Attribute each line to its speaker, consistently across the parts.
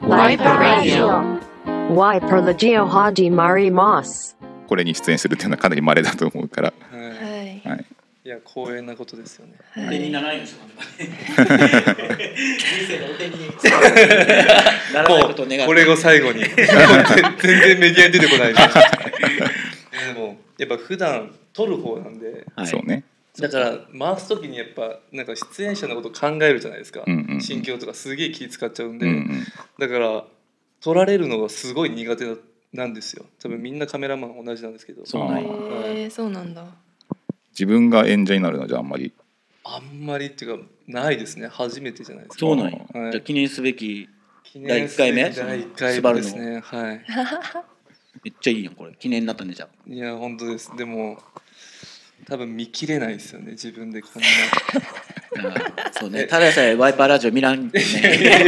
Speaker 1: ワイパーラジオ
Speaker 2: Wiper Legio Haji Mari Moss.
Speaker 3: これに出演するっていうのはかなり稀だと思うから
Speaker 4: は
Speaker 1: はい
Speaker 3: はい
Speaker 4: い、いや光栄なことですよね。
Speaker 1: は
Speaker 5: 手に
Speaker 1: い
Speaker 5: ならないんですよ、人生の手にならないことを願って
Speaker 4: これを最後に 全然メディアに出てこないです。でもやっぱ普段撮る方なんで、
Speaker 5: はい
Speaker 3: そうね
Speaker 4: だから回す時にやっぱなんか出演者のこと考えるじゃないですか。
Speaker 3: うんうんうん
Speaker 4: 心境とかすげえ気使っちゃうん
Speaker 3: う
Speaker 4: で、
Speaker 3: んうん
Speaker 4: だから撮られるのがすごい苦手だなんですよ。多分みんなカメラマン同じなんですけど、
Speaker 5: そうなんや
Speaker 1: へえそうなんだ
Speaker 3: 自分が演者になるのはじゃああんまり
Speaker 4: あんまりっていうかないですね。初めてじゃないですか。
Speaker 5: そうなんや、
Speaker 4: はい
Speaker 5: じゃあ記念すべき
Speaker 4: 記念すべき
Speaker 5: 第一回目
Speaker 4: 第一回目ですね。はい。
Speaker 5: めっちゃいいよこれ記念になったねじゃあ
Speaker 4: いや本当ですでも多分見切れないですよね自分でこん な
Speaker 5: あーそうねただでさえワイパーラジオ見ら んけどね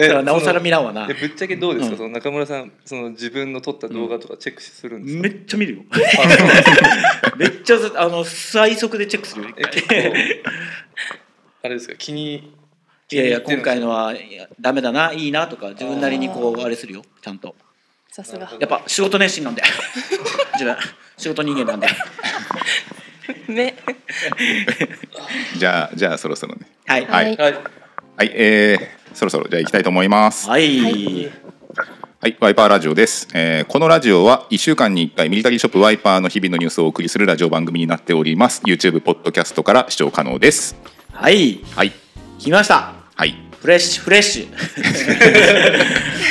Speaker 5: だからなおさら見らんわな
Speaker 4: えぶっちゃけどうですか、
Speaker 5: うん
Speaker 4: その中村さんその自分の撮った動画とかチェックするんですか、
Speaker 5: めっちゃ見るよ めっちゃあの最速でチェックす るよ一
Speaker 4: え
Speaker 5: 回
Speaker 4: 結構あれですか気に
Speaker 5: いやいや今回のはいやダメだないいなとか自分なりにこうあれするよちゃんと
Speaker 1: さすが
Speaker 5: やっぱ仕事熱心なんで 自分仕事人間なんで
Speaker 1: 目
Speaker 3: じゃあじゃあそろそろね
Speaker 5: はい
Speaker 3: はい
Speaker 1: はい
Speaker 4: はい
Speaker 3: はいえー、そろそろじゃあ行きたいと思います
Speaker 5: はい、
Speaker 3: はい、ワイパーラジオです、えーこのラジオは1週間に1回ミリタリーショップワイパーの日々のニュースをお送りするラジオ番組になっております YouTube ポッドキャストから視聴可能です
Speaker 5: はい、
Speaker 3: はい
Speaker 5: 来ました
Speaker 3: はい
Speaker 5: フレッシュフレッシュ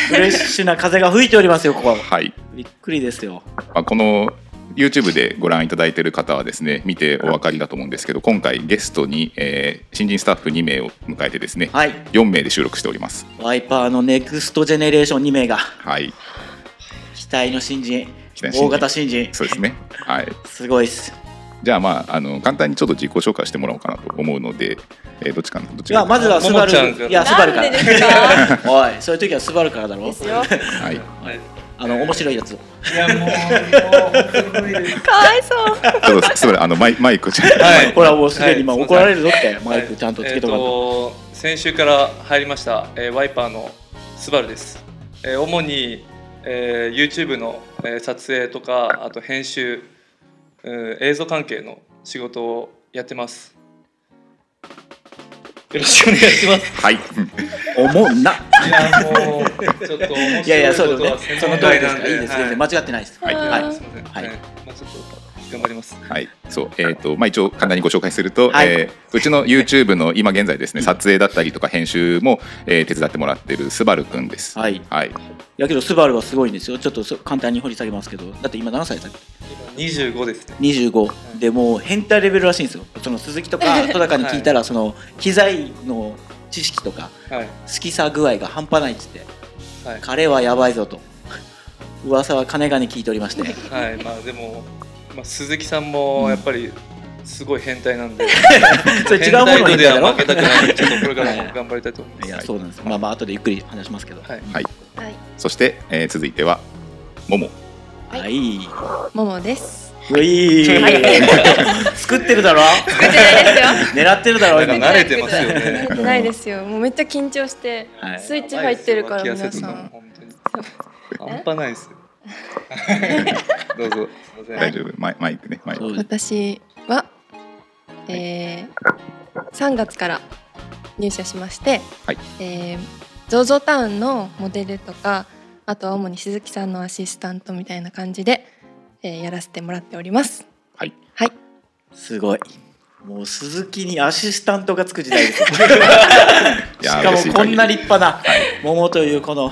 Speaker 5: フレッシュな風が吹いておりますよここ
Speaker 3: はい、
Speaker 5: びっくりですよ
Speaker 3: まあ、この YouTube でご覧いただいている方はですね見てお分かりだと思うんですけど今回ゲストに、えー新人スタッフ2名を迎えてですね、
Speaker 5: はい
Speaker 3: 4名で収録しております
Speaker 5: ワイパーのネクストジェネレーション2名が
Speaker 3: はい
Speaker 5: 期待の新人
Speaker 3: 期待の新人
Speaker 5: 大型新人
Speaker 3: そうですねはい
Speaker 5: すごいっす
Speaker 3: じゃあまああの簡単にちょっと自己紹介してもらおうかなと思うので、えーどっちかなどっち
Speaker 5: いや
Speaker 3: かな
Speaker 5: まずはスバル
Speaker 4: ももちゃんから
Speaker 5: いやスバルか
Speaker 1: な
Speaker 5: ら
Speaker 1: んでですか
Speaker 5: おいそういう時はスバルからだろ
Speaker 1: ですよ
Speaker 3: はい
Speaker 4: はい
Speaker 5: あの面白いやつを
Speaker 4: いやもうもう無理です
Speaker 1: かわいそう
Speaker 3: ちょっとすみませんあのマイマイクちゃん、
Speaker 4: はい
Speaker 5: ほらもうすでに
Speaker 4: はい
Speaker 5: 今
Speaker 4: すいま
Speaker 5: 怒
Speaker 4: せん
Speaker 5: られるぞってマイクちゃんとつけとか
Speaker 4: はい
Speaker 5: な
Speaker 4: え
Speaker 5: いと
Speaker 4: ーと先週から入りました、えーワイパーのスバルです、えー主に、えー YouTube の、えー撮影とかあと編集、うん映像関係の仕事をやってますよろしくお願いします
Speaker 3: はい
Speaker 5: 思うない
Speaker 4: やもうちょっと面
Speaker 5: いやいやそう
Speaker 4: 白
Speaker 5: だ
Speaker 4: い
Speaker 5: よ
Speaker 4: ことは
Speaker 5: ね
Speaker 4: 専
Speaker 5: その
Speaker 4: 門
Speaker 5: 通り
Speaker 4: 外
Speaker 5: ですか
Speaker 4: なん
Speaker 5: らいいです全然間違ってないです
Speaker 3: はい
Speaker 5: はい
Speaker 4: はいすいません
Speaker 5: はい
Speaker 4: はいまあちょっと頑張ります
Speaker 3: はい、そう、えっ、と、まあ、一応簡単にご紹介すると、
Speaker 5: はい
Speaker 3: えーうちの YouTube の今現在ですね、撮影だったりとか編集も、えー手伝ってもらってるスバルくんです。
Speaker 5: はい
Speaker 3: はい、
Speaker 5: いやけどスバルはすごいんですよちょっとそ簡単に掘り下げますけどだって今何歳だっけ
Speaker 4: 25ですね
Speaker 5: 25でもう変態レベルらしいんですよその鈴木と か戸高に聞いたらその機材の知識とか
Speaker 4: はい
Speaker 5: 好きさ具合が半端ないっつって
Speaker 4: はい
Speaker 5: 彼はやばいぞと噂は金がに聞いておりまして
Speaker 4: はい、まあでも、まあ、鈴木さんもやっぱりすごい変態なんで、
Speaker 5: それ違うも
Speaker 4: 変態
Speaker 5: の
Speaker 4: 度
Speaker 5: に
Speaker 4: で
Speaker 5: だ
Speaker 4: は
Speaker 5: ろ
Speaker 4: 負けたくないちょっとこれからも頑張りたいと思います。
Speaker 5: いやそうなんですまあまあ後でゆっくり話しますけど
Speaker 4: はい
Speaker 3: はい、
Speaker 1: はい
Speaker 3: そして、えー続いては。もも、
Speaker 1: い
Speaker 5: はいう
Speaker 1: ももです
Speaker 5: い作ってるだろ
Speaker 1: 作ってないですよ
Speaker 5: 狙ってるだろ
Speaker 4: なん
Speaker 5: 今
Speaker 4: か慣れてますよね
Speaker 1: 慣れてないですよもうめっちゃ緊張して
Speaker 5: はい
Speaker 1: スイッチ入ってるから
Speaker 4: やばい
Speaker 1: 皆
Speaker 4: ですよ
Speaker 1: さ
Speaker 4: 脇汗とか
Speaker 1: ん
Speaker 4: も本当
Speaker 1: う
Speaker 4: に半端ないですよ。 どうぞ。すみま
Speaker 3: 大
Speaker 4: せん。
Speaker 3: 丈夫、マイマイクね、マイ
Speaker 5: そうです
Speaker 1: 私は、えー3月から入社しまして、
Speaker 3: はい
Speaker 1: えー、ゾゾタウンのモデルとかあとは主に鈴木さんのアシスタントみたいな感じで、えーやらせてもらっております。
Speaker 3: はい、
Speaker 1: はい、
Speaker 5: すごいもう鈴木にアシスタントがつく時代ですよしかもこんな立派な桃という この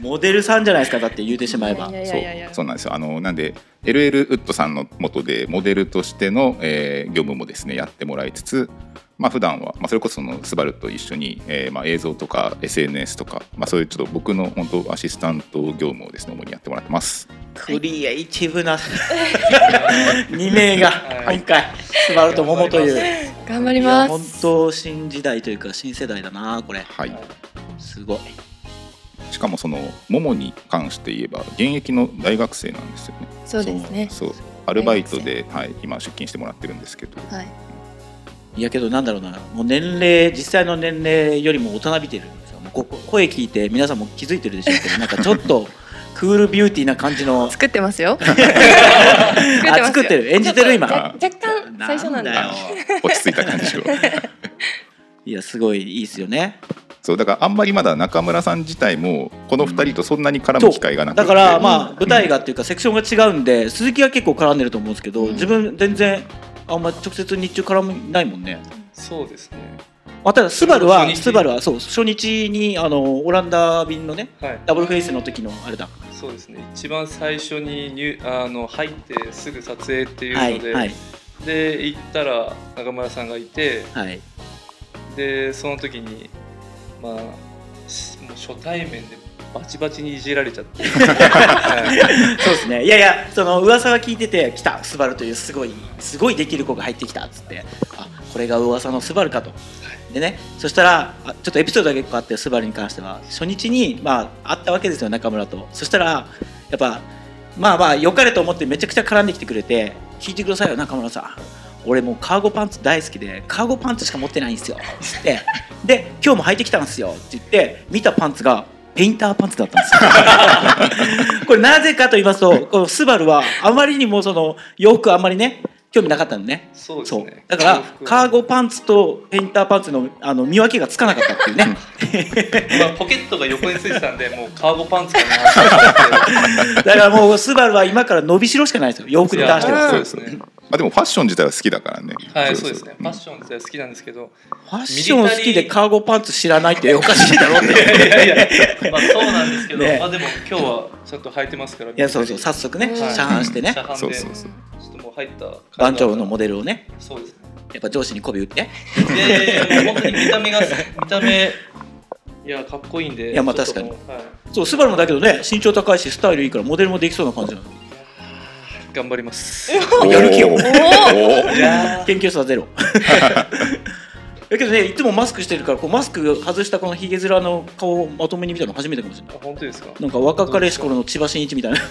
Speaker 5: モデルさんじゃないですかだって言うてしまえば
Speaker 1: いやい
Speaker 3: そ
Speaker 1: や
Speaker 3: う
Speaker 1: いやいや、
Speaker 3: そうなんですよ。あの、なんで、LL ウッドさんの元で、モデルとしての、えー業務もですね、やってもらいつつ。まあ、普段は、まあ、それこそ、その、スバルと一緒に、えーまあ、映像とか、S. N. S. とか。まあ、そういう、ちょっと、僕の、本当、アシスタント業務をですね、主にやってもらってます。
Speaker 5: クリエイティブ な2名が
Speaker 4: はい
Speaker 5: 今回スバルと桃という
Speaker 1: 頑張り
Speaker 5: いや
Speaker 1: ま
Speaker 5: 本
Speaker 1: す。
Speaker 5: 当新時代というか新世代だなこれ
Speaker 3: はい。
Speaker 5: すごい
Speaker 3: しかもそのももに関して言えば現役の大学生なんですよね。
Speaker 1: そうですね。
Speaker 3: そうアルバイトで、はい、今出勤してもらってるんですけど、
Speaker 1: はい、
Speaker 5: いやけどなんだろうなもう年齢実際の年齢よりも大人びてるんですよもうここ声聞いて皆さんも気づいてるでしょうけ どなんかちょっとクールビューティーな感じの
Speaker 1: 作ってますよ
Speaker 5: あ作ってる演じてる今
Speaker 1: ちょっと若干最初なんだ
Speaker 5: な
Speaker 1: よ
Speaker 5: んだよ
Speaker 3: 落ち着いた感 じを
Speaker 5: いやすごいいいですよね
Speaker 3: そうだからあんまりまだ中村さん自体もこの2人とそんなに絡む機会がなくて
Speaker 5: だからまあ舞台がっていうかセクションが違うんで鈴木は結構絡んでると思うんですけど自分全然あんま直接日中絡みないもんね
Speaker 4: そうですね
Speaker 5: まあただスバルは
Speaker 4: 初日
Speaker 5: スバルはそう初日にあのオランダ便のね
Speaker 4: はい
Speaker 5: ダブルフェイスの時のあれだ
Speaker 4: そうですね一番最初に入あの入ってすぐ撮影っていうの
Speaker 5: はい
Speaker 4: で、
Speaker 5: はい
Speaker 4: で行ったら中村さんがいて
Speaker 5: はい
Speaker 4: でその時にまあしもう初対面でバチバチにいじられちゃって、はい
Speaker 5: そうですねいやいやその噂は聞いてて来たスバルというすごいすごいできる子が入ってきたっつってあこれが噂のスバルかとでねそしたらあちょっとエピソードが結構あってスバルに関しては初日にまあ会ったわけですよ中村とそしたらやっぱまあまあ良かれと思ってめちゃくちゃ絡んできてくれて聞いてくださいよ中村さん俺もうカーゴパンツ大好きでカーゴパンツしか持ってないんですよつってで今日も履いてきたんですよって言って見たパンツがペインターパンツだったんですよ これなぜかと言いますと、このスバルはあまりにもその洋服あんまりね、興味なかったのね。
Speaker 4: そうです
Speaker 5: そう
Speaker 4: ね
Speaker 5: だからカーゴ
Speaker 4: ン、
Speaker 5: パンツとペインターパンツのあの見分けがつかなかったっていうね
Speaker 4: まあ、ポケットが横についてたんでもうカーゴパンツかなって思っ
Speaker 5: だ
Speaker 4: て
Speaker 5: からもうスバルは今から伸びしろしかないですよ洋服に関して
Speaker 4: いや
Speaker 5: は
Speaker 4: そ
Speaker 3: そうう
Speaker 4: で
Speaker 3: ですす
Speaker 4: ね
Speaker 3: ねまあでもファッション自体は好きだからね
Speaker 4: はいそうですねファッ
Speaker 3: ョ
Speaker 4: ション自体好きなんですけど
Speaker 5: ファッション好きでカーゴパンツ知らないっておか しいだろうっ
Speaker 4: い
Speaker 5: て
Speaker 4: やいやいやまあそうなんですけど、
Speaker 5: ね
Speaker 4: まあでも今日はちゃんと履いてますから
Speaker 5: いやそうそう早速ね
Speaker 1: はい
Speaker 5: 車販してね
Speaker 4: 車販で
Speaker 3: そうそうそう
Speaker 4: ちょっともう入った
Speaker 5: 番長のモ
Speaker 4: デ
Speaker 5: デルをね
Speaker 4: ルそうですね
Speaker 5: やっぱ上司に媚び打って
Speaker 4: いやいやいやもう本当に見た目が見た目いやかっこいいんで
Speaker 5: いやまあ
Speaker 4: ちょっともうはい
Speaker 5: そうスバルもだけどね身長高いしスタイルいいからモデルもできそうな感じなの
Speaker 4: 頑張ります
Speaker 5: やる気よ
Speaker 3: おーおー
Speaker 4: いや
Speaker 5: 研究室は ゼロだけどねいつもマスクしてるからこうマスク外したこのヒゲ面の顔をまとめに見たの初めてかもしれない
Speaker 4: 本当ですか
Speaker 5: なんか若かりし頃の千葉真一みたいな
Speaker 3: わ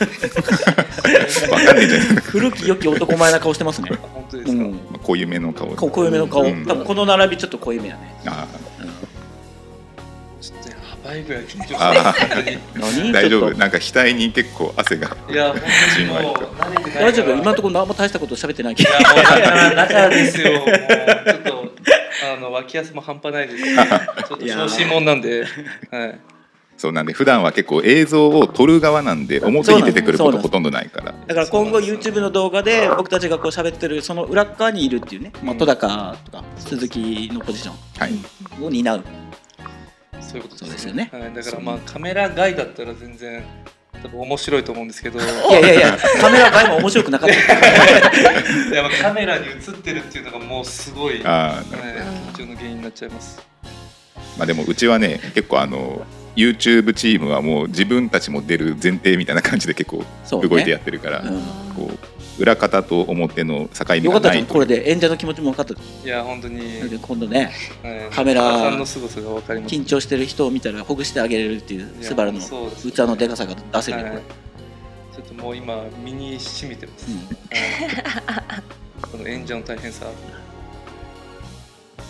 Speaker 3: かんないじゃん
Speaker 5: 古き良き男前な顔してますね
Speaker 4: あ本当 で
Speaker 5: う
Speaker 4: すか、
Speaker 5: ん
Speaker 3: まあこういう目の顔
Speaker 5: こう濃いめの顔、
Speaker 3: うん
Speaker 5: 多分この並びちょっと濃いめやね
Speaker 3: あ
Speaker 4: ちょっとやばいぐらい緊張して
Speaker 3: あ
Speaker 4: ます本当に
Speaker 5: 何
Speaker 3: ー大丈
Speaker 5: ちょ
Speaker 3: 夫
Speaker 5: っ
Speaker 3: なんか額に結構汗が
Speaker 4: いや本当にもう慣れてない
Speaker 5: と
Speaker 4: から
Speaker 5: 大丈夫今のところ何も大したこと喋ってないけ
Speaker 4: い
Speaker 5: ど
Speaker 4: やもうななかですよもうちょっとあの脇汗も半端ないですしちょっと小心者なんではい
Speaker 3: そうなんで普段は結構映像を撮る側なんで表に出てくることほとんどないから
Speaker 5: だから今後
Speaker 4: そうなんです
Speaker 5: YouTube の動画で僕たちがこう喋ってるその裏っ側にいるっていうね、まあ、
Speaker 4: うん
Speaker 5: 戸高とか鈴木のポジショ
Speaker 3: はい
Speaker 5: ンを担う
Speaker 4: そういうこと
Speaker 5: そうですよね
Speaker 4: はい、だからまあカメラ外だったら全然多分面白いと思うんですけどい
Speaker 5: いやいやいやカメラ外も面白くなかった
Speaker 4: やまあカメラに映ってるっていうのがもうすごい、ね、
Speaker 3: あー
Speaker 4: 緊張の原因になっちゃいます。
Speaker 3: まあでもうちはね結構あの YouTube チームはもう自分たちも出る前提みたいな感じで結構
Speaker 5: そうね
Speaker 3: 動いてやってるから、
Speaker 5: うん
Speaker 3: こう裏方と表の境目
Speaker 5: よか
Speaker 3: が
Speaker 5: った
Speaker 3: な
Speaker 5: じゃん
Speaker 3: い
Speaker 5: ことれで演者の気持ちも分かったと
Speaker 4: いや本当に、
Speaker 5: で今度ね
Speaker 4: はい
Speaker 5: カメラ
Speaker 4: 中村さんの凄さが分かります。
Speaker 5: 緊張してる人を見たらほぐしてあげれるっていうスバルの
Speaker 4: いや
Speaker 5: 器
Speaker 4: そうです
Speaker 5: のでかさが出せる
Speaker 4: は
Speaker 5: ね
Speaker 4: いちょっともう今身に染みてます。はいこの演者の大変さ、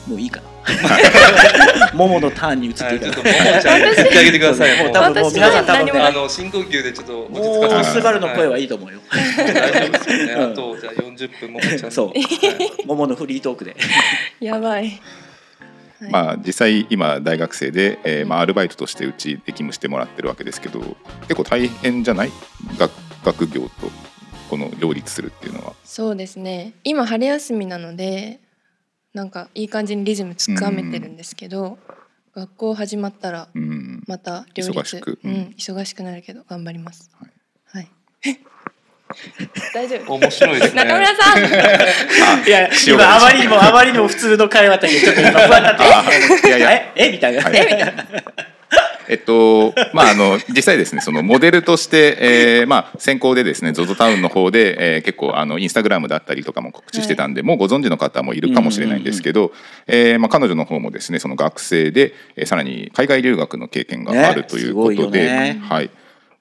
Speaker 5: もういいかなもものターンに移ってい
Speaker 4: はいい、
Speaker 5: か
Speaker 4: ちょ
Speaker 5: な
Speaker 4: っとももちゃんに言ってあげてくだ さい。
Speaker 5: も
Speaker 4: も
Speaker 5: う
Speaker 4: う
Speaker 5: 多分もう皆さん多分
Speaker 1: 私も
Speaker 4: あ
Speaker 5: ね
Speaker 1: 何
Speaker 4: の深呼吸でちょっと落ち着かせ
Speaker 5: もう
Speaker 4: て
Speaker 5: スバルの声
Speaker 4: は
Speaker 5: はいいと思うよ
Speaker 4: い大丈夫ですよね。
Speaker 5: うん
Speaker 4: あとじゃあ40分ももちゃんに
Speaker 5: そう
Speaker 4: はい
Speaker 5: もものフリートークで
Speaker 1: やばい
Speaker 3: まあ、実際今大学生で、えーまあ、アルバイトとしてうちで勤務してもらってるわけですけど結構大変じゃない学学業とこの両立するっていうのは。
Speaker 1: そうですね今春休みなのでなんかいい感じにリズムつかめてるんですけど、学校始まったら
Speaker 3: うん
Speaker 1: また両立
Speaker 3: 忙しく
Speaker 1: う
Speaker 3: うんん
Speaker 1: 忙しくなるけど頑張ります
Speaker 3: はい
Speaker 1: はい、 大丈夫
Speaker 4: 面白いですね。
Speaker 1: 中村さん
Speaker 5: いや
Speaker 3: 塩
Speaker 5: 今
Speaker 3: が
Speaker 5: あまりにもあまりにも普通の会話だったけどちょっと今不安になって
Speaker 3: あーいやいや
Speaker 5: ええみたいな
Speaker 3: はい
Speaker 5: えみたいな
Speaker 3: えっと まああの実際ですねそのモデルとして、えーまあ、先行でですね ZOZO タウンの方で、えー結構あのインスタグラムだったりとかも告知してたんで、もうご存知の方もいるかもしれないんですけど、えーまあ、彼女の方もですねその学生で、えーさらに海外留学の経験があるというこ
Speaker 5: ねす
Speaker 3: と
Speaker 5: ごい
Speaker 3: で、
Speaker 5: よね
Speaker 3: はい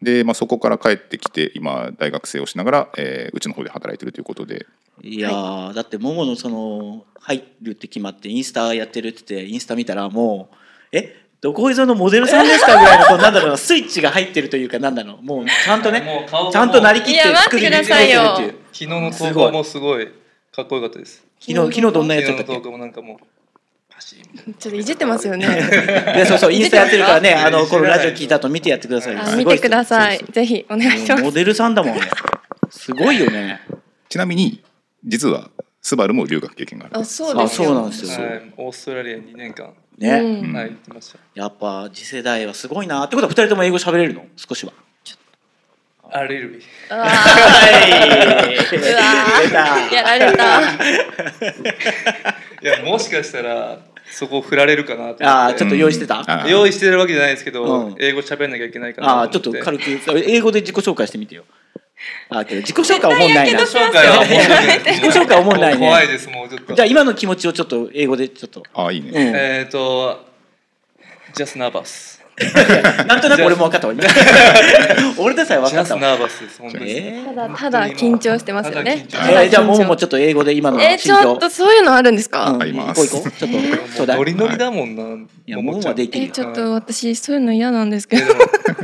Speaker 3: でまあ、そこから帰ってきて今大学生をしながら、えーうちの方で働いてるということで。
Speaker 5: いやー、だってもものその入るって決まってインスタやってるって言ってインスタ見たらもうえどこいぞのモデルさんですかぐらいのこうなんだろうなスイッチが入ってるというかなんだろうもうちゃんとね
Speaker 4: もう顔がもう
Speaker 5: ちゃんとなりきって
Speaker 1: いや待
Speaker 5: 作
Speaker 1: って
Speaker 5: りに
Speaker 1: くだ
Speaker 5: 行
Speaker 1: さいよ
Speaker 5: ってるっていう
Speaker 4: 昨日の投稿もすごいかっこよかったです
Speaker 5: 昨日昨日どんなや
Speaker 4: 昨
Speaker 5: つだ
Speaker 4: 日
Speaker 5: った
Speaker 4: の
Speaker 5: っけ
Speaker 4: 投稿もなんかもうパシッみたいな
Speaker 1: ちょっといじってますよ ね。
Speaker 5: いやそうそうインスタやってるからね
Speaker 4: 見て
Speaker 5: あ
Speaker 4: ますか
Speaker 5: のこのラジオ聞いた後見てやってくださいよ
Speaker 1: あ
Speaker 5: す
Speaker 1: 見
Speaker 5: ご
Speaker 1: て
Speaker 5: 人
Speaker 1: ください
Speaker 5: そう。
Speaker 1: ぜひお願いし
Speaker 5: そうもう
Speaker 1: ま
Speaker 5: モ
Speaker 1: す。
Speaker 5: デルさんだもんねすごいよね
Speaker 3: ちなみに実はスバルも留学経験がある
Speaker 1: あ、そうです
Speaker 5: あ
Speaker 1: よ。
Speaker 5: そうなんですよ
Speaker 4: はい、オーストラリア2年間、
Speaker 5: ね、
Speaker 1: うん
Speaker 4: はい行ってました
Speaker 5: やっぱ次世代はすごいなってことは2人とも英語喋れるの少しは
Speaker 4: あレルビ
Speaker 1: うわー
Speaker 5: はいう
Speaker 1: わーやられた。
Speaker 4: いやもしかしたらそこ振られるかなと
Speaker 5: ああ
Speaker 4: 思っ
Speaker 5: ち
Speaker 4: て
Speaker 5: ょっと用意してた、
Speaker 3: うんあー
Speaker 4: 用意してるわけじゃないですけど、
Speaker 5: うん
Speaker 4: 英語喋んなきゃいけないか
Speaker 5: あ
Speaker 4: な
Speaker 5: あちょっと
Speaker 4: 思
Speaker 5: 軽く英語で自己紹介してみてよあーけど自己紹介おもんないな
Speaker 4: 自己紹介は面白いで
Speaker 5: 自
Speaker 4: す
Speaker 5: 己紹介おもんないね
Speaker 4: 怖いですもうちょっと
Speaker 5: じゃあ今の気持ちをちょっと英語でちょっと、
Speaker 3: ああいいね、
Speaker 5: うん、
Speaker 4: えっ、ー、と just nervous
Speaker 5: なんとなく俺も分かったわ今俺でさえ分かった
Speaker 4: just
Speaker 5: わ
Speaker 4: nervous です本当に、
Speaker 5: え
Speaker 1: ただただ緊張してますよね。
Speaker 4: た
Speaker 5: ー
Speaker 4: だ緊張
Speaker 5: えーじゃあもうもうちょっと英語で今の
Speaker 1: えー、ちょっとそういうのあるんですか。
Speaker 5: うん
Speaker 3: あります
Speaker 5: 行こう行こうちょっとちょうだい
Speaker 4: ノリノリだもんな、もも
Speaker 5: いやもうはでき
Speaker 1: え
Speaker 5: るよ
Speaker 1: ー、ちょっと私そういうの嫌なんですけど。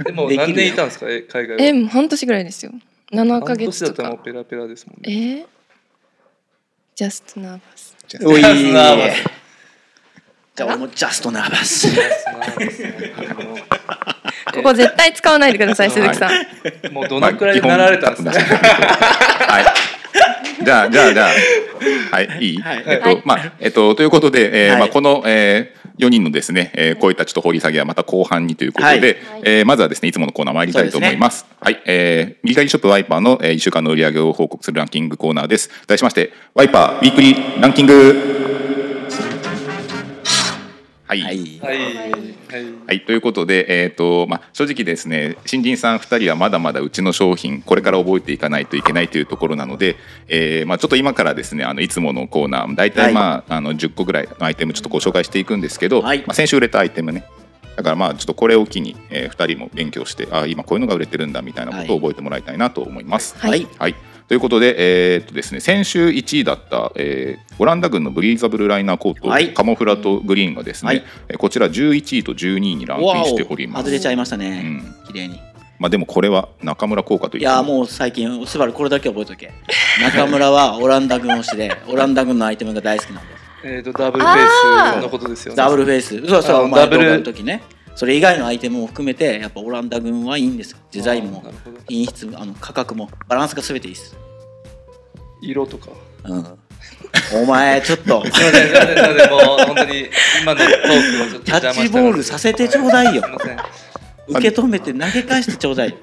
Speaker 4: でも
Speaker 5: できるよ
Speaker 4: 何年いたんですかえ海外は
Speaker 1: えー、もう半年ぐらいですよ。七ヶ
Speaker 4: 半年だ
Speaker 1: 月
Speaker 4: っ
Speaker 1: と
Speaker 4: たらも
Speaker 1: か
Speaker 4: う。ペラペラですもん
Speaker 1: え
Speaker 4: ね
Speaker 1: ー、just nervous。
Speaker 5: おい
Speaker 4: ジャストナーバス
Speaker 5: じゃあ俺もジャストナーバス
Speaker 1: ここ絶対使わないでくだ さい、鈴木さん。
Speaker 4: もうどのくらいなられたんです
Speaker 3: ま
Speaker 4: か、
Speaker 3: あ基本はい。じゃあ、じゃあ、じゃあ、はい、いい、
Speaker 5: はい
Speaker 3: えっと、
Speaker 1: はい
Speaker 3: まあ、えっと、ということで、えー
Speaker 5: はい
Speaker 3: まあ、この、えー、4人のですね、えー、こういったちょっと掘り下げはまた後半にということで、
Speaker 5: はい
Speaker 3: えーまずはですね、いつものコーナー参りたいと思います。はい、えー、右側ショップワイパーの、えー、1週間の売り上げを報告するランキングコーナーです。題しまして、ワイパーウィークリーランキング。
Speaker 5: はい
Speaker 4: はいはい、
Speaker 3: はい、ということで、えーとまあ、正直ですね新人さん2人はまだまだうちの商品これから覚えていかないといけないというところなので、えーまあ、ちょっと今からですねあのいつものコーナー大体、まああの10個ぐらいのアイテムちょっとご紹介していくんですけど、
Speaker 5: はい
Speaker 3: まあ、先週売れたアイテムねだからまあちょっとこれを機に、え2人も勉強してあ今こういうのが売れてるんだみたいなことを覚えてもらいたいなと思います。
Speaker 1: はい
Speaker 5: はい
Speaker 3: はい、ということで,、えーっとですね、先週1位だった、えーオランダ軍のブリーザブルライナーコート、
Speaker 5: はい
Speaker 3: カモフラとグリーンがですね、
Speaker 5: はい
Speaker 3: えーこちら11位と12位にランクインしております。
Speaker 5: 外れちゃいましたね、
Speaker 3: うん
Speaker 5: 綺麗に
Speaker 3: まあ、でもこれは中村効果とい
Speaker 5: いうやーもう最近スバルこれだけ覚えとけ 中村はオランダ軍推しでオランダ軍のアイテムが大好きなんで
Speaker 4: えっ、とダブルフェイスのことですよ
Speaker 5: す
Speaker 4: ね
Speaker 5: ダブルフェイスそうそう
Speaker 4: あ
Speaker 5: お前
Speaker 4: ダブル
Speaker 5: 動画の時ねそれ以外のアイテムも含めてやっぱオランダ軍はいいんですよデザインも
Speaker 4: あーなるほど
Speaker 5: 品質もあの価格もバランスが全ていいです、
Speaker 4: 色とか
Speaker 5: うん、お前ちょっと
Speaker 4: すいませんすいませんすいませんもう本当に今のトークをちょっと
Speaker 5: キ
Speaker 4: 邪
Speaker 5: ャ
Speaker 4: 魔
Speaker 5: ッ
Speaker 4: し
Speaker 5: チ
Speaker 4: た
Speaker 5: ボールさせてちょうだいよ
Speaker 4: すいません
Speaker 5: 受け止めて投げ返してちょうだい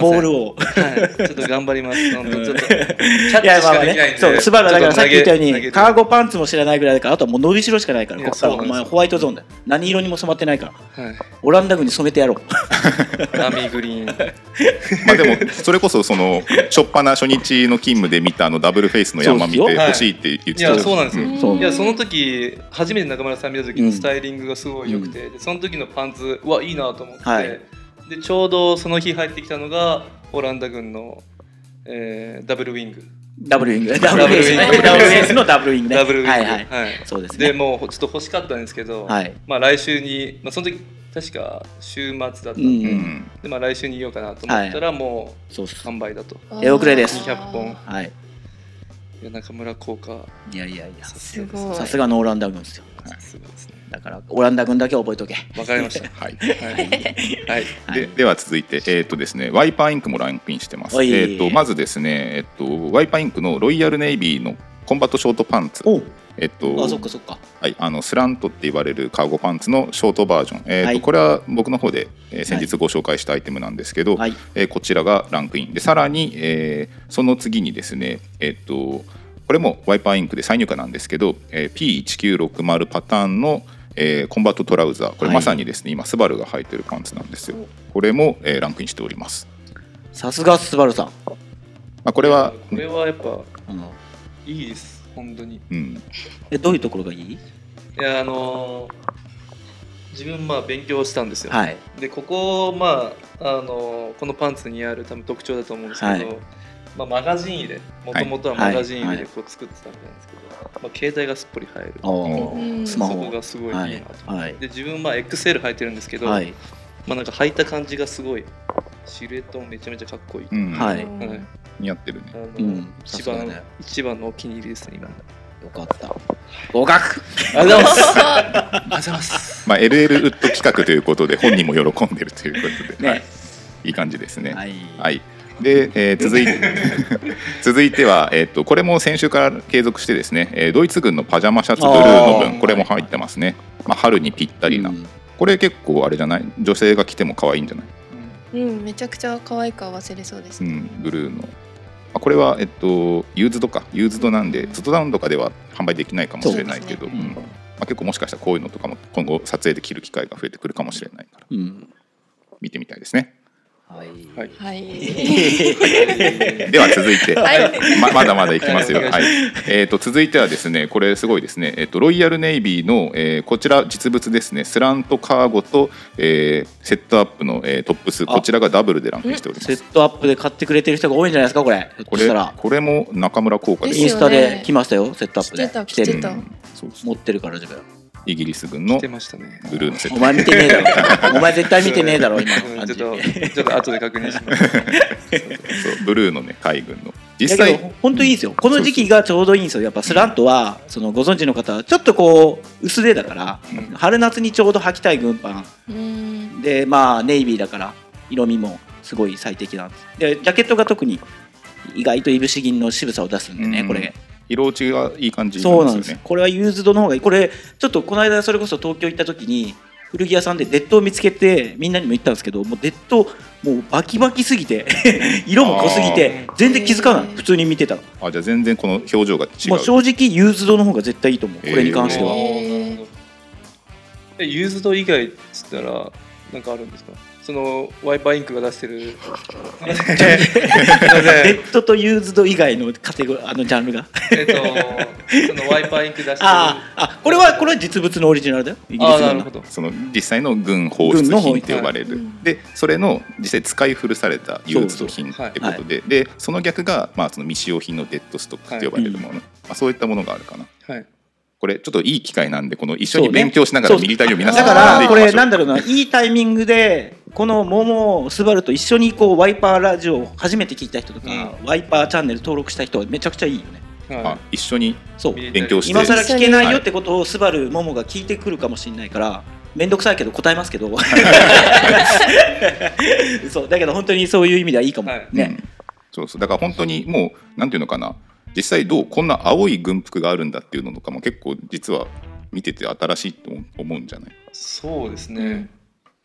Speaker 5: ボールを
Speaker 4: はい、ちょっと頑張ります。本当ちょっとキャッ
Speaker 5: い
Speaker 4: チ
Speaker 5: や
Speaker 4: し
Speaker 5: まあ
Speaker 4: か
Speaker 5: まあ
Speaker 4: できないん
Speaker 5: ね
Speaker 4: で。
Speaker 5: そうスバルはだからさっき言ったよう
Speaker 4: ちょっと投げ
Speaker 5: にカーゴパンツも知らないぐらいだからあとはもう伸びしろしかないから
Speaker 4: い
Speaker 5: こ
Speaker 4: や
Speaker 5: こから
Speaker 4: そう
Speaker 5: お
Speaker 4: なんですよ
Speaker 5: 前ホワイトゾーンだよ何色にも染まってないから
Speaker 4: はい、
Speaker 5: オランダ軍に染めてやろう
Speaker 4: アーミーグリーン。
Speaker 3: まあ、でもそれこそその初っ端初日の勤務で見たあのダブルフェイスの山見て
Speaker 5: そうです
Speaker 4: よ
Speaker 3: 欲しいって言って
Speaker 4: い
Speaker 3: た
Speaker 4: や、そうなんですよ。
Speaker 5: そう
Speaker 4: いやその時初めて中村さん見た時のスタイリングがすごい良くて、でその時のパンツうわいいなと思って、
Speaker 5: はい
Speaker 4: でちょうどその日入ってきたのがオランダ軍の、えーダブルウィング
Speaker 5: ダブルウィングダ
Speaker 4: ダ
Speaker 5: ブ
Speaker 4: ブ
Speaker 5: ル
Speaker 4: ル
Speaker 5: ウ
Speaker 4: ウ
Speaker 5: ィ
Speaker 4: ィ
Speaker 5: ン
Speaker 4: ン
Speaker 5: グ
Speaker 4: グ
Speaker 5: ダブルウィングのダブルウィングね
Speaker 4: ダブルウィング
Speaker 5: はいはい
Speaker 4: はい
Speaker 5: そうです
Speaker 4: で
Speaker 5: ね
Speaker 4: もうちょっと欲しかったんですけど、
Speaker 5: はい
Speaker 4: まあ、来週に、まあ、その時確か週末だったんで,、
Speaker 5: うん
Speaker 3: うん
Speaker 4: でまあ、来週に言おうかなと思ったら、も
Speaker 5: そうっ
Speaker 4: う
Speaker 5: す
Speaker 4: 完売だと
Speaker 5: 出遅れです
Speaker 4: 200本
Speaker 5: はい
Speaker 4: いや中村効果
Speaker 5: いやいやいや
Speaker 1: す
Speaker 4: い
Speaker 1: ごい
Speaker 5: さすがのオランダ軍ですよ
Speaker 4: すごいですね
Speaker 5: だからオランダ軍だけ覚えとけ
Speaker 4: わかりました
Speaker 3: はい
Speaker 4: はい、はい
Speaker 5: はい
Speaker 3: ででは続いて、えーとですね、ワイパーインクもランクインしてます、
Speaker 5: お
Speaker 3: え
Speaker 5: い
Speaker 3: ー、とまずですね、えっとワイパーインクのロイヤルネイビーのコンバットショートパンツ、
Speaker 5: お
Speaker 3: えっと
Speaker 5: あそっかそっか
Speaker 3: はい、あのスラントって言われるカーゴパンツのショートバージョン、えーと
Speaker 5: はい
Speaker 3: これは僕の方で、えー先日ご紹介したアイテムなんですけど、
Speaker 5: はい
Speaker 3: えーこちらがランクインでさらに、えーその次にですね、えっとこれもワイパーインクで再入荷なんですけど、えー P1960 パターンの、えーコンバットトラウザーこれ
Speaker 5: はい
Speaker 3: まさにですね、今スバルが履いてるパンツなんですよこれも、えーランクインしております、
Speaker 5: さすがスバルさん
Speaker 3: まあ、これは、
Speaker 4: これはやっぱ
Speaker 5: うん
Speaker 4: いいです本当にい
Speaker 3: うん、
Speaker 5: えどういうところがいい
Speaker 4: やあのー自分まあ勉強したんですよ、
Speaker 5: はい
Speaker 4: でここまああのーこのパンツにある多分特徴だと思うんですけど、
Speaker 5: はい
Speaker 4: まあ、マガジン入れもともとはマガジン入れでこう作ってたみたいなんですけど、まあ、携帯がすっぽり入る
Speaker 5: あー
Speaker 1: うん
Speaker 5: スマ
Speaker 4: そ
Speaker 5: ホ
Speaker 4: こがすごいいいな
Speaker 5: はい
Speaker 4: と思って、
Speaker 5: はい
Speaker 4: で自分は XL 履いてるんですけど、
Speaker 5: はい
Speaker 4: まあ、なんか履いた感じがすごいシルエットもめちゃめちゃかっこいい、
Speaker 3: うん
Speaker 5: はい
Speaker 4: はい
Speaker 3: 似合ってるね
Speaker 4: あの
Speaker 5: うん
Speaker 4: 一
Speaker 5: さすが
Speaker 4: 番、
Speaker 5: ね
Speaker 4: 一番のお気に入りですね今あ
Speaker 5: よかった合格
Speaker 4: りがとうございますありがとうございます
Speaker 3: まあ LL ウッド企画ということで本人も喜んでるということで、はい、いい感じですね
Speaker 5: はい
Speaker 3: はい。で、えー続い 続いては、えっとこれも先週から継続してですね、えードイツ軍のパジャマシャツブルーの
Speaker 5: あー
Speaker 3: 分これも入ってますね、まあ、春にぴったりな、
Speaker 5: うん
Speaker 3: これ結構あれじゃない女性が着ても可愛いんじゃない、
Speaker 1: うん、めちゃくちゃ可愛く合わせれそうです
Speaker 3: う
Speaker 1: ね。
Speaker 3: ん、ブルーのあこれは、えっとユーズドかユーズドなんで外ダウンとかでは販売できないかもしれないけ
Speaker 5: そ
Speaker 3: ど、
Speaker 5: うですね
Speaker 3: うんまあ、結構もしかしたらこういうのとかも今後撮影で着る機会が増えてくるかもしれないから
Speaker 5: うん
Speaker 3: 見てみたいですね
Speaker 5: はい
Speaker 4: はい
Speaker 1: はい。
Speaker 3: では続 いて、
Speaker 1: はい
Speaker 3: ままだまだいきますよ。
Speaker 4: はい
Speaker 3: はい、えっ、と続いてはですね、これすごいですね。えっ、とロイヤルネイビーの、えーこちら実物ですね。スラントカーゴと、えーセットアップの、えートップス
Speaker 5: あ
Speaker 3: こちらがダブルでランクインしておりま
Speaker 5: セ
Speaker 3: す。
Speaker 5: ットアップで買ってくれてる人が多いんじゃないですかこれひょっ
Speaker 3: こと
Speaker 5: し
Speaker 3: れ
Speaker 5: たら
Speaker 3: これも中村効果で。
Speaker 1: です
Speaker 5: インスタで
Speaker 1: ね
Speaker 5: 来ましたよセットアップで
Speaker 1: 来てた
Speaker 5: 来て
Speaker 1: 来
Speaker 5: る
Speaker 1: てた
Speaker 3: そうそう
Speaker 5: 持ってるから自 分
Speaker 3: イギリス軍の
Speaker 4: 出ましたね
Speaker 3: ブルーのセッ
Speaker 5: お
Speaker 3: ト。
Speaker 5: 前見てねえだろお前絶対見てねえだろ今
Speaker 4: う
Speaker 5: の
Speaker 4: ん
Speaker 5: 感
Speaker 4: ちょ
Speaker 5: じ
Speaker 4: っ とちょっと後で確認します
Speaker 3: そうブルーのね海軍の実
Speaker 5: だけ
Speaker 3: 際
Speaker 5: ど本当いいですよこの時期がちょうどいいんですよやっぱスラントはそのご存知の方はちょっとこう薄手だから
Speaker 3: うん
Speaker 5: 春夏にちょうど履きたい軍パ
Speaker 1: うん。
Speaker 5: ンでまあネイビーだから色味もすごい最適なんですでジャケットが特に意外といぶし銀の渋さを出すんでね、
Speaker 3: うん
Speaker 5: これ
Speaker 3: 色落ちがいい感じ
Speaker 5: そう
Speaker 3: な
Speaker 5: なんで
Speaker 3: んです
Speaker 5: す
Speaker 3: よね。
Speaker 5: これはユーズドの方がいいこれちょっとこの間それこそ東京行った時に古着屋さんでデッドを見つけてみんなにも言ったんですけどもうデッドもうバキバキすぎて 色も濃すぎて全然気づかない普通に見てたら
Speaker 3: あじゃあ全然この表情が違う。
Speaker 5: まあ、正直ユーズドの方が絶対いいと思うこれに関して は、
Speaker 1: へー
Speaker 4: えユーズド以外っつったらなんかあるんですかそのワイパーインクが出して るすいませ
Speaker 5: レ
Speaker 4: ん
Speaker 5: ッドとユーズド以外のカテゴリーあのジャンルが
Speaker 4: えっとそのワイパーインク出してる
Speaker 5: あああこれはこれは実物のオリジナルだよイギリ
Speaker 4: あ
Speaker 5: ス
Speaker 4: ーなる
Speaker 5: の
Speaker 4: ほど
Speaker 3: その実際の軍放出
Speaker 5: 軍の放出
Speaker 3: 品って呼ばれる、
Speaker 1: うん
Speaker 3: でそれの実際使い古されたユーズド品ってことで
Speaker 5: そう
Speaker 3: でその逆が、まあ、その未使用品のデッドストックって呼ばれるもの、まあ、そういったものがあるかな
Speaker 4: はい
Speaker 3: これちょっといい機会なんでこの一緒
Speaker 5: そ
Speaker 3: に
Speaker 5: うね
Speaker 3: 勉強しなが
Speaker 5: そ
Speaker 3: ら
Speaker 5: う
Speaker 3: ミリタリーを皆
Speaker 5: だ
Speaker 3: さん
Speaker 5: からこれ
Speaker 3: 学んでいきましょう
Speaker 5: なんだろうないいタイミングでこのモモスバルと一緒にこうワイパーラジオを初めて聞いた人とか、ワイパーチャンネル登録した人はめちゃくちゃいいよね
Speaker 4: は
Speaker 3: あ一緒に
Speaker 5: そう
Speaker 4: い
Speaker 3: 勉強して
Speaker 5: 今更聞けないよってことをスバルモモが聞いてくるかもしれないから面倒くさいけど答えますけ どそうだけど本当にそういう意味ではいいかも、
Speaker 4: はい
Speaker 5: ね、
Speaker 3: うんそうそうだから本当にもうなんていうのかな実際どうこんな青い軍服があるんだっていうのとかも結構実は見てて新しいと思うんじゃない
Speaker 4: そうですね、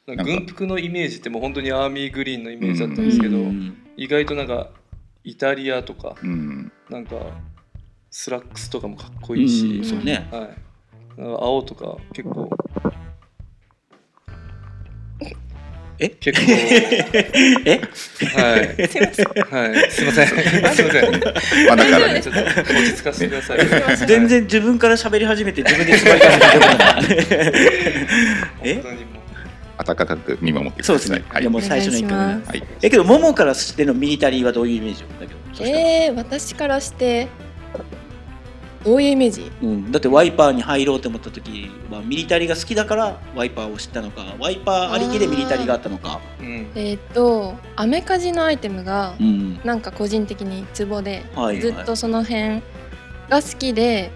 Speaker 4: なん
Speaker 3: な
Speaker 4: か
Speaker 3: んか
Speaker 4: 軍服のイメージってもう本当にアーミーグリーンのイメージだったんですけど、
Speaker 5: うん
Speaker 4: 意外となんかイタリアとか
Speaker 3: うん
Speaker 4: なんかスラックスとかもかっこいいし、
Speaker 5: そうね
Speaker 4: はい、なんか青とか結構
Speaker 5: え
Speaker 4: 結構
Speaker 5: え
Speaker 4: はい
Speaker 1: すいません。
Speaker 4: はいすいませんすいません
Speaker 3: まあだから
Speaker 4: ちょっと落ち着かせてください、はい
Speaker 5: 全然自分から喋り始めて自分で縛り始めてる
Speaker 4: 本当にもう
Speaker 3: 温かく見守ってく
Speaker 5: そうで
Speaker 3: だ
Speaker 5: す
Speaker 3: さい。
Speaker 5: ね、、
Speaker 3: はいい
Speaker 5: やもう最初の一
Speaker 1: お願
Speaker 5: 回
Speaker 1: いし
Speaker 5: 目
Speaker 1: ま
Speaker 3: はい
Speaker 5: えけどモモからしてのミリタリーはどういうイメージだけどそしたら
Speaker 1: えー、私からしてどういうイメージ？
Speaker 5: うん、だってワイパーに入ろうと思った時はミリタリーが好きだからワイパーを知ったのかワイパーありきでミリタリーがあったのか
Speaker 4: うん
Speaker 1: えーっとアメカジのアイテムが
Speaker 5: うん
Speaker 1: なんか個人的にツボで、
Speaker 5: はいはい
Speaker 1: ずっとその辺が好きで。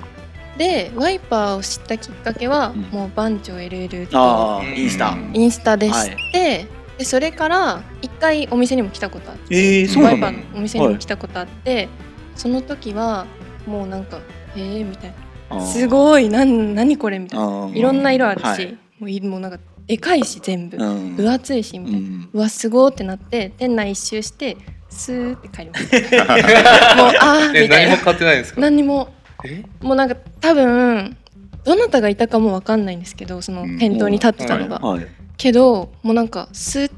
Speaker 1: でワイパーを知ったきっかけは、
Speaker 5: うん
Speaker 1: もう番長 LL と
Speaker 5: ああ
Speaker 4: うん
Speaker 5: インスタ
Speaker 3: うん
Speaker 1: インスタでして、でそれから一回お店にも来たことあって
Speaker 5: ええ
Speaker 3: そう
Speaker 1: ワ
Speaker 3: な
Speaker 1: イ
Speaker 3: ん
Speaker 1: パ
Speaker 3: だ
Speaker 1: ーのお店にも来たことあって、その時はもうなんか「えー」みたいな「す
Speaker 5: い
Speaker 1: ごいなん何これ」みたいな
Speaker 5: あ
Speaker 1: いろんな色あるし、
Speaker 5: はい
Speaker 1: もういもうなんかでかいし全部、
Speaker 5: あうん
Speaker 1: 分厚いしみたいな、うわすごーってなって店内一周してスーって帰りま したもうあー
Speaker 4: え
Speaker 1: みたい
Speaker 4: 何も
Speaker 1: な
Speaker 4: 買ってないんですか
Speaker 1: 何にも
Speaker 4: え
Speaker 1: もうなんか多分どなたがいたかもわかんないんですけどその店頭に立ってたのが、
Speaker 5: うんはい
Speaker 1: けどもうなんかスー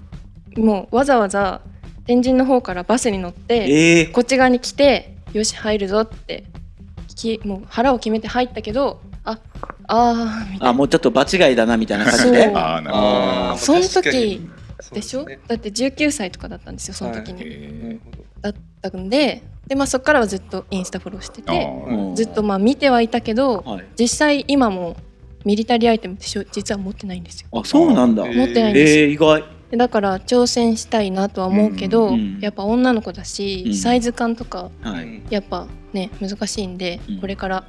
Speaker 1: もうわざわざ天神の方からバスに乗って
Speaker 5: ええ
Speaker 1: こっち側に来てよし入るぞってきもう腹を決めて入ったけどああーみた
Speaker 5: あ
Speaker 1: いな
Speaker 5: もうちょっと場違いだなみたいな感じ
Speaker 1: そ
Speaker 5: で
Speaker 1: う
Speaker 3: ああなるほど。
Speaker 4: あーまあ
Speaker 1: その
Speaker 4: 確かに
Speaker 1: 時
Speaker 4: そう
Speaker 1: でしょ
Speaker 4: すね
Speaker 1: だって19歳とかだったんですよその時に、
Speaker 3: え
Speaker 4: な
Speaker 3: ー
Speaker 4: るほど
Speaker 1: だったんでで、まあ、そこからはずっとインスタフォローして
Speaker 3: あ
Speaker 1: て
Speaker 3: ー
Speaker 5: うん
Speaker 1: ずっとまあ見てはいたけど
Speaker 5: はい、
Speaker 1: 実際今もミリタリーアイテムってしょ実は持ってないんですよ。
Speaker 5: あそうなんだ
Speaker 4: え
Speaker 5: え
Speaker 4: ー
Speaker 1: 持ってないんですよ
Speaker 5: ー、意外
Speaker 1: でだから挑戦したいなとは思うけど、
Speaker 5: うんうん
Speaker 1: やっぱ女の子だ
Speaker 5: う
Speaker 1: し
Speaker 5: ん
Speaker 1: サイズ感とか
Speaker 5: は
Speaker 4: う
Speaker 5: い
Speaker 4: ん
Speaker 1: やっぱね難しいんで、
Speaker 5: うん
Speaker 1: これから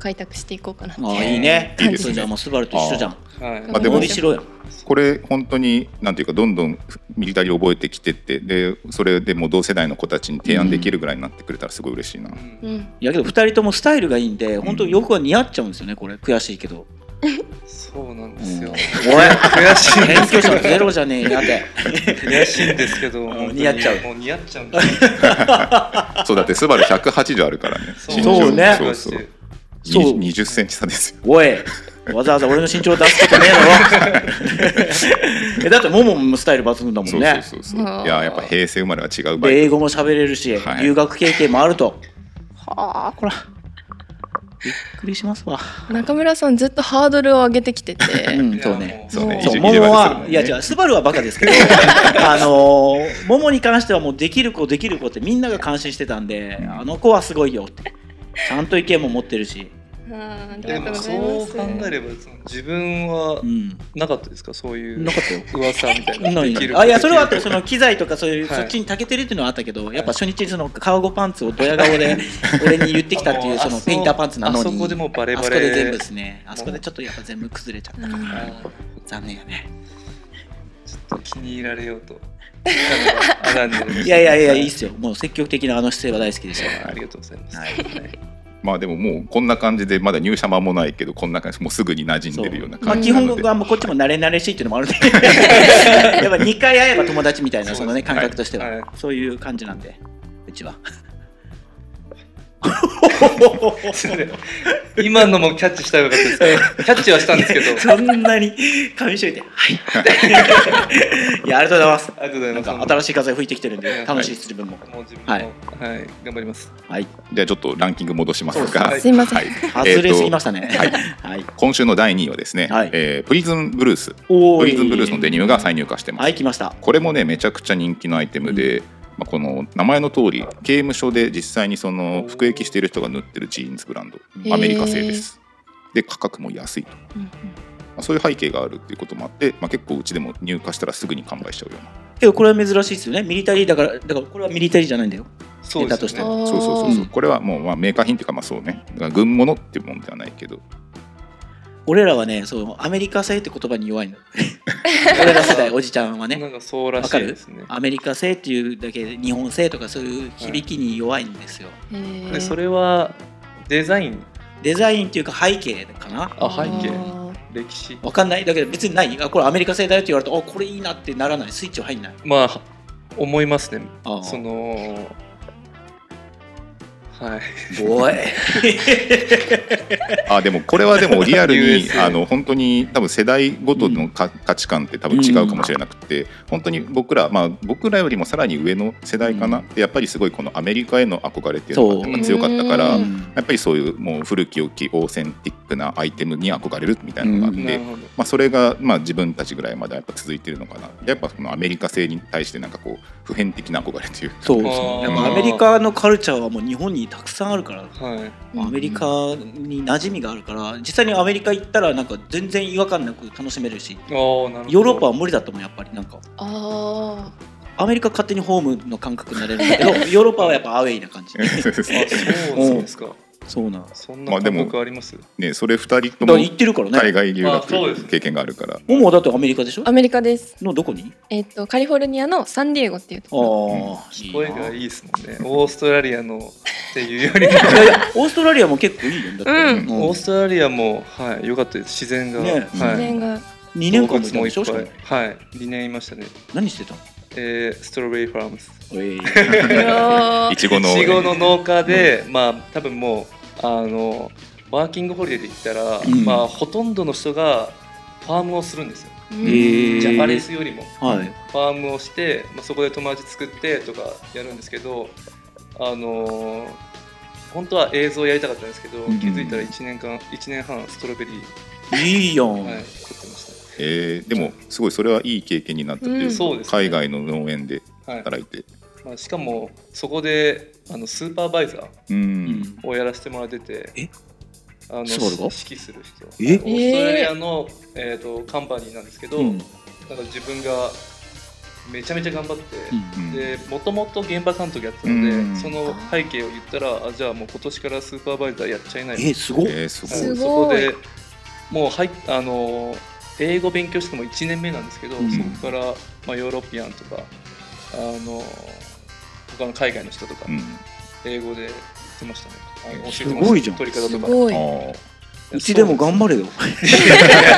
Speaker 1: 開拓していこうかなって
Speaker 5: あーいいね
Speaker 3: いいですね
Speaker 5: じゃあもうスバルと一緒じゃん
Speaker 4: はい
Speaker 1: まあでも
Speaker 5: 伸びしろやん
Speaker 3: これ本当になんていうかどんどんミリタリーを覚えてきてってでそれでもう同世代の子たちに提案できるぐらいになってくれたらすごい嬉しいな、
Speaker 4: うん
Speaker 1: うん、
Speaker 5: いやけど2人ともスタイルがいいんで本当よくは似合っちゃうんですよねこれ悔しいけど
Speaker 4: そうなんですよ。
Speaker 5: うん
Speaker 4: おい悔しいん
Speaker 5: 謙
Speaker 4: で
Speaker 5: 虚
Speaker 4: すけど
Speaker 5: さゼロじゃねえやて
Speaker 4: 悔しいんですけど、
Speaker 5: ん
Speaker 4: 本当に
Speaker 5: 似合っちゃう
Speaker 4: もう似合っちゃうんですよ。
Speaker 3: そうだってスバル180あるからね
Speaker 5: うそうね
Speaker 3: そうそう
Speaker 5: そう
Speaker 3: に20センチ差ですよ
Speaker 5: おいわざわざ俺の身長出すことねえだろえだってもももスタイル抜群だもん
Speaker 3: そう
Speaker 5: ね
Speaker 3: そうそうそう
Speaker 1: あー
Speaker 3: いややっぱ平成生まれは違うバ
Speaker 5: で
Speaker 3: イ
Speaker 5: 英語も喋れるし、
Speaker 3: はい
Speaker 5: 留学経験もあるとはあこらびっくりしますわ
Speaker 1: 中村さんずっとハードルを上げてきてて
Speaker 5: うんそうね
Speaker 3: そうね
Speaker 5: そう、
Speaker 3: 一
Speaker 5: モ
Speaker 3: 時
Speaker 5: モ
Speaker 3: 一時
Speaker 5: は、いや、
Speaker 3: で
Speaker 5: 違
Speaker 3: すよ
Speaker 5: う、スバルはバカですけど、あのー、モモに関しては、もうできる子、できる子って、みんなが感心してたんで、あの子はすごいよって。ちゃんと意見も持ってるし、
Speaker 1: あーあり
Speaker 4: で
Speaker 1: がとう
Speaker 4: も
Speaker 1: ご
Speaker 4: そ
Speaker 1: ざいます
Speaker 4: う考えればその自分は
Speaker 5: うん、
Speaker 4: なかったですかそういう
Speaker 5: なかったよ。
Speaker 4: 噂みたいな。
Speaker 5: ない
Speaker 4: できる
Speaker 5: あいやそれはあってその機材とかそういう、
Speaker 4: はい
Speaker 5: そっちに長けてるっていうのはあったけどやっぱ初日にそのカーゴパンツをドヤ顔 で俺に言ってきたっていう
Speaker 4: あ
Speaker 5: そのペインターパンツなのに
Speaker 4: あそこでもうバレバ
Speaker 5: あ
Speaker 4: レ
Speaker 5: そこで全部ですねあそこでちょっとやっぱ全部崩れちゃった
Speaker 4: あ
Speaker 1: う
Speaker 4: ー
Speaker 5: 残念やね
Speaker 4: ちょっと気に入られようと。あなん で
Speaker 5: いやいやいやいいっすよもう積極的なあの姿勢は大好きでした
Speaker 4: ありがとうござい ます。
Speaker 5: はい
Speaker 3: まあでももうこんな感じでまだ入社間もないけどこんな感じもうすぐに馴染んでるような
Speaker 5: まあ、
Speaker 3: 感じ
Speaker 5: 基
Speaker 3: な
Speaker 5: 本
Speaker 3: ので、
Speaker 5: はもうこっちも慣れ慣れしいっていうのもあ るんでやっぱ2回会えば友達みたいなそのね感覚としては、
Speaker 4: はい
Speaker 5: そういう感じなんでうちは
Speaker 4: すいません今のもキャッチしたらよかったですかキャッチはしたんですけど。
Speaker 5: そんなに噛みしめてはい いやありがとうございます
Speaker 4: ありがとうござ
Speaker 5: な
Speaker 4: いま
Speaker 5: ん
Speaker 4: す。
Speaker 5: か新しい風吹いてきてるん
Speaker 4: は
Speaker 5: で
Speaker 4: い
Speaker 5: 楽しいです自分も
Speaker 4: もう自分も
Speaker 5: は
Speaker 4: はいい、頑張ります。
Speaker 5: はい
Speaker 3: じゃあちょっとランキング戻します
Speaker 5: そうです
Speaker 3: が
Speaker 4: ね
Speaker 1: すいません、
Speaker 3: えー
Speaker 5: 外
Speaker 3: と
Speaker 5: れすぎましたね
Speaker 3: はい
Speaker 5: はい
Speaker 3: 今週の第2位はですね、
Speaker 5: はい
Speaker 3: えープリズンブルース
Speaker 5: お
Speaker 3: プ
Speaker 5: ーい
Speaker 3: リズンブルースのデニムが再入荷してます、
Speaker 5: はい来ました
Speaker 3: これもねめちゃくちゃ人気のアイテムで、まあ、この名前の通り刑務所で実際にその服役している人が塗ってるジーンズブランド
Speaker 1: へー
Speaker 3: アメリカ製ですで価格も安いと、ま
Speaker 1: うんうん
Speaker 3: あ、そういう背景があるっていうこともあって、まあ、結構うちでも入荷したらすぐに完売しちゃうような
Speaker 5: けどこれは珍しいですよねミリタリーだからだからこれはミリタリーじゃないんだよ
Speaker 4: そう
Speaker 5: ネタ
Speaker 4: で
Speaker 5: とし
Speaker 4: す
Speaker 5: て
Speaker 4: ね。
Speaker 1: は
Speaker 3: そうそうそうそう
Speaker 5: うん
Speaker 3: これはもうまあメーカー品っていうかまあそうねだから軍物っていうもんではないけど
Speaker 5: 俺らはねそうアメリカ製って言葉に弱いの俺ら世 代おじちゃんは
Speaker 4: な
Speaker 5: ね
Speaker 4: んかそうらしいですね。
Speaker 5: アメリカ製っていうだけで日本製とかそういう響きに弱いんですよ、
Speaker 1: えー
Speaker 4: でそれはデザイン、
Speaker 5: デザインっていうか背景かな
Speaker 4: あ背景、
Speaker 1: あ
Speaker 4: 歴史。
Speaker 5: わかんないだけど別にないあこれアメリカ製だよって言われたらあこれいいなってならないスイッチは入んない
Speaker 4: まあ思いますね。
Speaker 5: ああ
Speaker 4: そのはい。
Speaker 5: おい
Speaker 3: あでもこれはでもリアルに
Speaker 4: USA
Speaker 3: あの本当に多分世代ごとのか、価値観って多分違うかもしれなくて、本当に僕らまあ僕らよりもさらに上の世代かなって、やっぱりすごいこのアメリカへの憧れっていうの
Speaker 5: そ
Speaker 3: が
Speaker 5: う
Speaker 3: やっぱ強かったから、
Speaker 1: う
Speaker 3: や
Speaker 1: ん
Speaker 3: っぱりそういうもう古き良きオーセンティックなアイテムに憧れるみたいなのがあって。
Speaker 4: なるほど。
Speaker 3: まあ、それがまあ自分たちぐらいまでやっぱ続いてるのかなやっぱこのアメリカ製に対してなんかこう普遍的な憧れというか
Speaker 5: そう
Speaker 4: あー
Speaker 5: やっぱアメリカのカルチャーはもう日本にたくさんあるから
Speaker 4: はい。
Speaker 1: うん
Speaker 5: アメリカに馴染みがあるから実際にアメリカ行ったらなんか全然違和感なく楽しめるし
Speaker 4: ああなるほど。
Speaker 5: ヨーロッパは無理だと思うやっぱりなんか
Speaker 1: ーあ
Speaker 5: アメリカ勝手にホームの感覚になれるんだけどヨーロッパはやっぱアウェイな感じ
Speaker 4: あそうなんですか。
Speaker 5: そうなんだか
Speaker 4: そんな感覚あります。
Speaker 3: ねそれ2人と
Speaker 5: ら
Speaker 3: も
Speaker 5: 行ってるからね
Speaker 3: 海外留
Speaker 4: あそうで
Speaker 3: 学
Speaker 4: す
Speaker 3: 経験があるから
Speaker 5: ももだとアメリカでしょ
Speaker 1: ーアメリカです
Speaker 5: のどこに
Speaker 1: えっ、とカリフォルニアのサンディエゴっていうと
Speaker 5: あ
Speaker 1: ころ
Speaker 5: あいいな
Speaker 4: 声がいいですもんね。オーストラリアのっていうより
Speaker 5: い
Speaker 4: も、
Speaker 5: やいやオーストラリアも結構いいよだって、
Speaker 1: うん
Speaker 5: うん
Speaker 4: オーストラリアもはい良かったです。自然が、
Speaker 5: ね
Speaker 4: は
Speaker 1: 自
Speaker 4: い。
Speaker 1: 然が
Speaker 5: 2年間もい
Speaker 4: 動
Speaker 5: た
Speaker 4: 物もい
Speaker 5: で
Speaker 4: っ
Speaker 5: しょしか
Speaker 4: ぱ
Speaker 5: も
Speaker 4: い。はい。二年いましたね。
Speaker 5: 何してたの
Speaker 4: えー、ストロベリーファームス。
Speaker 5: ええ
Speaker 3: いちご
Speaker 4: い
Speaker 3: の
Speaker 4: ちごの農家で、まあ多分もうあのワーキングホリデーで行ったら、
Speaker 5: うん
Speaker 4: まあほとんどの人がファームをするんですよ。
Speaker 1: うん
Speaker 5: へー
Speaker 4: ジャパレスよりも
Speaker 5: はい
Speaker 4: ファームをして、まあ、そこで友達作ってとかやるんですけど、あのー本当は映像やりたかったんですけど、
Speaker 5: ん
Speaker 4: 気づいたら1年間1年半ストロベリー、
Speaker 5: いいやん、
Speaker 4: はい、作ってまし
Speaker 3: えーでもすごいそれはいい経験になったという
Speaker 4: た。
Speaker 1: ん
Speaker 3: か、
Speaker 4: そうです、
Speaker 3: 海外の農園で
Speaker 4: はい、
Speaker 3: 働いて
Speaker 4: まあ、しかもそこであのスーパーバイザー
Speaker 3: う。
Speaker 5: うんん
Speaker 4: をやらせてもらってて
Speaker 6: え
Speaker 4: あの
Speaker 5: スバルが
Speaker 4: 指揮する人オー
Speaker 6: え
Speaker 4: ストラリアの、えー、とカンパニーなんですけど、
Speaker 5: うん
Speaker 4: なんか自分がめちゃめちゃ頑張って、
Speaker 3: うん
Speaker 4: でもともと現場監督やってたので、
Speaker 3: うん
Speaker 4: その背景を言ったらあじゃあもう今年からスーパーバイザーやっちゃいない
Speaker 6: えすごっ
Speaker 3: えー、すごい。
Speaker 1: すごい
Speaker 4: そこでもう入っあの英語勉強しても1年目なんですけど、
Speaker 3: ん
Speaker 4: そこから、まあ、ヨーロピアンとかあの他の海外の人とか
Speaker 3: うん。
Speaker 4: 英語で言ってましたね、あの
Speaker 5: す
Speaker 4: 教えてました
Speaker 5: ごいじゃん
Speaker 4: 取り方
Speaker 1: す
Speaker 4: とか
Speaker 1: ごい。
Speaker 3: あ
Speaker 5: うちでも頑張れよ
Speaker 4: 頑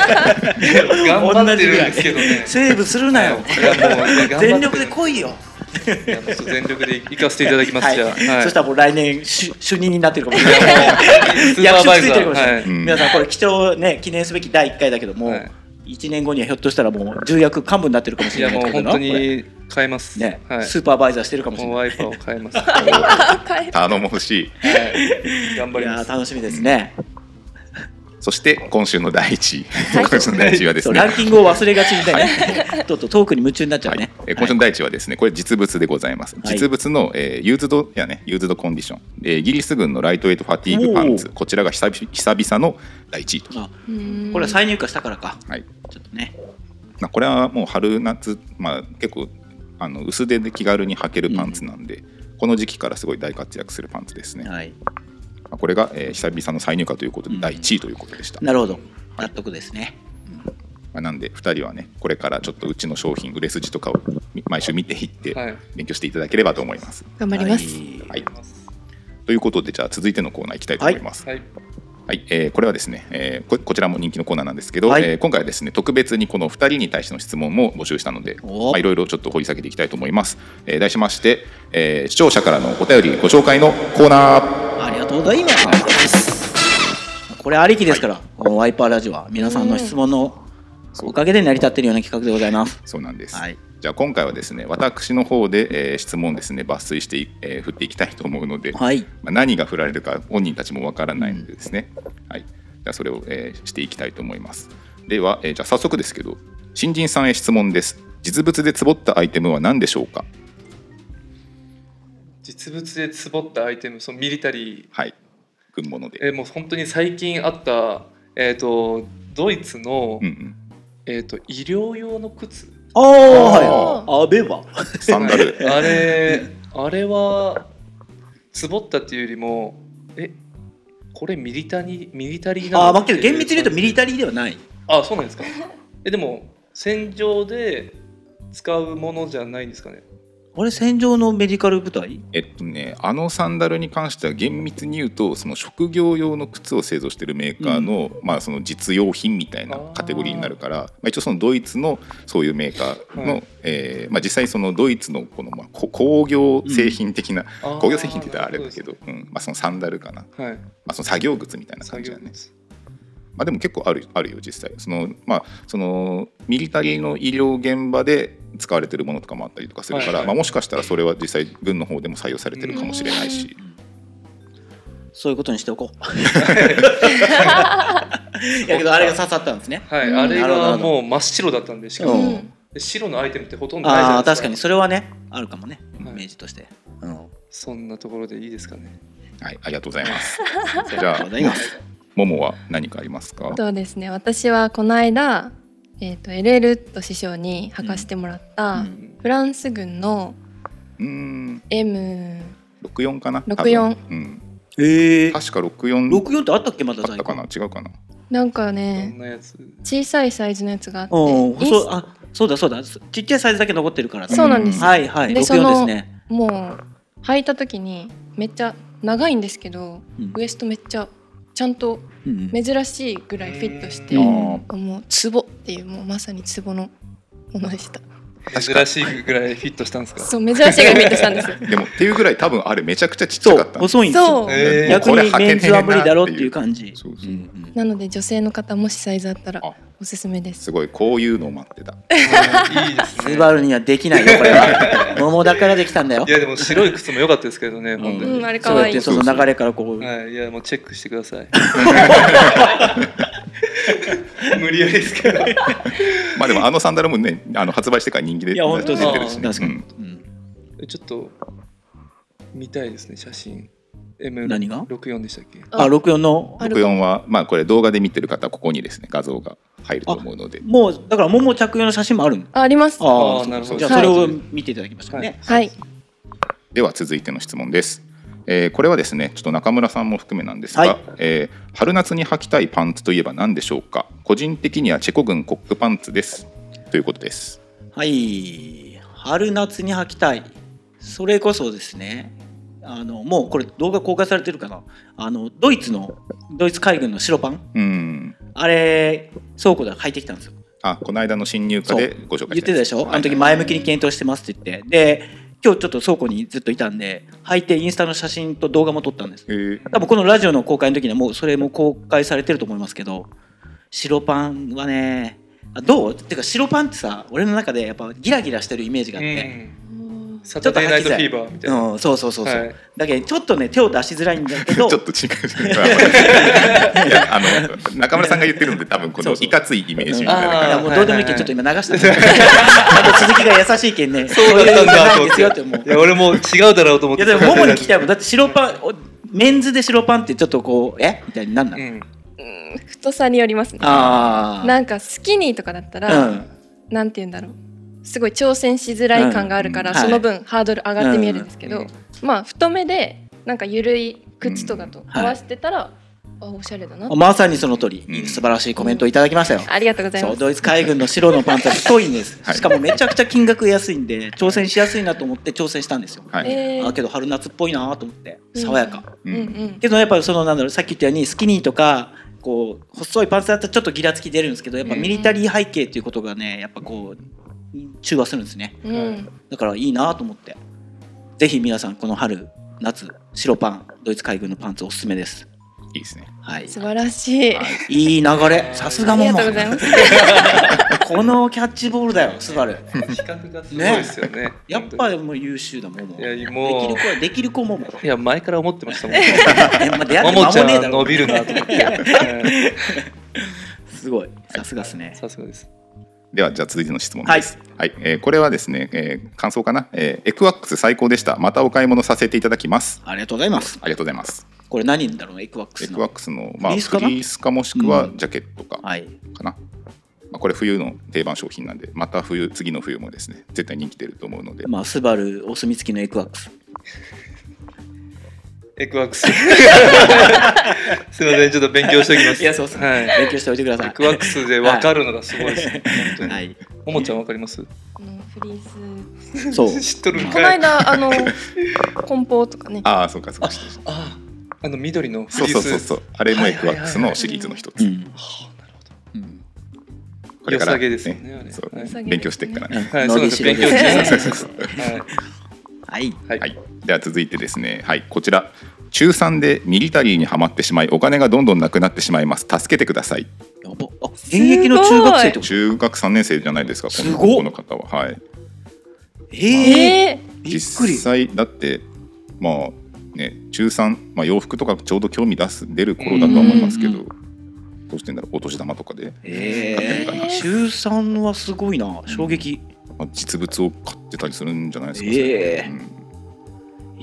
Speaker 4: 張ってるんですけどね
Speaker 5: セーブするなよ
Speaker 4: いやもう頑張ってる
Speaker 5: 全力で来いよ
Speaker 4: いやもうそう全力で行かせていただきます、
Speaker 5: はい
Speaker 4: じゃあ、はい
Speaker 5: そしたらもう来年主主任になってるかもしれない
Speaker 4: スーパーバイ
Speaker 5: 役職つ
Speaker 4: ザ
Speaker 5: いてる
Speaker 4: ー
Speaker 5: かもしれない
Speaker 4: はい
Speaker 3: ーうん
Speaker 5: 皆さんこれ貴重ね記念すべき第1回だけども、
Speaker 4: はい
Speaker 5: 1年後にはひょっとしたらもう重役幹部になってるかもし
Speaker 4: い
Speaker 5: れ
Speaker 4: や
Speaker 5: ない
Speaker 4: もう
Speaker 5: けど
Speaker 4: 本
Speaker 5: な
Speaker 4: 当
Speaker 5: これ
Speaker 4: に変えます、
Speaker 5: ね、
Speaker 4: はい
Speaker 5: スーパーバイザーしてるかもしれ
Speaker 4: もう
Speaker 5: ない
Speaker 4: ワイパーを変えます、
Speaker 3: ー頼もしい。
Speaker 4: はい頑張
Speaker 5: い
Speaker 4: り
Speaker 5: や
Speaker 4: ます
Speaker 5: ー楽しみですね、
Speaker 3: そして今週の第一位、今週の第一位はで
Speaker 5: そ
Speaker 3: す
Speaker 5: う
Speaker 3: ね。
Speaker 5: ランキングを忘れがちみたいな、ちょっとトークに夢中になっちゃうね、
Speaker 3: えー今週の第一はですね、これ実物でございます。
Speaker 5: はい
Speaker 3: 実物の、えーユーズドやね、ユーズドコンディション、えーイギリス軍のライトウェイトファティーグパンツ、
Speaker 5: お
Speaker 3: こちらが久々久々の第一位と。
Speaker 5: あ
Speaker 1: うん
Speaker 5: これは再入荷したからか
Speaker 3: はい。
Speaker 5: ちょっとね
Speaker 3: まあこれはもう春夏、まあ結構あの薄手で気軽に履けるパンツなんで、この時期からすごい大活躍するパンツですね。ま
Speaker 5: はい
Speaker 3: あこれが、えー久々の再入荷ということで
Speaker 5: うん
Speaker 3: 第一位ということでした。
Speaker 5: なるほど納得ですね
Speaker 3: まあなんで二人はね、これからちょっとうちの商品売れ筋とかを毎週見ていって
Speaker 4: はい
Speaker 3: 勉強していただければと思います。
Speaker 1: 頑張ります。
Speaker 5: は
Speaker 3: はいい。ということでじゃあ続いてのコーナー行きたいと思います。
Speaker 4: はい
Speaker 3: はい、えーこれはですね、えーこ、こちらも人気のコーナーなんですけど、
Speaker 5: はい
Speaker 3: えー今回はですね、特別にこの2人に対しての質問も募集したので、
Speaker 5: お
Speaker 3: まあいろいろちょっと掘り下げていきたいと思います。えー題しまして、えー視聴者からのお便りご紹介のコーナー。
Speaker 5: ありがとうございますこれありきですから、このワイパーラジオは皆さんの質問のおかげで成り立ってるような企画でございます
Speaker 3: そうなんです。
Speaker 5: はい
Speaker 3: じゃあ今回はですね、私の方で、えー質問をですね、抜粋してい、えー振っていきたいと思うので、
Speaker 5: はい
Speaker 3: まあ、何が振られるか本人たちもわからないのでですね、はい、じゃあそれを、えーしていきたいと思いますでは、えーじゃあ早速ですけど新人さんへ質問です実物でつぼったアイテムは何でしょうか
Speaker 4: 実物でつぼったアイテムそのミリタリー
Speaker 3: はい軍物で
Speaker 4: えーもう本当に最近あった、えー、とドイツの、
Speaker 3: うんうん
Speaker 4: えー、と医療用の靴
Speaker 5: ああはいアベバ
Speaker 3: サンダル
Speaker 4: あれあれはつぼったっていうよりもえこれミリタリーミリタリーなの
Speaker 5: ああまあけど厳密に言うとミリタリーではない
Speaker 4: あそうなんですかえでも戦場で使うものじゃないんですかね
Speaker 5: あれ戦場のメディカル部隊
Speaker 3: えっとねあのサンダルに関しては厳密に言うとその職業用の靴を製造しているメーカーの,、まあその実用品みたいなカテゴリーになるからまあ、一応そのドイツのそういうメーカーの、
Speaker 4: はい
Speaker 3: えーまあ、実際そのドイツのこの、まあ、こ工業製品的な、
Speaker 4: あー
Speaker 3: 工業製品って言ったらあれだけど、うんまあ、そのサンダルかな、ま
Speaker 4: はい
Speaker 3: あ、その作業靴みたいな
Speaker 4: 作
Speaker 3: 感じ
Speaker 4: 業
Speaker 3: だね、
Speaker 4: 靴
Speaker 3: まあ、でも結構あるあるよ実際その、まあ、そのミリタリーの医療現場で使われてるものとかもあったりとかするから、
Speaker 4: はいはい
Speaker 3: まあ、もしかしたらそれは実際軍の方でも採用されてるかもしれないし、
Speaker 5: そういうことにしておこ う。やけどあれが刺さったんですね。
Speaker 4: はい、
Speaker 1: うん
Speaker 4: あれ
Speaker 5: なるほどなるほ
Speaker 4: が
Speaker 5: ど
Speaker 4: もう真っ白だったんでしか
Speaker 5: う
Speaker 4: も
Speaker 5: ん
Speaker 4: 白のアイテムってほとんどないじ
Speaker 5: あ
Speaker 4: ゃ
Speaker 5: あ
Speaker 4: ないで
Speaker 5: 確
Speaker 4: す
Speaker 5: か
Speaker 4: か
Speaker 5: にそれはねあるかもねイ
Speaker 4: はい
Speaker 5: メージとして。うん。
Speaker 4: そんなところでいいですかね
Speaker 3: はい、ありがとうござい ます。じゃあ
Speaker 5: ございます。
Speaker 3: ももは何かありますか
Speaker 1: あとはですね、私はこの間、えっ、と LL と師匠に履かしてもらった、
Speaker 5: うん
Speaker 1: フランス軍の
Speaker 3: うーん
Speaker 1: M
Speaker 3: 64かな
Speaker 1: 64
Speaker 3: 多分うん、
Speaker 5: へえ。
Speaker 3: 確か64
Speaker 5: 64ってあったっけまだ
Speaker 3: だっ
Speaker 5: 在
Speaker 3: た
Speaker 5: 庫
Speaker 3: か。な違うかな
Speaker 1: なんか
Speaker 4: ど
Speaker 1: ね
Speaker 4: んなやつ
Speaker 1: 小さいサイズのやつがあって
Speaker 5: うん。
Speaker 1: イン
Speaker 5: 細
Speaker 1: ス
Speaker 5: あそうだそうだ。ちっちゃいサイズだけ残ってるからね。
Speaker 1: そうなんですよ
Speaker 5: はいはい。
Speaker 1: で
Speaker 5: 64ですね。
Speaker 1: もう履いた時にめっちゃ長いんですけど
Speaker 5: うん
Speaker 1: ウエストめっちゃちゃんと
Speaker 5: うん
Speaker 1: 珍しいぐらいフィットして
Speaker 5: うん
Speaker 1: もうツボっていうもうまさにツボのものでした
Speaker 4: 珍しいぐらいフィットしたんですか
Speaker 1: そう珍しいぐらいフィットしたんですよ
Speaker 3: でもっていうぐらい多分あれめちゃくちゃちっちゃ
Speaker 5: そ
Speaker 3: か
Speaker 5: う
Speaker 3: ったんです
Speaker 5: 細いんですよ。
Speaker 1: そう
Speaker 4: えー
Speaker 5: 逆
Speaker 3: これ履
Speaker 5: に
Speaker 3: けねえな
Speaker 5: メンズは無理だろうっていう感じ。
Speaker 3: そうそううん
Speaker 5: うん
Speaker 1: なので女性の方もしサイズあったら
Speaker 3: あ
Speaker 1: おすすめです
Speaker 3: すごいこういうのを待ってた
Speaker 4: あーいいですね
Speaker 5: スバルにはできないよこれ は。桃だからできたんだよ
Speaker 4: い。やでも白い靴も良かったですけどね、本当
Speaker 1: う
Speaker 4: に
Speaker 1: ん。あれ可愛い
Speaker 5: そうやってその流れからこう
Speaker 4: はい、いやもうチェックしてく ださい。無理やりですけど。
Speaker 3: まあでもあのサンダルもねあの発売してから人気で
Speaker 5: いや本当
Speaker 3: 出
Speaker 5: そう
Speaker 3: てるし、ね、
Speaker 5: 確かに
Speaker 3: うん
Speaker 5: うん
Speaker 4: えちょっと見たいですね写真
Speaker 5: 何が
Speaker 4: M64 でしたっけ
Speaker 5: あ64の
Speaker 1: ある
Speaker 3: 64は、まあ、これ動画で見てる方はここにですね画像が入ると思うので
Speaker 5: もうだから桃着用の写真もあるん
Speaker 1: ああります。
Speaker 5: あー
Speaker 4: あーなるほど
Speaker 5: じゃあ
Speaker 1: は
Speaker 5: そ
Speaker 1: い
Speaker 5: れを見ていただきましたね、
Speaker 1: はい。
Speaker 3: では続いての質問です、えーこれはですねちょっと中村さんも含めなんですが、
Speaker 5: はい
Speaker 3: えー春夏に履きたいパンツといえば何でしょうか個人的にはチェコ軍コックパンツですということです
Speaker 5: はい、春夏に履きたいそれこそですねあのもうこれ動画公開されてるかなあのドイツのドイツ海軍の白パン
Speaker 3: うん
Speaker 5: あれ倉庫で履いてきたんですよ
Speaker 3: あこの間の新入荷でご紹介
Speaker 5: 言ってたでしょあの時前向きに検討してますって言ってで今日ちょっと倉庫にずっといたんで履いてインスタの写真と動画も撮ったんです
Speaker 3: えー
Speaker 5: 多分このラジオの公開の時にはもうそれも公開されてると思いますけど白パンはねあどうっていうか白パンってさ俺の中でやっぱギラギラしてるイメージがあって、
Speaker 4: うんサタデーナイトフィーバーみたいな
Speaker 5: うん、そうそうそうそう、
Speaker 4: はい
Speaker 5: だけどちょっとね手を出しづらいんだけど
Speaker 3: ちょっと違ういやあの中村さんが言ってるので多分こ
Speaker 5: そ
Speaker 3: の
Speaker 5: うそう
Speaker 3: いかついイメージみたいな
Speaker 5: あ
Speaker 4: あ
Speaker 5: い
Speaker 4: ー
Speaker 5: や
Speaker 3: 感
Speaker 5: もうどうでもいいけど
Speaker 4: はいはいはい
Speaker 5: ちょっと今流したんだけどあと鈴木が優しいけんね
Speaker 4: そうだったんだ
Speaker 5: そ
Speaker 4: と
Speaker 5: ういうのじゃないんですよ
Speaker 4: 思って
Speaker 5: ってもう
Speaker 4: いや俺もう違うだろうと思っ
Speaker 5: い
Speaker 4: て
Speaker 5: やで もももに聞きたいもんだって白パンおメンズで白パンってちょっとこうえみたいになんな
Speaker 4: う
Speaker 5: い、
Speaker 4: ん
Speaker 1: 太さによりますね。
Speaker 5: あ
Speaker 1: なんかスキニーとかだった
Speaker 5: あ
Speaker 1: ら、なんて言うんだろう。すごい挑戦しづらい感があるから、
Speaker 5: うんうん
Speaker 1: その分ハードル上がって見えるんですけど、
Speaker 4: うん
Speaker 1: まあ太めでなんかゆるい靴とかと
Speaker 5: はい
Speaker 1: 合わせてたら、あおしゃれだな
Speaker 5: うん。まさにその通り、
Speaker 3: うん
Speaker 5: 素晴らしいコメントをいただきましたよ、
Speaker 1: ありがとうござい
Speaker 5: そ
Speaker 1: ま
Speaker 5: う
Speaker 1: す。
Speaker 5: ドイツ海軍の白のパンツは太いんです、
Speaker 3: はい
Speaker 5: しかもめちゃくちゃ金額安いんで挑戦しやすいなと思って挑戦したんですよ、
Speaker 3: じはい、
Speaker 1: えー
Speaker 5: あけど春夏っぽいなと思って爽やか、
Speaker 1: うんうん。
Speaker 5: けどやっぱそのなんだろうさっき言ったようにスキニーとかこう細いパンツだったらちょっとギラつき出るんですけどやっぱミリタリー背景っていうことがねやっぱこう中和するんですね
Speaker 1: うん、
Speaker 5: だからいいなと思ってぜひ皆さんこの春夏白パンドイツ海軍のパンツおすすめです
Speaker 3: いいですね
Speaker 5: はい
Speaker 1: 素晴らしい。あ
Speaker 5: いい流れさすが
Speaker 1: り
Speaker 5: もも
Speaker 1: がとうございます。
Speaker 5: このキャッチボールだよスバ ル
Speaker 4: 比較がすごいですよね
Speaker 5: やっぱりもう優秀だもも
Speaker 4: いや
Speaker 5: で
Speaker 4: も
Speaker 5: きる
Speaker 4: う
Speaker 5: 子はできる子も も
Speaker 4: いや前から思ってました もん
Speaker 5: えまあ出会って
Speaker 4: ももち
Speaker 5: 間もねえ
Speaker 4: ゃ
Speaker 5: だ
Speaker 4: ん
Speaker 5: ろ
Speaker 4: 伸びるなと思ってうん
Speaker 5: すごいさすがっすね
Speaker 4: さすがです
Speaker 3: ではじゃあ続いての質問です。はい、えーこれはですね、えー感想かな、えーエクワックス最高でした。またお買い物させていただきます。
Speaker 5: ありがとうございます
Speaker 3: ありがとうございます。
Speaker 5: これ何だろうねエクワック
Speaker 3: エ
Speaker 5: ス
Speaker 3: ク
Speaker 5: の
Speaker 3: ワックスのまあ
Speaker 5: フリ
Speaker 3: フ
Speaker 5: ースかな
Speaker 3: リースかもしくはジャケットかか
Speaker 5: はい
Speaker 3: な。まあこれ冬の定番商品なんで、また冬次の冬もですね、絶対人気出ると思うので。
Speaker 5: まあ、スバルお墨付きのエクワックス。
Speaker 4: エクワックス すみませんちょっと勉強しておきます
Speaker 5: いやそうそう
Speaker 4: はい
Speaker 5: 勉強しておいてください。
Speaker 4: エクワックスで分かるのがすごいですね本当
Speaker 5: は
Speaker 4: に
Speaker 5: い。
Speaker 4: ももちゃん分かります
Speaker 1: このフリース。
Speaker 5: そう。
Speaker 4: 知っとるん
Speaker 1: この
Speaker 4: かい
Speaker 1: 間あの梱包とかね。
Speaker 3: ああ、そうかそうか。
Speaker 4: ああの緑のフ
Speaker 3: そう
Speaker 4: リース
Speaker 3: そうそうそう。あれもエクワックス
Speaker 4: はいはいはいは
Speaker 3: の
Speaker 4: い
Speaker 3: シリーズの一つ。
Speaker 5: うん。
Speaker 4: はあなるほど
Speaker 5: うん
Speaker 3: これから
Speaker 4: 良さげですよねあれ
Speaker 3: そう
Speaker 4: はい
Speaker 3: 勉強していくからね。
Speaker 4: はい
Speaker 5: ノ
Speaker 4: そう
Speaker 5: リ
Speaker 4: です
Speaker 5: シロ
Speaker 4: 勉
Speaker 5: で
Speaker 4: 強
Speaker 5: すね
Speaker 4: 中
Speaker 3: そうそうそう
Speaker 4: は
Speaker 5: は
Speaker 4: い
Speaker 5: い。
Speaker 4: はい
Speaker 3: はい、では続いてですね、はい、こちら中3でミリタリーにはまってしまいお金がどんどんなくなってしまいます助けてください
Speaker 5: やば。あ、現役の中学生ってこと。
Speaker 3: 中学3年生じゃないですかこ
Speaker 5: す
Speaker 3: の
Speaker 5: ごっ
Speaker 3: この方は、はい、
Speaker 5: ええ
Speaker 1: え
Speaker 5: びっ
Speaker 1: ー、
Speaker 5: くり
Speaker 3: 実。際だってまあね中3、まあ、洋服とかちょうど興味出す出る頃だとは思いますけ
Speaker 5: うん
Speaker 3: ど
Speaker 5: うん
Speaker 3: どうしてんだろうお年玉とかで、
Speaker 5: ええ
Speaker 1: 買ってみたいな
Speaker 5: 中三はすごいな。衝撃。
Speaker 3: まあ、実物を買ってたりするんじゃないですか、
Speaker 5: ええ
Speaker 3: それうん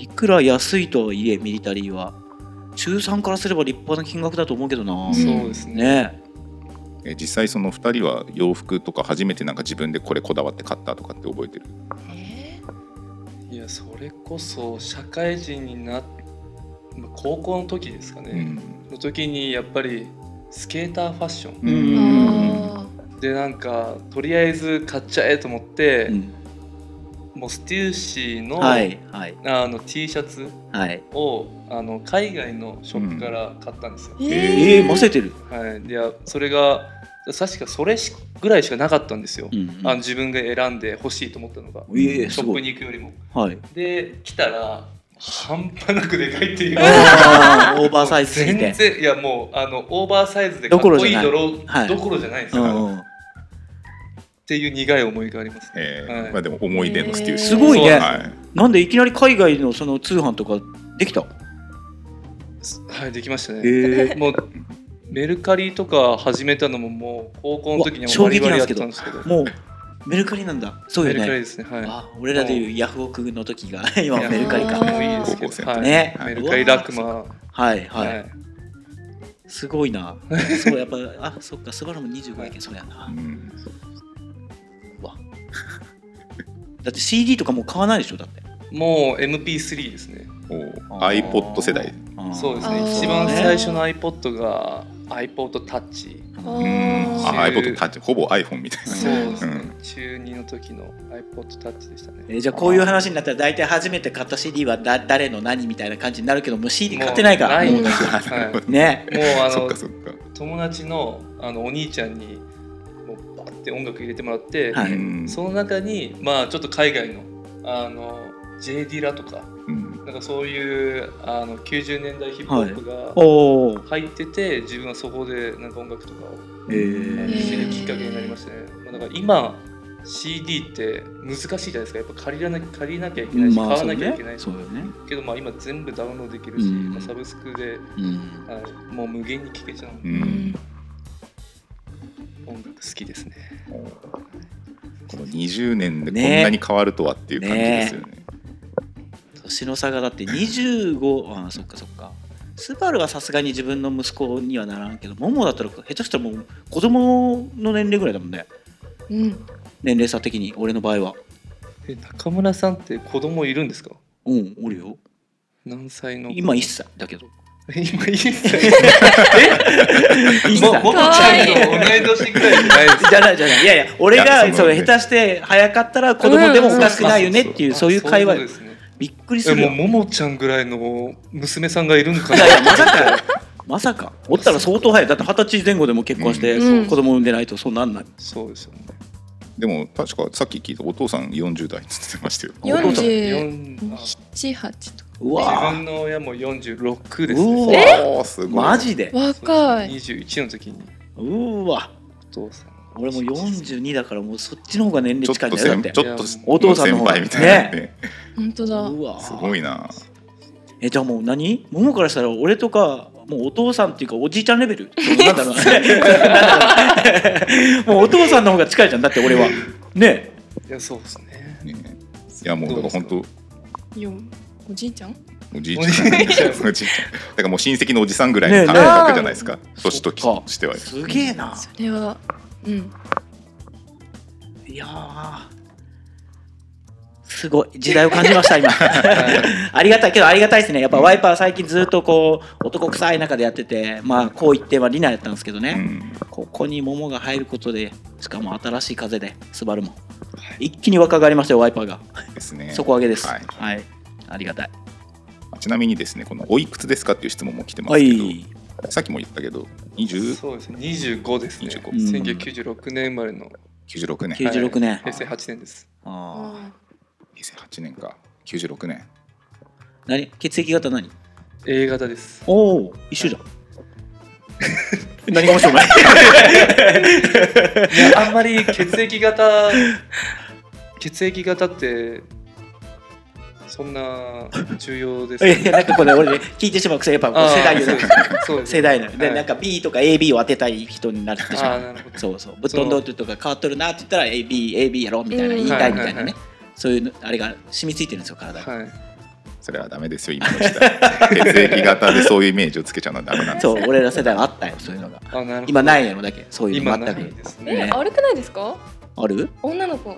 Speaker 5: いくら安いとはいえミリタリーは中三からすれば立派な金額だと思うけどな。
Speaker 3: ん
Speaker 4: そうですね
Speaker 5: ね。
Speaker 3: え実際その2人は洋服とか初めてなんか自分でこれこだわって買ったとかって覚えてる
Speaker 1: え
Speaker 4: いやそれこそ社会人になっまあ高校の時ですかね、の時にやっぱりスケーターファッショ
Speaker 3: うん
Speaker 1: ー、
Speaker 5: う
Speaker 1: あ
Speaker 4: ンでなんかとりあえず買っちゃえと思って、
Speaker 5: うん。
Speaker 4: もうステューシーの,、
Speaker 5: はいはい
Speaker 4: あの T シャツ
Speaker 5: はい。
Speaker 4: をあの海外のショップから買ったんですよ、
Speaker 1: ー
Speaker 5: え
Speaker 1: え
Speaker 5: え混ぜてる。
Speaker 4: はい、いやそれが確かそれしぐらいしかなかったんですよ、
Speaker 5: うん
Speaker 4: あの自分が選んで欲しいと思ったのが、
Speaker 5: ええ
Speaker 4: シ
Speaker 5: す
Speaker 4: ョッ
Speaker 5: ご
Speaker 4: プ
Speaker 5: い。
Speaker 4: に行くよりも
Speaker 5: はい。
Speaker 4: で来たら半端なくでかいっていう
Speaker 5: あーオーバーサイズすぎ
Speaker 4: 全
Speaker 5: て。
Speaker 4: 然いやもうあのオーバーサイズでかっこいいどろ
Speaker 5: ゃないはい
Speaker 4: どころじゃないです
Speaker 5: う
Speaker 4: から、っ
Speaker 5: ん。
Speaker 4: ていう苦い思いがありますね
Speaker 3: えー
Speaker 4: はい
Speaker 3: まあ、でも思い出のスティール
Speaker 1: す
Speaker 5: ごいね
Speaker 3: はい
Speaker 5: なんでいきなり海外のその通販とかできた。
Speaker 4: はいできましたね、
Speaker 5: え
Speaker 4: もうメルカリとか始めたのももう高校の時には
Speaker 5: うわ
Speaker 4: バリバリやってたんですけど
Speaker 5: もうメルカリなんだそうよ
Speaker 4: メルカリ
Speaker 5: ね
Speaker 4: ですね。は
Speaker 5: あ俺らでいうヤフオクの時が 今
Speaker 4: い。
Speaker 5: はメルカリ
Speaker 4: ヤ
Speaker 5: か
Speaker 4: フオクもいいですけ
Speaker 3: 高校生の
Speaker 4: ど。
Speaker 3: 時
Speaker 4: はい
Speaker 5: ね
Speaker 4: メルカリラクマ。
Speaker 5: はい
Speaker 4: は
Speaker 5: はい、
Speaker 4: い。
Speaker 5: すごいなそうやっぱあそっかスバルも25円そうやな
Speaker 3: うん
Speaker 5: だって CD とかもう買わないでしょだって
Speaker 4: もう MP3 ですね。
Speaker 3: お iPod 世代
Speaker 5: あー
Speaker 4: そうです
Speaker 1: あ
Speaker 4: ね。
Speaker 1: ー
Speaker 4: 一番最初の iPod が iPod Touch。
Speaker 3: うん
Speaker 1: あ
Speaker 3: あ
Speaker 4: ー
Speaker 3: iPod タッチほぼ iPhone みたいな
Speaker 4: そう
Speaker 3: ね
Speaker 4: ですね
Speaker 3: うん。
Speaker 4: 中2の時の iPod Touch でしたね。
Speaker 5: えーじゃあこういう話になったら大体初めて買った CD はだ誰の何みたいな感じになるけどもう CD 買ってないから
Speaker 4: もう
Speaker 5: もうね
Speaker 4: ないですはい
Speaker 5: ね
Speaker 4: もうあ
Speaker 3: そっ
Speaker 4: の
Speaker 3: かそっか
Speaker 4: 友達のあのお兄ちゃんにもうバッて音楽入れてもらって、
Speaker 5: はい
Speaker 3: うん
Speaker 4: その中にまあちょっと海外のあの J ディラとか
Speaker 3: うん
Speaker 4: なんかそういうあの90年代ヒップホップが
Speaker 5: おお
Speaker 4: 入ってて、自分はそこでなんか音楽とかを
Speaker 5: え
Speaker 4: 聴
Speaker 5: ー
Speaker 4: けるきっかけになりましたね。まあ、だから今 CD って難しいじゃないですかやっぱ借りらな借りなきゃいけないし、
Speaker 5: まあ
Speaker 4: 買
Speaker 5: そう
Speaker 4: わなきゃい
Speaker 5: ね
Speaker 4: けないし
Speaker 5: そうよね
Speaker 4: けど、まあ、今全部ダウンロードできるし、
Speaker 5: うん
Speaker 4: まあサブスクで、
Speaker 5: うん
Speaker 4: はい、もう無限に聴けちゃう
Speaker 3: う
Speaker 1: うんん
Speaker 4: 音楽好きですね。
Speaker 3: この20年でこんなに変わるとはっていう感じですよね
Speaker 5: 年の差がだって25あーそっかそっかスバルはさすがに自分の息子にはならんけどモモだったら下手したらもう子供の年齢ぐらいだもんね
Speaker 1: うん
Speaker 5: 年齢差的に俺の場合は
Speaker 4: え中村さんって子供いるんですか
Speaker 5: うんおるよ
Speaker 4: 何歳の
Speaker 5: 今1歳だけど
Speaker 4: 今いいですね もうももちゃんと同い年ぐらいじゃないです
Speaker 5: じゃないじゃないいやいや俺
Speaker 3: いやそ
Speaker 5: が
Speaker 3: の
Speaker 5: そう下手して早かったら子供でもおかしくないよねっていうそういう会話
Speaker 4: そうですね
Speaker 5: びっくりす
Speaker 4: え
Speaker 5: る
Speaker 4: もう
Speaker 5: よ
Speaker 4: ももちゃんぐらいの娘さんがいるんか
Speaker 5: い
Speaker 4: な
Speaker 5: やいやまさかまさかおったら相当早いだって二十歳前後でも結婚して、
Speaker 1: うん
Speaker 5: 子供産んでないとそうなんない、
Speaker 4: そうですよね
Speaker 3: でも確かさっき聞いたお父さん40代って言ってましたよ
Speaker 5: お父さん
Speaker 1: 47、
Speaker 4: 四あ
Speaker 1: 8とか
Speaker 5: う
Speaker 4: 自
Speaker 5: わ
Speaker 4: 分の親も46です
Speaker 5: う
Speaker 4: ね
Speaker 5: わ
Speaker 3: おーすごい
Speaker 5: マジで
Speaker 1: 若い
Speaker 4: 21の時に
Speaker 5: うわ
Speaker 4: お父さん
Speaker 5: 俺もう42だからもうそっちの方が年
Speaker 3: ちょ
Speaker 5: 齢
Speaker 3: っ
Speaker 5: 近いんだよだっ
Speaker 3: と先
Speaker 5: て
Speaker 3: ちょっと
Speaker 5: お父さんの
Speaker 3: 先
Speaker 5: 方が
Speaker 3: 輩みたいなね
Speaker 1: 本当だ
Speaker 5: うわ
Speaker 3: すごいな
Speaker 5: えじゃあもう何桃からしたら俺とかもうお父さんっていうかおじいちゃんレベル なんだろうなんだろう もうお父さんの方が近いじゃんだって俺はね
Speaker 4: いやそうですね
Speaker 3: ねいやもうだから本当
Speaker 1: 四おじいちゃん
Speaker 3: おじいちゃん おじいちゃんだからもう親戚のおじさんぐらいの感
Speaker 5: ねえねえ
Speaker 3: 覚じゃないですか、年とき
Speaker 5: そっか
Speaker 3: しては
Speaker 5: すげえな
Speaker 1: それはうん
Speaker 5: いやーすごい時代を感じました 今ありがたいけどありがたいですねやっぱワイパー最近ずっとこう男臭い中でやっててまあこう言ってはリナやったんですけど
Speaker 3: う
Speaker 5: ね、
Speaker 3: ん
Speaker 5: ここに桃が入ることでしかも新しい風でスバルも一気に若返りましたよワイパーが
Speaker 3: ですね
Speaker 5: 底上げです
Speaker 3: はい
Speaker 5: はい、ありがたい
Speaker 3: ちなみにですねこのおいくつですかっていう質問も来てま
Speaker 5: は
Speaker 3: すけど、
Speaker 5: い
Speaker 3: さっきも言ったけど20
Speaker 4: そうですね25ですね
Speaker 3: 25
Speaker 5: うん
Speaker 4: 1996年生まれの
Speaker 3: 96年
Speaker 4: い
Speaker 5: 96年、
Speaker 4: 平成8年です
Speaker 5: あー
Speaker 3: 2008年か96年
Speaker 5: 何血液型何
Speaker 4: A 型です
Speaker 5: おお一緒じゃん 何が面 白くない
Speaker 4: いやあんまり血 液型血液型ってそんな重要です
Speaker 5: いやいやなんかこれ俺ね聞いてしまう癖やっぱこう
Speaker 4: あー
Speaker 5: 世代よ
Speaker 4: そう
Speaker 5: ね
Speaker 4: ですそうです
Speaker 5: 世代なので、
Speaker 4: はい
Speaker 5: なんか B とか AB を当てたい人になってし
Speaker 4: あ
Speaker 5: ま
Speaker 4: あ
Speaker 5: う
Speaker 4: なるほど
Speaker 5: そうそうぶっ飛んどるとか変わっとるなって言ったら ABAB やろみたいな
Speaker 1: うん
Speaker 5: 言いたいみたいなね、
Speaker 4: はいはいはい
Speaker 5: そういうのあれが染みついてるんですよ体に、
Speaker 4: はい
Speaker 3: それはダメですよ今の時 代血液型でそういうイメージをつけちゃうのはダメなんです
Speaker 5: そう俺ら世代はあったよそういうのが
Speaker 4: あなるほど
Speaker 5: 今ないやろだけそういうの
Speaker 4: 今
Speaker 5: 全
Speaker 4: ない
Speaker 5: く
Speaker 4: です
Speaker 1: え、
Speaker 4: ね
Speaker 5: ね
Speaker 1: 悪くないですか
Speaker 5: ある
Speaker 1: 女の子は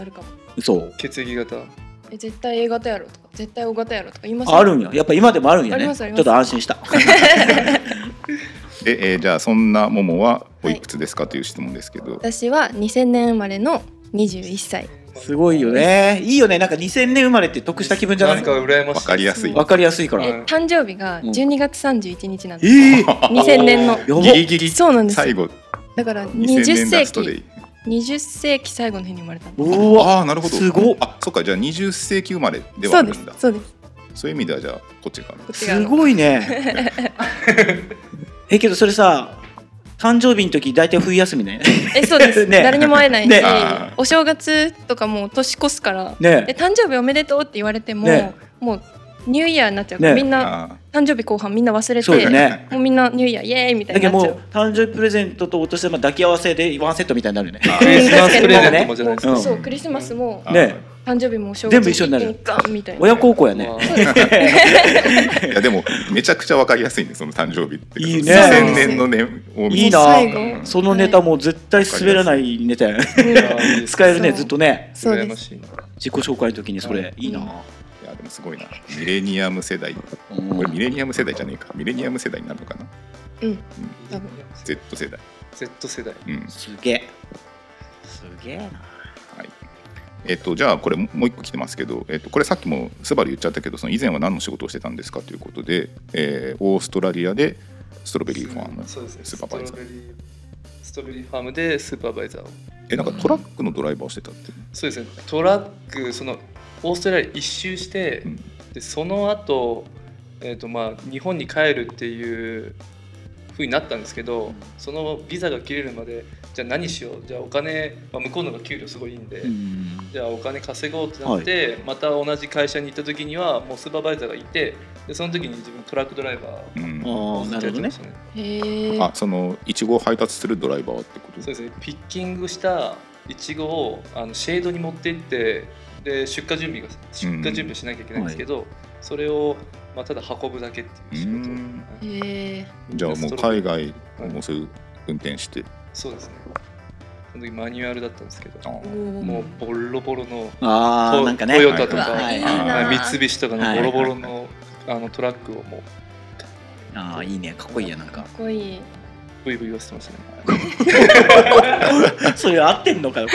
Speaker 1: あるかも
Speaker 5: そう
Speaker 4: 血液型
Speaker 1: え絶対 A 型やろとか絶対 O 型やろとか言います
Speaker 5: あるんややっぱ今でもあるんや
Speaker 1: あり
Speaker 5: ね
Speaker 1: ま
Speaker 5: ち
Speaker 1: すあり
Speaker 5: ょっ
Speaker 1: ます
Speaker 5: と安心した
Speaker 3: で、えーじゃあそんなももはおいくつですかという質問ですけど、
Speaker 1: 私は2000年生まれの21歳
Speaker 5: すごいよねいいよねなんか2000年生まれって得した気分じゃな
Speaker 4: ないんか羨ましい
Speaker 3: わかりやすい
Speaker 5: わかりやすいから、
Speaker 4: はい
Speaker 1: え誕生日が12月31日なん
Speaker 5: え
Speaker 1: です、
Speaker 5: えー
Speaker 1: 2000年の
Speaker 5: やば
Speaker 3: ギリギリ
Speaker 1: そうなんですよ
Speaker 3: 最後
Speaker 1: だから
Speaker 3: 2000
Speaker 1: 20
Speaker 3: 年
Speaker 1: 世
Speaker 3: ラストでい
Speaker 1: 紀
Speaker 3: い
Speaker 1: 20世紀最後の日に生まれたんです
Speaker 5: うわ
Speaker 3: ああなるほど
Speaker 5: すごっ
Speaker 3: あそっかじゃあ20世紀生まれでは
Speaker 1: そ
Speaker 3: あ
Speaker 1: う
Speaker 3: る
Speaker 1: で
Speaker 3: んだ
Speaker 1: すそうです
Speaker 3: そういう意味ではじゃあこっちが
Speaker 1: こっちが
Speaker 5: すごいねえけどそれさ誕生日の時大体冬休みね
Speaker 1: えそうで す、
Speaker 5: ね
Speaker 1: 誰にも会えないし、
Speaker 5: ね
Speaker 3: あー
Speaker 1: お正月とかもう年越すから、
Speaker 5: ね
Speaker 1: で誕生日おめでとうって言われても、
Speaker 5: ね
Speaker 1: もうニューイヤーになっちゃうから、
Speaker 5: ね
Speaker 1: みんな
Speaker 3: あ
Speaker 1: 誕生日後半みんな忘れ
Speaker 5: そうだ
Speaker 1: て、
Speaker 5: よね
Speaker 1: もうみんなニューイヤーイエーイみたい
Speaker 5: だけ
Speaker 1: にな
Speaker 5: ど
Speaker 1: っ
Speaker 5: も
Speaker 1: ちゃ
Speaker 5: う
Speaker 1: う。
Speaker 5: 誕生日プレゼントとお年玉抱き合わせでワンセットみたいになるよね
Speaker 4: クリスマスプレゼントもじゃない
Speaker 1: も
Speaker 4: です
Speaker 5: う
Speaker 1: うんそうクリスマスも
Speaker 3: ー
Speaker 5: ね
Speaker 1: 誕生日もお正月
Speaker 5: 全部一緒になる
Speaker 1: ガンみたいな。
Speaker 5: 親孝行やね
Speaker 4: か。
Speaker 3: いやでもめちゃくちゃわかりやすいんですその誕生日って
Speaker 5: いいね
Speaker 3: 2000年の年を見
Speaker 5: いい
Speaker 3: て
Speaker 5: な
Speaker 1: 最後
Speaker 3: うん
Speaker 5: そのネタもう絶対滑らないネタやね
Speaker 4: うん
Speaker 5: 使えるね
Speaker 1: そう
Speaker 5: ずっとね
Speaker 1: そう
Speaker 4: 羨
Speaker 1: で。
Speaker 4: ますしいな
Speaker 5: 自己紹介の時にそれいいな、
Speaker 3: いやでもすごいなミレニアム世代こ
Speaker 5: うん
Speaker 3: れミレニアム世代じゃねえかミレニアム世代になるのかな
Speaker 1: うん。多
Speaker 3: Z 世代
Speaker 4: Z 世代
Speaker 3: うん
Speaker 5: すげえすげえな
Speaker 3: はいえっと、じゃあこれもう一個来てますけど、えっと、これさっきもスバル言っちゃったけどその以前は何の仕事をしてたんですかということで、えーオーストラリアでストロベリーファーム
Speaker 4: そうですね
Speaker 3: ス
Speaker 4: ス
Speaker 3: ーパ
Speaker 4: ト
Speaker 3: ー
Speaker 4: ロ
Speaker 3: バ
Speaker 4: ベ
Speaker 3: イ
Speaker 4: リ
Speaker 3: ザー
Speaker 4: ーストロベリーファームでスーパーバイザーを
Speaker 3: えなんかトラックのドライバーをしてたって、
Speaker 4: そうですねトラックそのオーストラリア一周して、
Speaker 3: うん
Speaker 4: でその後、えーとまあ日本に帰るっていう風になったんですけど、そのビザが切れるまでじゃあ何しようじゃあお金、まあ、向こうの方が給料すごいいいんで、
Speaker 5: うん
Speaker 4: じゃあお金稼ごうってなって、また同じ会社に行った時にはもうスーパーバイザーがいてでその時に自分トラックドライバー
Speaker 3: うん
Speaker 5: ああなるほどね
Speaker 4: ずっとやってましたね
Speaker 1: へえ。
Speaker 3: あそのいちごを配達するドライバーってこと
Speaker 4: そうですねピッキングしたイチゴをあのシェードに持って行ってで出荷準備が出荷準備をしなきゃいけないんですけど、それを、まあ、ただ運ぶだけっていう仕事、
Speaker 3: うん
Speaker 4: は
Speaker 1: へ
Speaker 4: い
Speaker 1: え。
Speaker 3: じゃあもう海外もうすぐ運転して、
Speaker 4: そうですねその時マニュアルだったんですけど
Speaker 3: あー
Speaker 1: おー
Speaker 4: もうボロボロの
Speaker 5: あー
Speaker 4: ト
Speaker 5: なんかね
Speaker 4: トヨタとか、
Speaker 1: はい
Speaker 5: い
Speaker 1: な
Speaker 4: はい三菱とかの
Speaker 5: はい
Speaker 4: ボロボロの,、あのトラックをもう
Speaker 5: ああいいねかっこいいやなんか
Speaker 1: かっこいい。
Speaker 4: ブイブイ言わせてましたね
Speaker 5: それ合ってんのかよ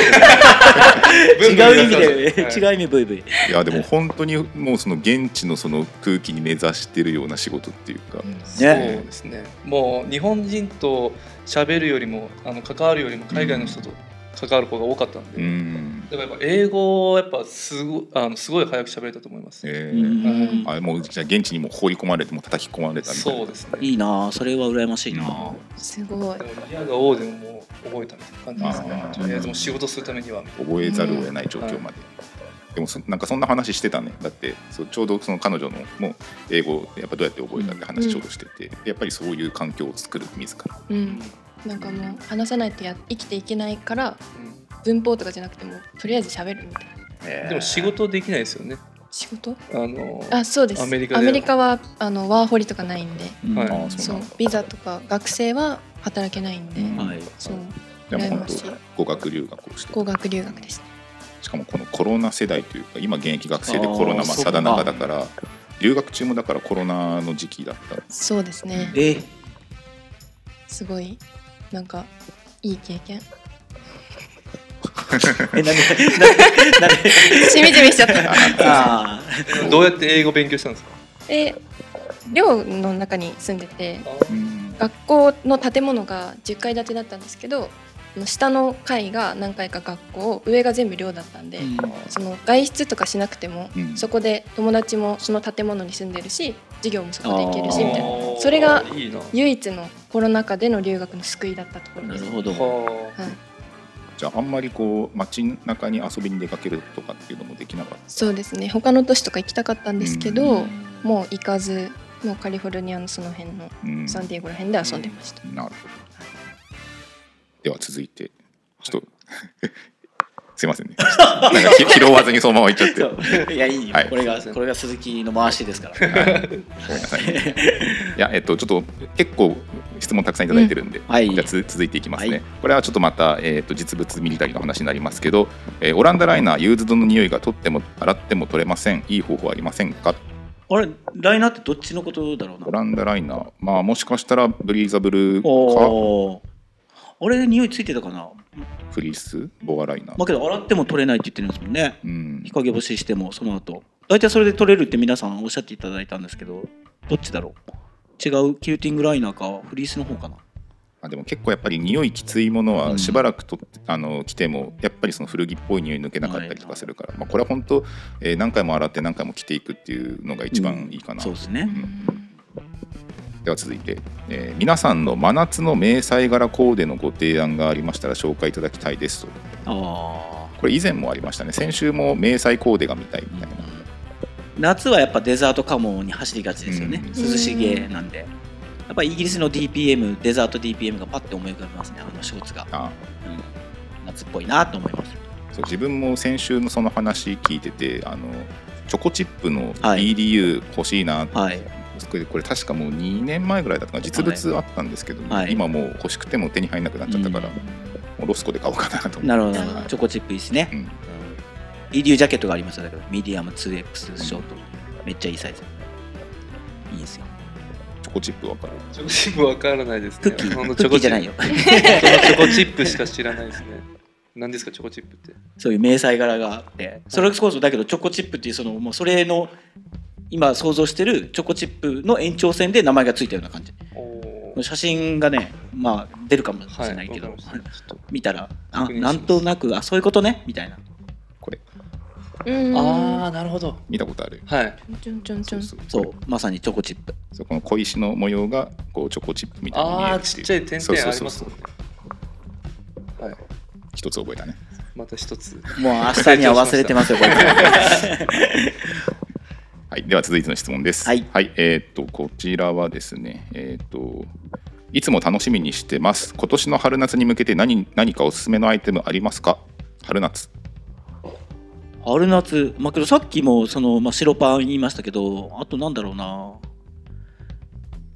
Speaker 4: ブ
Speaker 5: 違
Speaker 4: ンブン
Speaker 5: う意味で
Speaker 4: 言わせてました
Speaker 5: 違う意味 VV
Speaker 3: いやでも本当にもうその現地のその空気に根ざしてるような仕事っていうか、
Speaker 5: ね
Speaker 4: そうですね。もう日本人と喋るよりもあの関わるよりも海外の人と関わる方が多かったん
Speaker 3: う
Speaker 4: で、
Speaker 3: ん
Speaker 4: だからやっぱ英語をやっぱすごあのすごい早く喋れたと思います。
Speaker 3: え
Speaker 5: うん
Speaker 3: ーあもうじゃあ現地にもう放り込まれてもう叩き込まれたみたいな
Speaker 4: そうですね。
Speaker 5: いいなそれは羨ましいな
Speaker 1: すごい
Speaker 4: で。も嫌が王でももう覚えたみたいな感じ
Speaker 3: あー
Speaker 4: ですね。とりあえずもう仕事するためには。
Speaker 3: 覚えざるを得ない状況まで、でもそなんかそんな話してたねだってそうちょうどその彼女のもう英語をやっぱどうやって覚えたって話ちょうどしてて、やっぱりそういう環境を作る自ら
Speaker 1: うん。なんかもう話さないとや生きていけないから
Speaker 4: うん
Speaker 1: 文法とかじゃなくてもとりあえず喋るみたいな。
Speaker 4: でも仕事できないですよね。
Speaker 1: 仕事？
Speaker 4: あの
Speaker 1: あそうです。
Speaker 4: アメリカで
Speaker 1: アメリカはあのワーホリとかないんで、
Speaker 5: うん
Speaker 4: はい
Speaker 3: ああそ
Speaker 1: そうう
Speaker 3: なんだ
Speaker 1: ビザとか学生は働けないんで、
Speaker 3: うん
Speaker 5: はい
Speaker 1: そう
Speaker 3: じゃあもう
Speaker 1: 羨ましい
Speaker 3: 本当語学留学をして
Speaker 1: 語学留学ですね。
Speaker 3: しかもこのコロナ世代というか今現役学生でコロナ
Speaker 5: あー
Speaker 3: 真っ
Speaker 5: そっか
Speaker 3: 只中だから留学中もだからコロナの時期だった
Speaker 1: そうですね。
Speaker 5: え
Speaker 1: すごいなんかいい経験。
Speaker 5: え何何何
Speaker 1: しみじみしちゃった。
Speaker 5: あ
Speaker 4: どうやって英語勉強したんですか。
Speaker 1: え寮の中に住んでて
Speaker 3: うん
Speaker 1: 学校の建物が10階建てだったんですけどあの下の階が何階か学校上が全部寮だったんで、
Speaker 5: ー
Speaker 1: その外出とかしなくても、
Speaker 3: うん
Speaker 1: そこで友達もその建物に住んでるし授業もそこで行けるしみたいな
Speaker 4: あー
Speaker 1: それが
Speaker 4: いいな。
Speaker 1: 唯一のコロナ禍での留学の救いだったところ
Speaker 5: な
Speaker 1: で
Speaker 5: る
Speaker 1: す。
Speaker 5: ほど
Speaker 4: はあ
Speaker 1: はい、
Speaker 3: じゃああんまりこう街中に遊びに出かけるとかっていうのもできなかった
Speaker 1: そうですね他の都市とか行きたかったんですけ
Speaker 3: う
Speaker 1: ど、もう行かずもうカリフォルニアのその辺の
Speaker 3: うん
Speaker 1: サンディエゴら辺で遊んでました、
Speaker 3: なるほど。では続いて、ちょっと、 すいませんね。 なんかひ拾わずにそのままいっちゃって。
Speaker 5: そういやいいよ、
Speaker 3: はい
Speaker 5: これがこれが鈴木の回しですから
Speaker 3: ごめんなさい、ね。 いや、えっと、ちょっと結構質問たくさんいただいてるんで、
Speaker 5: はい
Speaker 3: じゃあつ続いていきますね。
Speaker 5: はい
Speaker 3: これはちょっとまた、えっと実物ミリタリーの話になりますけど、えーオランダライナーユーズドの匂いが取っても洗っても取れません。いい方法ありませんか
Speaker 5: あれライナーってどっちのことだろうな
Speaker 3: オランダライナー、まあもしかしたらブリーザブルか
Speaker 5: おおあれ匂いついてたかな
Speaker 3: フリースボアライナ
Speaker 5: まあ
Speaker 3: ー。
Speaker 5: けど洗っても取れないって言ってるんですもんね
Speaker 3: うん
Speaker 5: 日、陰干ししてもその後大体それで取れるって皆さんおっしゃっていただいたんですけどどっちだろう違うキューティングライナーかフリースの方かな
Speaker 3: あでも結構やっぱり匂いきついものはしばらくと、あの着てもやっぱりその古着っぽい匂い抜けなかったりとかするから、まあ、これは本当、えー何回も洗って何回も着ていくっていうのが一番いいかな、
Speaker 5: そうですね
Speaker 3: では続いて、えー皆さんの真夏の迷彩柄コーデのご提案がありましたら紹介いただきたいですと
Speaker 5: ああ
Speaker 3: これ以前もありましたね先週も迷彩コーデが見たいみたいな
Speaker 5: 夏はやっぱデザートカモに走りがちですよね、
Speaker 3: う
Speaker 5: 涼しげなんでやっぱイギリスの DPM デザート DPM がパッて思い浮かびますねあのショーツが
Speaker 3: あ
Speaker 5: 夏っぽいなと思います
Speaker 3: そう自分も先週のその話聞いててあのチョコチップの
Speaker 5: はい
Speaker 3: BDU 欲しいなって、
Speaker 5: はい
Speaker 3: これこれ確かもう2年前ぐらいだったかな実物あったんですけど、
Speaker 5: はい
Speaker 3: 今もう欲しくても手に入らなくなっちゃったから、もうロスコで買おうかなと思って
Speaker 5: なるほどなるほ
Speaker 1: は
Speaker 5: ど
Speaker 1: い
Speaker 5: チョコチップいいですね、
Speaker 3: うん
Speaker 5: イデュージャケットがありましただけどミディアム 2X ショートめっちゃいいサイズいいですよ
Speaker 3: チョコチップわかる
Speaker 4: チョコチップわからないですね。
Speaker 5: クッキー
Speaker 4: ほん
Speaker 5: ク
Speaker 4: と
Speaker 5: ッキーじゃない
Speaker 4: チョ
Speaker 5: よ
Speaker 4: コチップチョコチップしか知らないですね。何ですかチョコチップって。
Speaker 5: そういう迷彩柄があってそれこそだけどチョコチップっていうそのもうそれの今想像してるチョコチップの延長線で名前がついたような感じ
Speaker 4: おおー。
Speaker 5: 写真がねまあ出るかもし
Speaker 4: は
Speaker 5: れ
Speaker 4: い。
Speaker 5: ないけど、
Speaker 4: わかりましたちょっと
Speaker 5: 見たらあ
Speaker 4: 確認し
Speaker 5: な
Speaker 4: ます
Speaker 5: んとなくあそういうことねみたいな
Speaker 3: これ
Speaker 1: うん
Speaker 4: ああなるほど。
Speaker 3: 見たことある
Speaker 4: はい。
Speaker 1: ちょんちょんちょん。
Speaker 3: う
Speaker 5: そうまさにチョコチップ
Speaker 3: そうこの小石の模様がこうチョコチップみたいに見える
Speaker 4: ああ
Speaker 3: って
Speaker 4: ち
Speaker 3: いう
Speaker 4: っちゃい点
Speaker 3: そうそ
Speaker 4: 々
Speaker 3: う
Speaker 4: あり
Speaker 3: そう
Speaker 4: ます
Speaker 3: そ
Speaker 4: も
Speaker 3: うん
Speaker 4: ね。はい。
Speaker 3: 一つ覚えたね
Speaker 4: また一つ。
Speaker 5: もう明日には忘れてますよこれ
Speaker 3: はい、では続いての質問です。
Speaker 5: はい
Speaker 3: えーっとこちらはですね、えーっといつも楽しみにしてます。今年の春夏に向けて何何かおすすめのアイテムありますか？春夏。
Speaker 5: 春夏まあけどさっきもその、まあ、白パン言いましたけどあとなんだろうな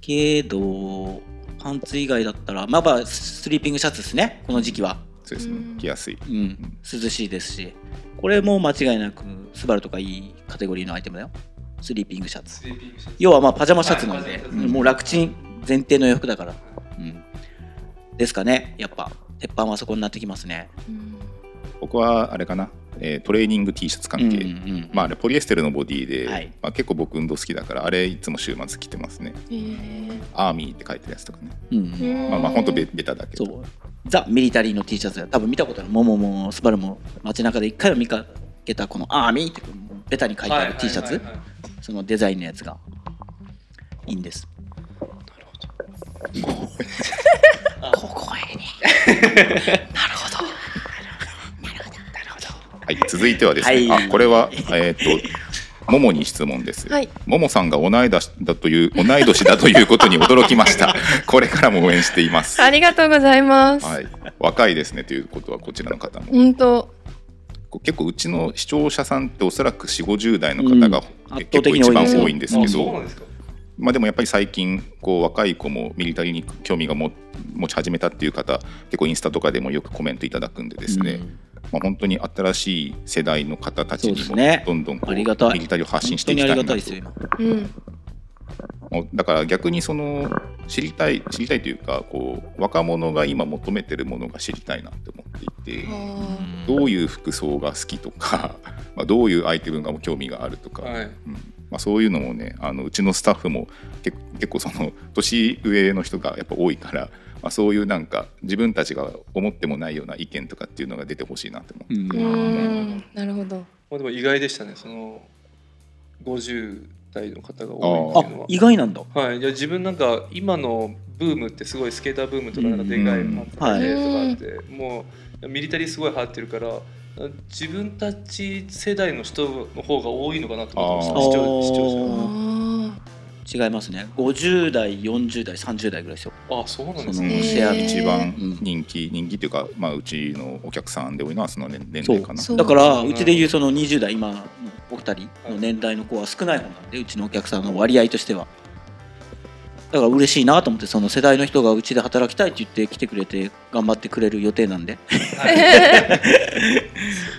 Speaker 5: けどパンツ以外だったらまあまあスリーピングシャツですねこの時期は
Speaker 3: そうです
Speaker 1: う
Speaker 3: ね
Speaker 1: ん。
Speaker 3: 着やすい。
Speaker 5: うん涼しいですしこれも間違いなくスバルとかいいカテゴリーのアイテムだよスリーピングシャツ
Speaker 4: スリーピングシャツ
Speaker 5: 要はまあパジャマシャツなんで、
Speaker 4: はい
Speaker 5: うんもう楽ちん前提の洋服だから、うん、ですかねやっぱ鉄板はそこになってきますね、
Speaker 3: 僕はあれかな、えートレーニング T シャツ関
Speaker 5: うんう
Speaker 3: 係。
Speaker 5: ん
Speaker 3: まあ、あれポリエステルのボディで、
Speaker 5: はい
Speaker 3: まあ、結構僕運動好きだからあれいつも週末着てますね
Speaker 1: えー
Speaker 3: アーミーって書いてるやつとかね、
Speaker 5: うんうん
Speaker 3: まあ、まあほんとベベタだけ
Speaker 5: そ
Speaker 3: ど
Speaker 5: うザ・ミリタリーの T シャツ多分見たことあるもももスバルも街中で一回は見かけたこのアーミーってベタに書いてある T シャツ
Speaker 4: はいはいはいはい
Speaker 5: そのデザインのやつがいいんですここへねなるほど
Speaker 3: はい、続いてはですね、
Speaker 5: はい
Speaker 3: あこれは、えーっと、ももに質問です。
Speaker 1: はい
Speaker 3: ももさんが同い年だという、同い年だということに驚き ました。これからも応援しています。
Speaker 1: ありがとうございます。
Speaker 3: はい、若いですねということは、こちらの方も。
Speaker 1: 本当
Speaker 3: こう結構、うちの視聴者さんって、おそらく4、50代の方が、
Speaker 5: うん
Speaker 3: 結構一番多いんです
Speaker 4: あ
Speaker 3: け
Speaker 4: そうなん
Speaker 3: ど、
Speaker 4: ですか。
Speaker 3: まあ、でもやっぱり最近、こう若い子もミリタリーに興味がも持ち始めたっていう方、結構インスタとかでもよくコメントいただくんでですね。
Speaker 5: うん
Speaker 3: まあ、本当に新しい世代の方たちに
Speaker 5: そ
Speaker 3: も
Speaker 5: うですね
Speaker 3: どんどんこう
Speaker 5: あ
Speaker 3: ミ
Speaker 5: り
Speaker 3: リ
Speaker 5: がたい
Speaker 3: タリーを発信
Speaker 5: 本
Speaker 3: して
Speaker 5: 当
Speaker 3: いき
Speaker 5: にあ
Speaker 3: たい
Speaker 5: り
Speaker 3: な
Speaker 5: が
Speaker 3: と
Speaker 5: たいですよ今
Speaker 1: うん
Speaker 3: もうだから逆にその知りたい知りたいというかこう若者が今求めてるものが知りたいなって思っていて
Speaker 1: あ
Speaker 3: どういう服装が好きとか まあどういうアイテムが興味があるとか、
Speaker 4: はい。
Speaker 3: うんまあ、そういうのもねあのうちのスタッフもけ結構その年上の人がやっぱ多いから、まあ、そういうなんか自分たちが思ってもないような意見とかっていうのが出てほしいなって思って。
Speaker 5: うん
Speaker 1: ーうーんなるほど。
Speaker 4: まあでも意外でしたね。その50代の方が多いっていうの
Speaker 5: あ
Speaker 4: は。
Speaker 5: 意外なんだ
Speaker 4: はい、いや自分なんか今のブームってすごいスケーターブームとかなんかでかい
Speaker 3: うん
Speaker 4: パンツの例とかあって、もうミリタリーすごい流行ってるから自分たち世代の人の方が多いのかなと思ってました視聴視聴
Speaker 5: あ
Speaker 1: あ
Speaker 5: 違いますね50代40代30代ぐらいですよ
Speaker 4: 者あそうなんです
Speaker 5: そ
Speaker 4: ね
Speaker 5: の
Speaker 1: へー
Speaker 5: シェア
Speaker 3: 一
Speaker 5: 率
Speaker 3: 番人気、人気っていうか、まあ、うちのお客さんで多いのはその年年
Speaker 5: そ
Speaker 3: 齢
Speaker 5: う
Speaker 3: かな。
Speaker 1: そう
Speaker 5: だから
Speaker 4: うん
Speaker 5: うちでいうその20代今のお二人の年代の子は少ない方なんでうちのお客さんの割合としてはだから嬉しいなと思ってその世代の人がうちで働きたいって言って来てくれて頑張ってくれる予定なんで
Speaker 4: そうで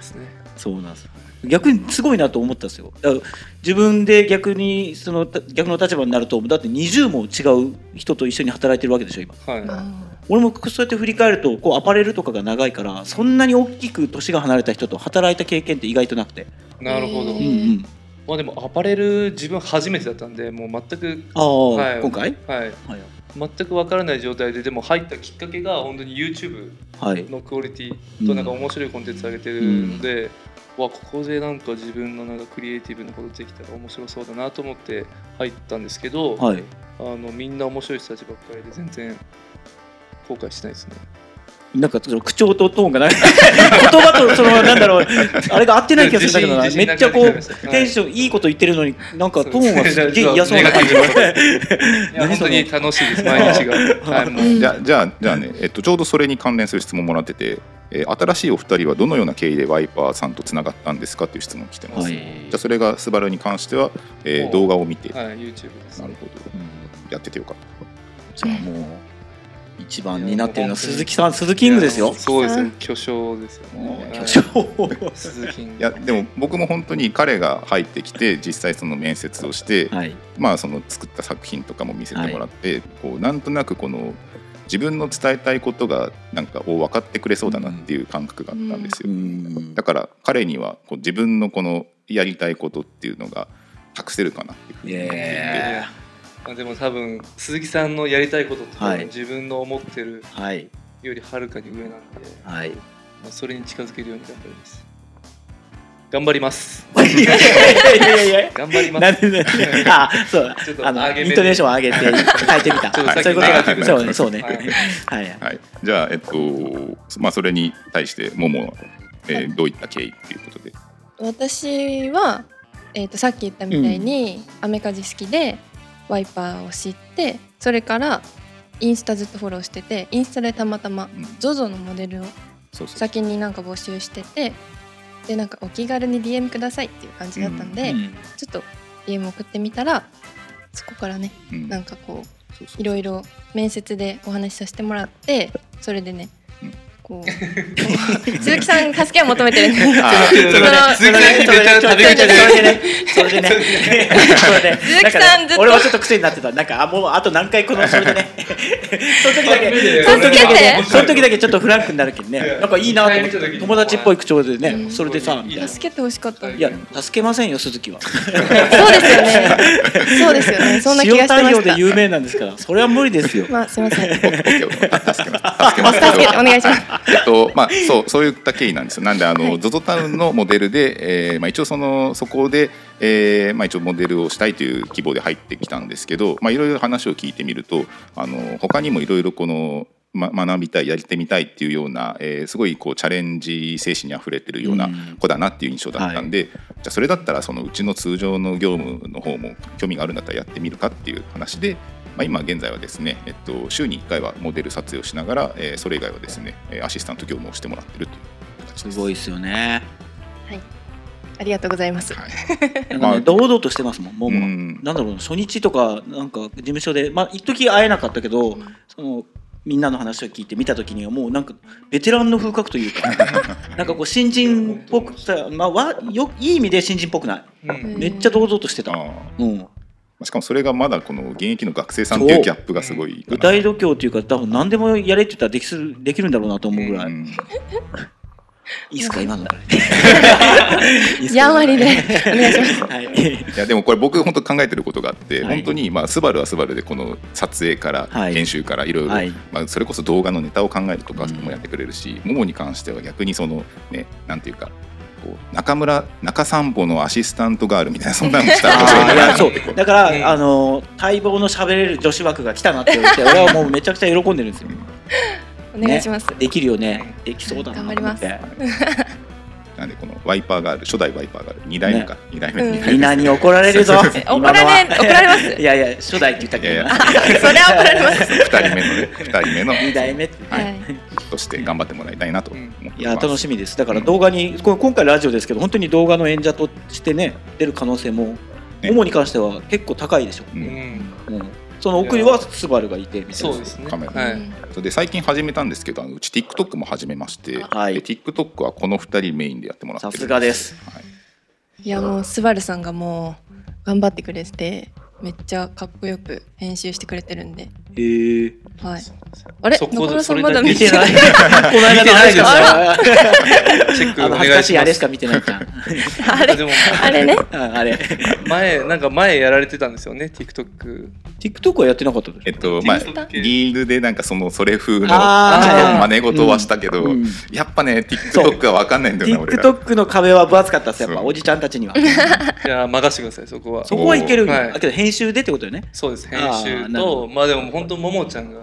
Speaker 4: すね
Speaker 5: そうなんです逆にすごいなと思ったんですよだから自分で逆にその逆の立場になるとだって20も違う人と一緒に働いてるわけでしょ今
Speaker 1: ー
Speaker 4: は
Speaker 1: あ
Speaker 5: 俺もそうやって振り返るとこうアパレルとかが長いからそんなに大きく年が離れた人と働いた経験って意外となくて、
Speaker 4: いなるほど
Speaker 1: う
Speaker 5: うんんうん、
Speaker 4: まあでもアパレル自分初めてだったんでもう全く
Speaker 5: ああ、
Speaker 4: はい
Speaker 5: 今回
Speaker 4: はい
Speaker 5: はい、
Speaker 4: 全く分からない状態ででも入ったきっかけが本当に YouTube
Speaker 5: はい、
Speaker 4: のクオリティとなんか面白いコンテンツ上げてるので、わここでなんか自分のなんかクリエイティブなことできたら面白そうだなと思って入ったんですけど、
Speaker 5: はい、
Speaker 4: あのみんな面白い人たちばっかりで全然後悔してないですね。
Speaker 5: なんかその口調とトー ンがない言葉とそのなんだろうあれが合ってない気がするんだけどな
Speaker 4: 自
Speaker 5: め
Speaker 4: 信
Speaker 5: っちゃこ
Speaker 4: 自信なくなってきました
Speaker 5: うテンションいいこと言ってるのになんかトーンがすげえ嫌そうな感じ
Speaker 4: そうそうネガいや
Speaker 5: 何
Speaker 4: 本
Speaker 5: そ
Speaker 4: 当
Speaker 5: の
Speaker 4: に楽しいです毎 日が。はいもう
Speaker 3: じゃあじゃあじゃあね、えっと、ちょうどそれに関連する質問もらってて、えー新しいお二人はどのような経緯でワイパーさんとつながったんですかっていう質問来てます、
Speaker 5: はい
Speaker 3: じゃあそれがスバルに関しては、えー
Speaker 4: おう
Speaker 3: 動画を見て、
Speaker 4: はい YouTube です
Speaker 3: な。るほどやっててよかった
Speaker 5: じゃあもう一番になってるのは鈴木さん鈴キングです
Speaker 4: い
Speaker 5: よ
Speaker 4: やそうですよ巨匠ですよね。
Speaker 5: 巨匠
Speaker 4: はい鈴木キン
Speaker 3: い
Speaker 4: グ
Speaker 3: やでも僕も本当に彼が入ってきて実際その面接をして、
Speaker 5: はい
Speaker 3: まあ、その作った作品とかも見せてもらって、こうなんとなくこの自分の伝えたいことがなんかを分かってくれそうだなっていう感覚があったんですよ。
Speaker 5: うん
Speaker 3: だから彼にはこう自分のこのやりたいことっていうのが託せるかなっていうふうに思っていて、
Speaker 5: え
Speaker 4: まあでも多分鈴木さんのやりたいことって多
Speaker 5: はい
Speaker 4: 分自分の思ってる
Speaker 5: ーはい
Speaker 4: よりはるかに上なんで、
Speaker 5: はい
Speaker 4: まあそれに近づけるように頑張ります。頑張ります。
Speaker 5: いやいやい やいや
Speaker 4: 頑張りま
Speaker 5: なん
Speaker 4: す。
Speaker 5: でね、あ、そう
Speaker 4: ちょっ、と
Speaker 5: あの、
Speaker 4: 上げ
Speaker 5: イ
Speaker 4: 目
Speaker 5: ントネーションを上げて、変えてみた。
Speaker 4: ちょっとさっき
Speaker 5: そういうこと
Speaker 3: ね
Speaker 5: が、そうね、そうね
Speaker 4: は。い
Speaker 5: はい、はい、
Speaker 3: はい、じゃあ、えっとまあ、それに対してももは、えーどういった経緯っていうことで。
Speaker 1: 私は、えー、とさっき言ったみたいに、アメカジ好きでワイパーを知ってそれからインスタずっとフォローしててインスタでたまたま
Speaker 3: うん
Speaker 1: ZOZO のモデルを
Speaker 3: そうそう
Speaker 1: 先になんか募集しててでなんかお気軽に DM くださいっていう感じだったんで、
Speaker 5: うん
Speaker 1: ちょっと DM 送ってみたらそこからね
Speaker 3: うん
Speaker 1: なんかこう
Speaker 3: そうそう
Speaker 1: いろいろ面接でお話しさせてもらってそれでね
Speaker 3: うん
Speaker 1: こう 鈴木さんに助けを求めてるんです
Speaker 3: あ
Speaker 4: ちょっとね鈴木さんにめっちゃ食べ口
Speaker 5: それ
Speaker 4: で
Speaker 5: でね、それでね、それでね、
Speaker 1: 鈴木さん
Speaker 5: なんかね
Speaker 1: ずっと
Speaker 5: 俺はちょっと癖になってた、なんか、あ、もう、あと何回この、それでね。その時だけ、その時だけね、その時だけ、ちょっとフランクになるけどね、なんかいいなと思っ
Speaker 4: 一回見た時
Speaker 5: て、
Speaker 4: に
Speaker 5: 友達っぽい口調で
Speaker 1: う
Speaker 5: ね、
Speaker 1: ん
Speaker 5: それでさ、みたいな。
Speaker 1: 助けてほしかった
Speaker 4: はい
Speaker 1: そ
Speaker 4: け
Speaker 1: う
Speaker 5: いや、助けませんよ、鈴木は。
Speaker 1: ですよね そうですよねそんな気が
Speaker 5: 塩
Speaker 1: してま
Speaker 5: 対応
Speaker 1: し
Speaker 5: で
Speaker 1: た
Speaker 5: 有名なんですから、それは無理ですよ。
Speaker 1: まあすいません
Speaker 3: オッケーオッケー助けます助けますけど
Speaker 1: 助けてお願いします
Speaker 3: えっとまあ、そうそういった経緯なんですよなんであの、ZOZO タウンのモデルで、えーまあ、一応そのそこで、えーまあ、一応モデルをしたいという希望で入ってきたんですけど、まあ、いろいろ話を聞いてみるとあの他にもいろいろこの、ま、学びたいやりてみたいっていうような、えーすごいこうチャレンジ精神にあふれてるような
Speaker 5: うん
Speaker 3: 子だなっていう印象だったんで、じゃあそれだったらそのうちの通常の業務の方も興味があるんだったらやってみるかっていう話で。まあ、今現在はですね、えっと、週に1回はモデル撮影をしながら、えーそれ以外はですねえーアシスタント業務をしてもらってるという形
Speaker 5: す
Speaker 3: です。
Speaker 5: ごいですよね。
Speaker 1: ありがとうございます
Speaker 3: はい
Speaker 5: なんか
Speaker 3: まあ
Speaker 5: ね、堂々としてますもん、もう
Speaker 3: う
Speaker 5: もう。
Speaker 3: ん
Speaker 5: なんだろうな初日とかなんか事務所でまあ一時会えなかったけど、そのみんなの話を聞いて見た時にはもうなんかベテランの風格というかなんかこう新人っぽくさまあわよいい意味で新人っぽくない
Speaker 4: うん
Speaker 5: めっちゃ堂々として
Speaker 3: あ
Speaker 5: た、
Speaker 3: ー
Speaker 5: うん、
Speaker 3: しかもそれがまだこの現役の学生さんっていうギャップがすごいか
Speaker 5: 舞
Speaker 3: な
Speaker 5: 台度胸というか多分何でもやれって言ったらできするできるんだろうなと思うぐらい、
Speaker 3: うん
Speaker 5: いいっすか今のこれ いいっすか
Speaker 1: やんわりでお願いします
Speaker 5: はい
Speaker 3: いやでもこれ僕本当考えてることがあって、
Speaker 5: はい
Speaker 3: 本当にまあスバルはスバルでこの撮影から
Speaker 5: はい
Speaker 3: 編集からいろいろ、
Speaker 5: はい
Speaker 3: まあそれこそ動画のネタを考えるとか
Speaker 5: うん
Speaker 3: もやってくれるし、ももに関しては逆にそのねなんていうかこう中村中散歩のアシスタントガールみたいなそんなのもしたら面白い
Speaker 5: あーい
Speaker 3: な
Speaker 5: や
Speaker 3: と
Speaker 5: そ
Speaker 3: 思ってこ
Speaker 5: うだから、
Speaker 4: うん
Speaker 5: あの待望の喋れる女子枠が来たなって言って俺はもうめちゃくちゃ喜んでるんですよ
Speaker 1: お願いします、
Speaker 5: できるよねできそうだな
Speaker 1: 頑張ります
Speaker 5: と思って
Speaker 3: うなんでこのワイパーガール初代ワイパーガール2代目か、二代目
Speaker 1: うん
Speaker 3: 二代目
Speaker 5: みんなに怒られるぞ
Speaker 1: え怒られ
Speaker 5: 今のは
Speaker 1: 怒られます
Speaker 5: いやいや初代って言ったけど
Speaker 3: いやいや
Speaker 5: な
Speaker 1: それは怒られます
Speaker 3: 2人目のね2人目の
Speaker 5: 二代目って
Speaker 1: はい、
Speaker 3: として頑張ってもらいたいなと思ってます。
Speaker 5: いや楽しみですだから
Speaker 3: うん
Speaker 5: 動画にこ今回ラジオですけど本当に動画の演者としてね出る可能性も
Speaker 3: ね
Speaker 5: 主に関しては結構高いでしょ、
Speaker 3: う
Speaker 4: うんん
Speaker 5: うんその奥にはスバルがいてみたいな
Speaker 4: そうですね。
Speaker 3: カメラ
Speaker 4: は
Speaker 1: う
Speaker 4: い。
Speaker 1: ん
Speaker 3: それで最近始めたんですけどあのうち TikTok も始めまして、
Speaker 5: はい
Speaker 3: で TikTok はこの2人メインでやってもらってる
Speaker 5: さすがです、
Speaker 3: はい
Speaker 1: いやもうスバルさんがもう頑張ってくれててめっちゃかっこよく編集してくれてるんで
Speaker 5: へー
Speaker 1: はいあれ
Speaker 4: そこ
Speaker 1: 中村さん
Speaker 4: それ
Speaker 1: まだ
Speaker 5: 見
Speaker 1: 見
Speaker 5: て
Speaker 1: て
Speaker 5: な
Speaker 1: ないい
Speaker 5: この間のあれ し か
Speaker 4: チェック
Speaker 5: あ
Speaker 4: お
Speaker 5: の
Speaker 4: 願い
Speaker 5: 恥ずか
Speaker 4: します。
Speaker 5: しいあれしか見てないから
Speaker 1: あれ
Speaker 4: でも
Speaker 1: あれね
Speaker 5: うんあれ
Speaker 4: 前なんか前やられてたんですよね TikTok。
Speaker 5: TikTok はやってなかったでし
Speaker 3: え
Speaker 5: ょ
Speaker 3: っとまあ
Speaker 4: リールだっけ
Speaker 3: リールでなんかそのそれ風のちょっと
Speaker 5: あ
Speaker 4: ー
Speaker 3: 真似事はしたけど、
Speaker 5: うん
Speaker 3: やっぱね TikTok は分かんないんだよな俺ら
Speaker 5: TikTok の壁は分厚かったっすやっぱ
Speaker 3: そう
Speaker 5: おじちゃんたち には
Speaker 4: じゃあ任せてくださいそこは。
Speaker 5: そこはいけるん
Speaker 4: は
Speaker 5: や
Speaker 4: い
Speaker 5: あけど編集でってことよね
Speaker 4: そうです
Speaker 5: あ
Speaker 4: 編
Speaker 5: ー
Speaker 4: 集
Speaker 5: なるほ
Speaker 4: と
Speaker 5: ど
Speaker 4: まあでも本当ももちゃんが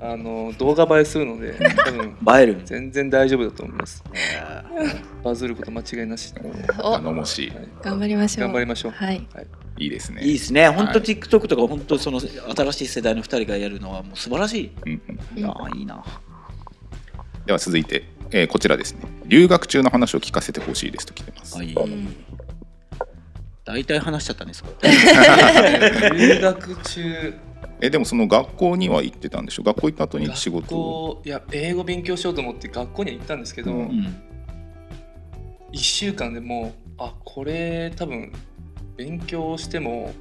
Speaker 4: ああの動画映えするので多分
Speaker 5: 映えるんで
Speaker 4: 全然大丈夫だと思いますバズること間違いなしなので、は
Speaker 1: お
Speaker 3: 頼もしい
Speaker 4: い
Speaker 1: 頑張りましょう
Speaker 4: 頑張りましょう
Speaker 1: はい
Speaker 3: いいですね
Speaker 5: いいですね本当
Speaker 3: はい
Speaker 5: TikTok とか本当その新しい世代の二人がやるのはもう素晴らしい、
Speaker 3: うんうん
Speaker 1: うん、
Speaker 5: いやーいいな
Speaker 3: では続いて、えーこちらですね留学中の話を聞かせてほしいですと来てます、
Speaker 5: あいいう
Speaker 1: ん
Speaker 5: 大体話しちゃったね そこ
Speaker 4: 留学中
Speaker 3: えでもその学校には行ってたんでしょ学校行った後に仕
Speaker 4: 学
Speaker 3: 事を
Speaker 4: 校いや英語勉強しようと思って学校には行ったんですけど、
Speaker 3: う
Speaker 5: うんん
Speaker 4: 1週間でもうあこれ多分勉強しても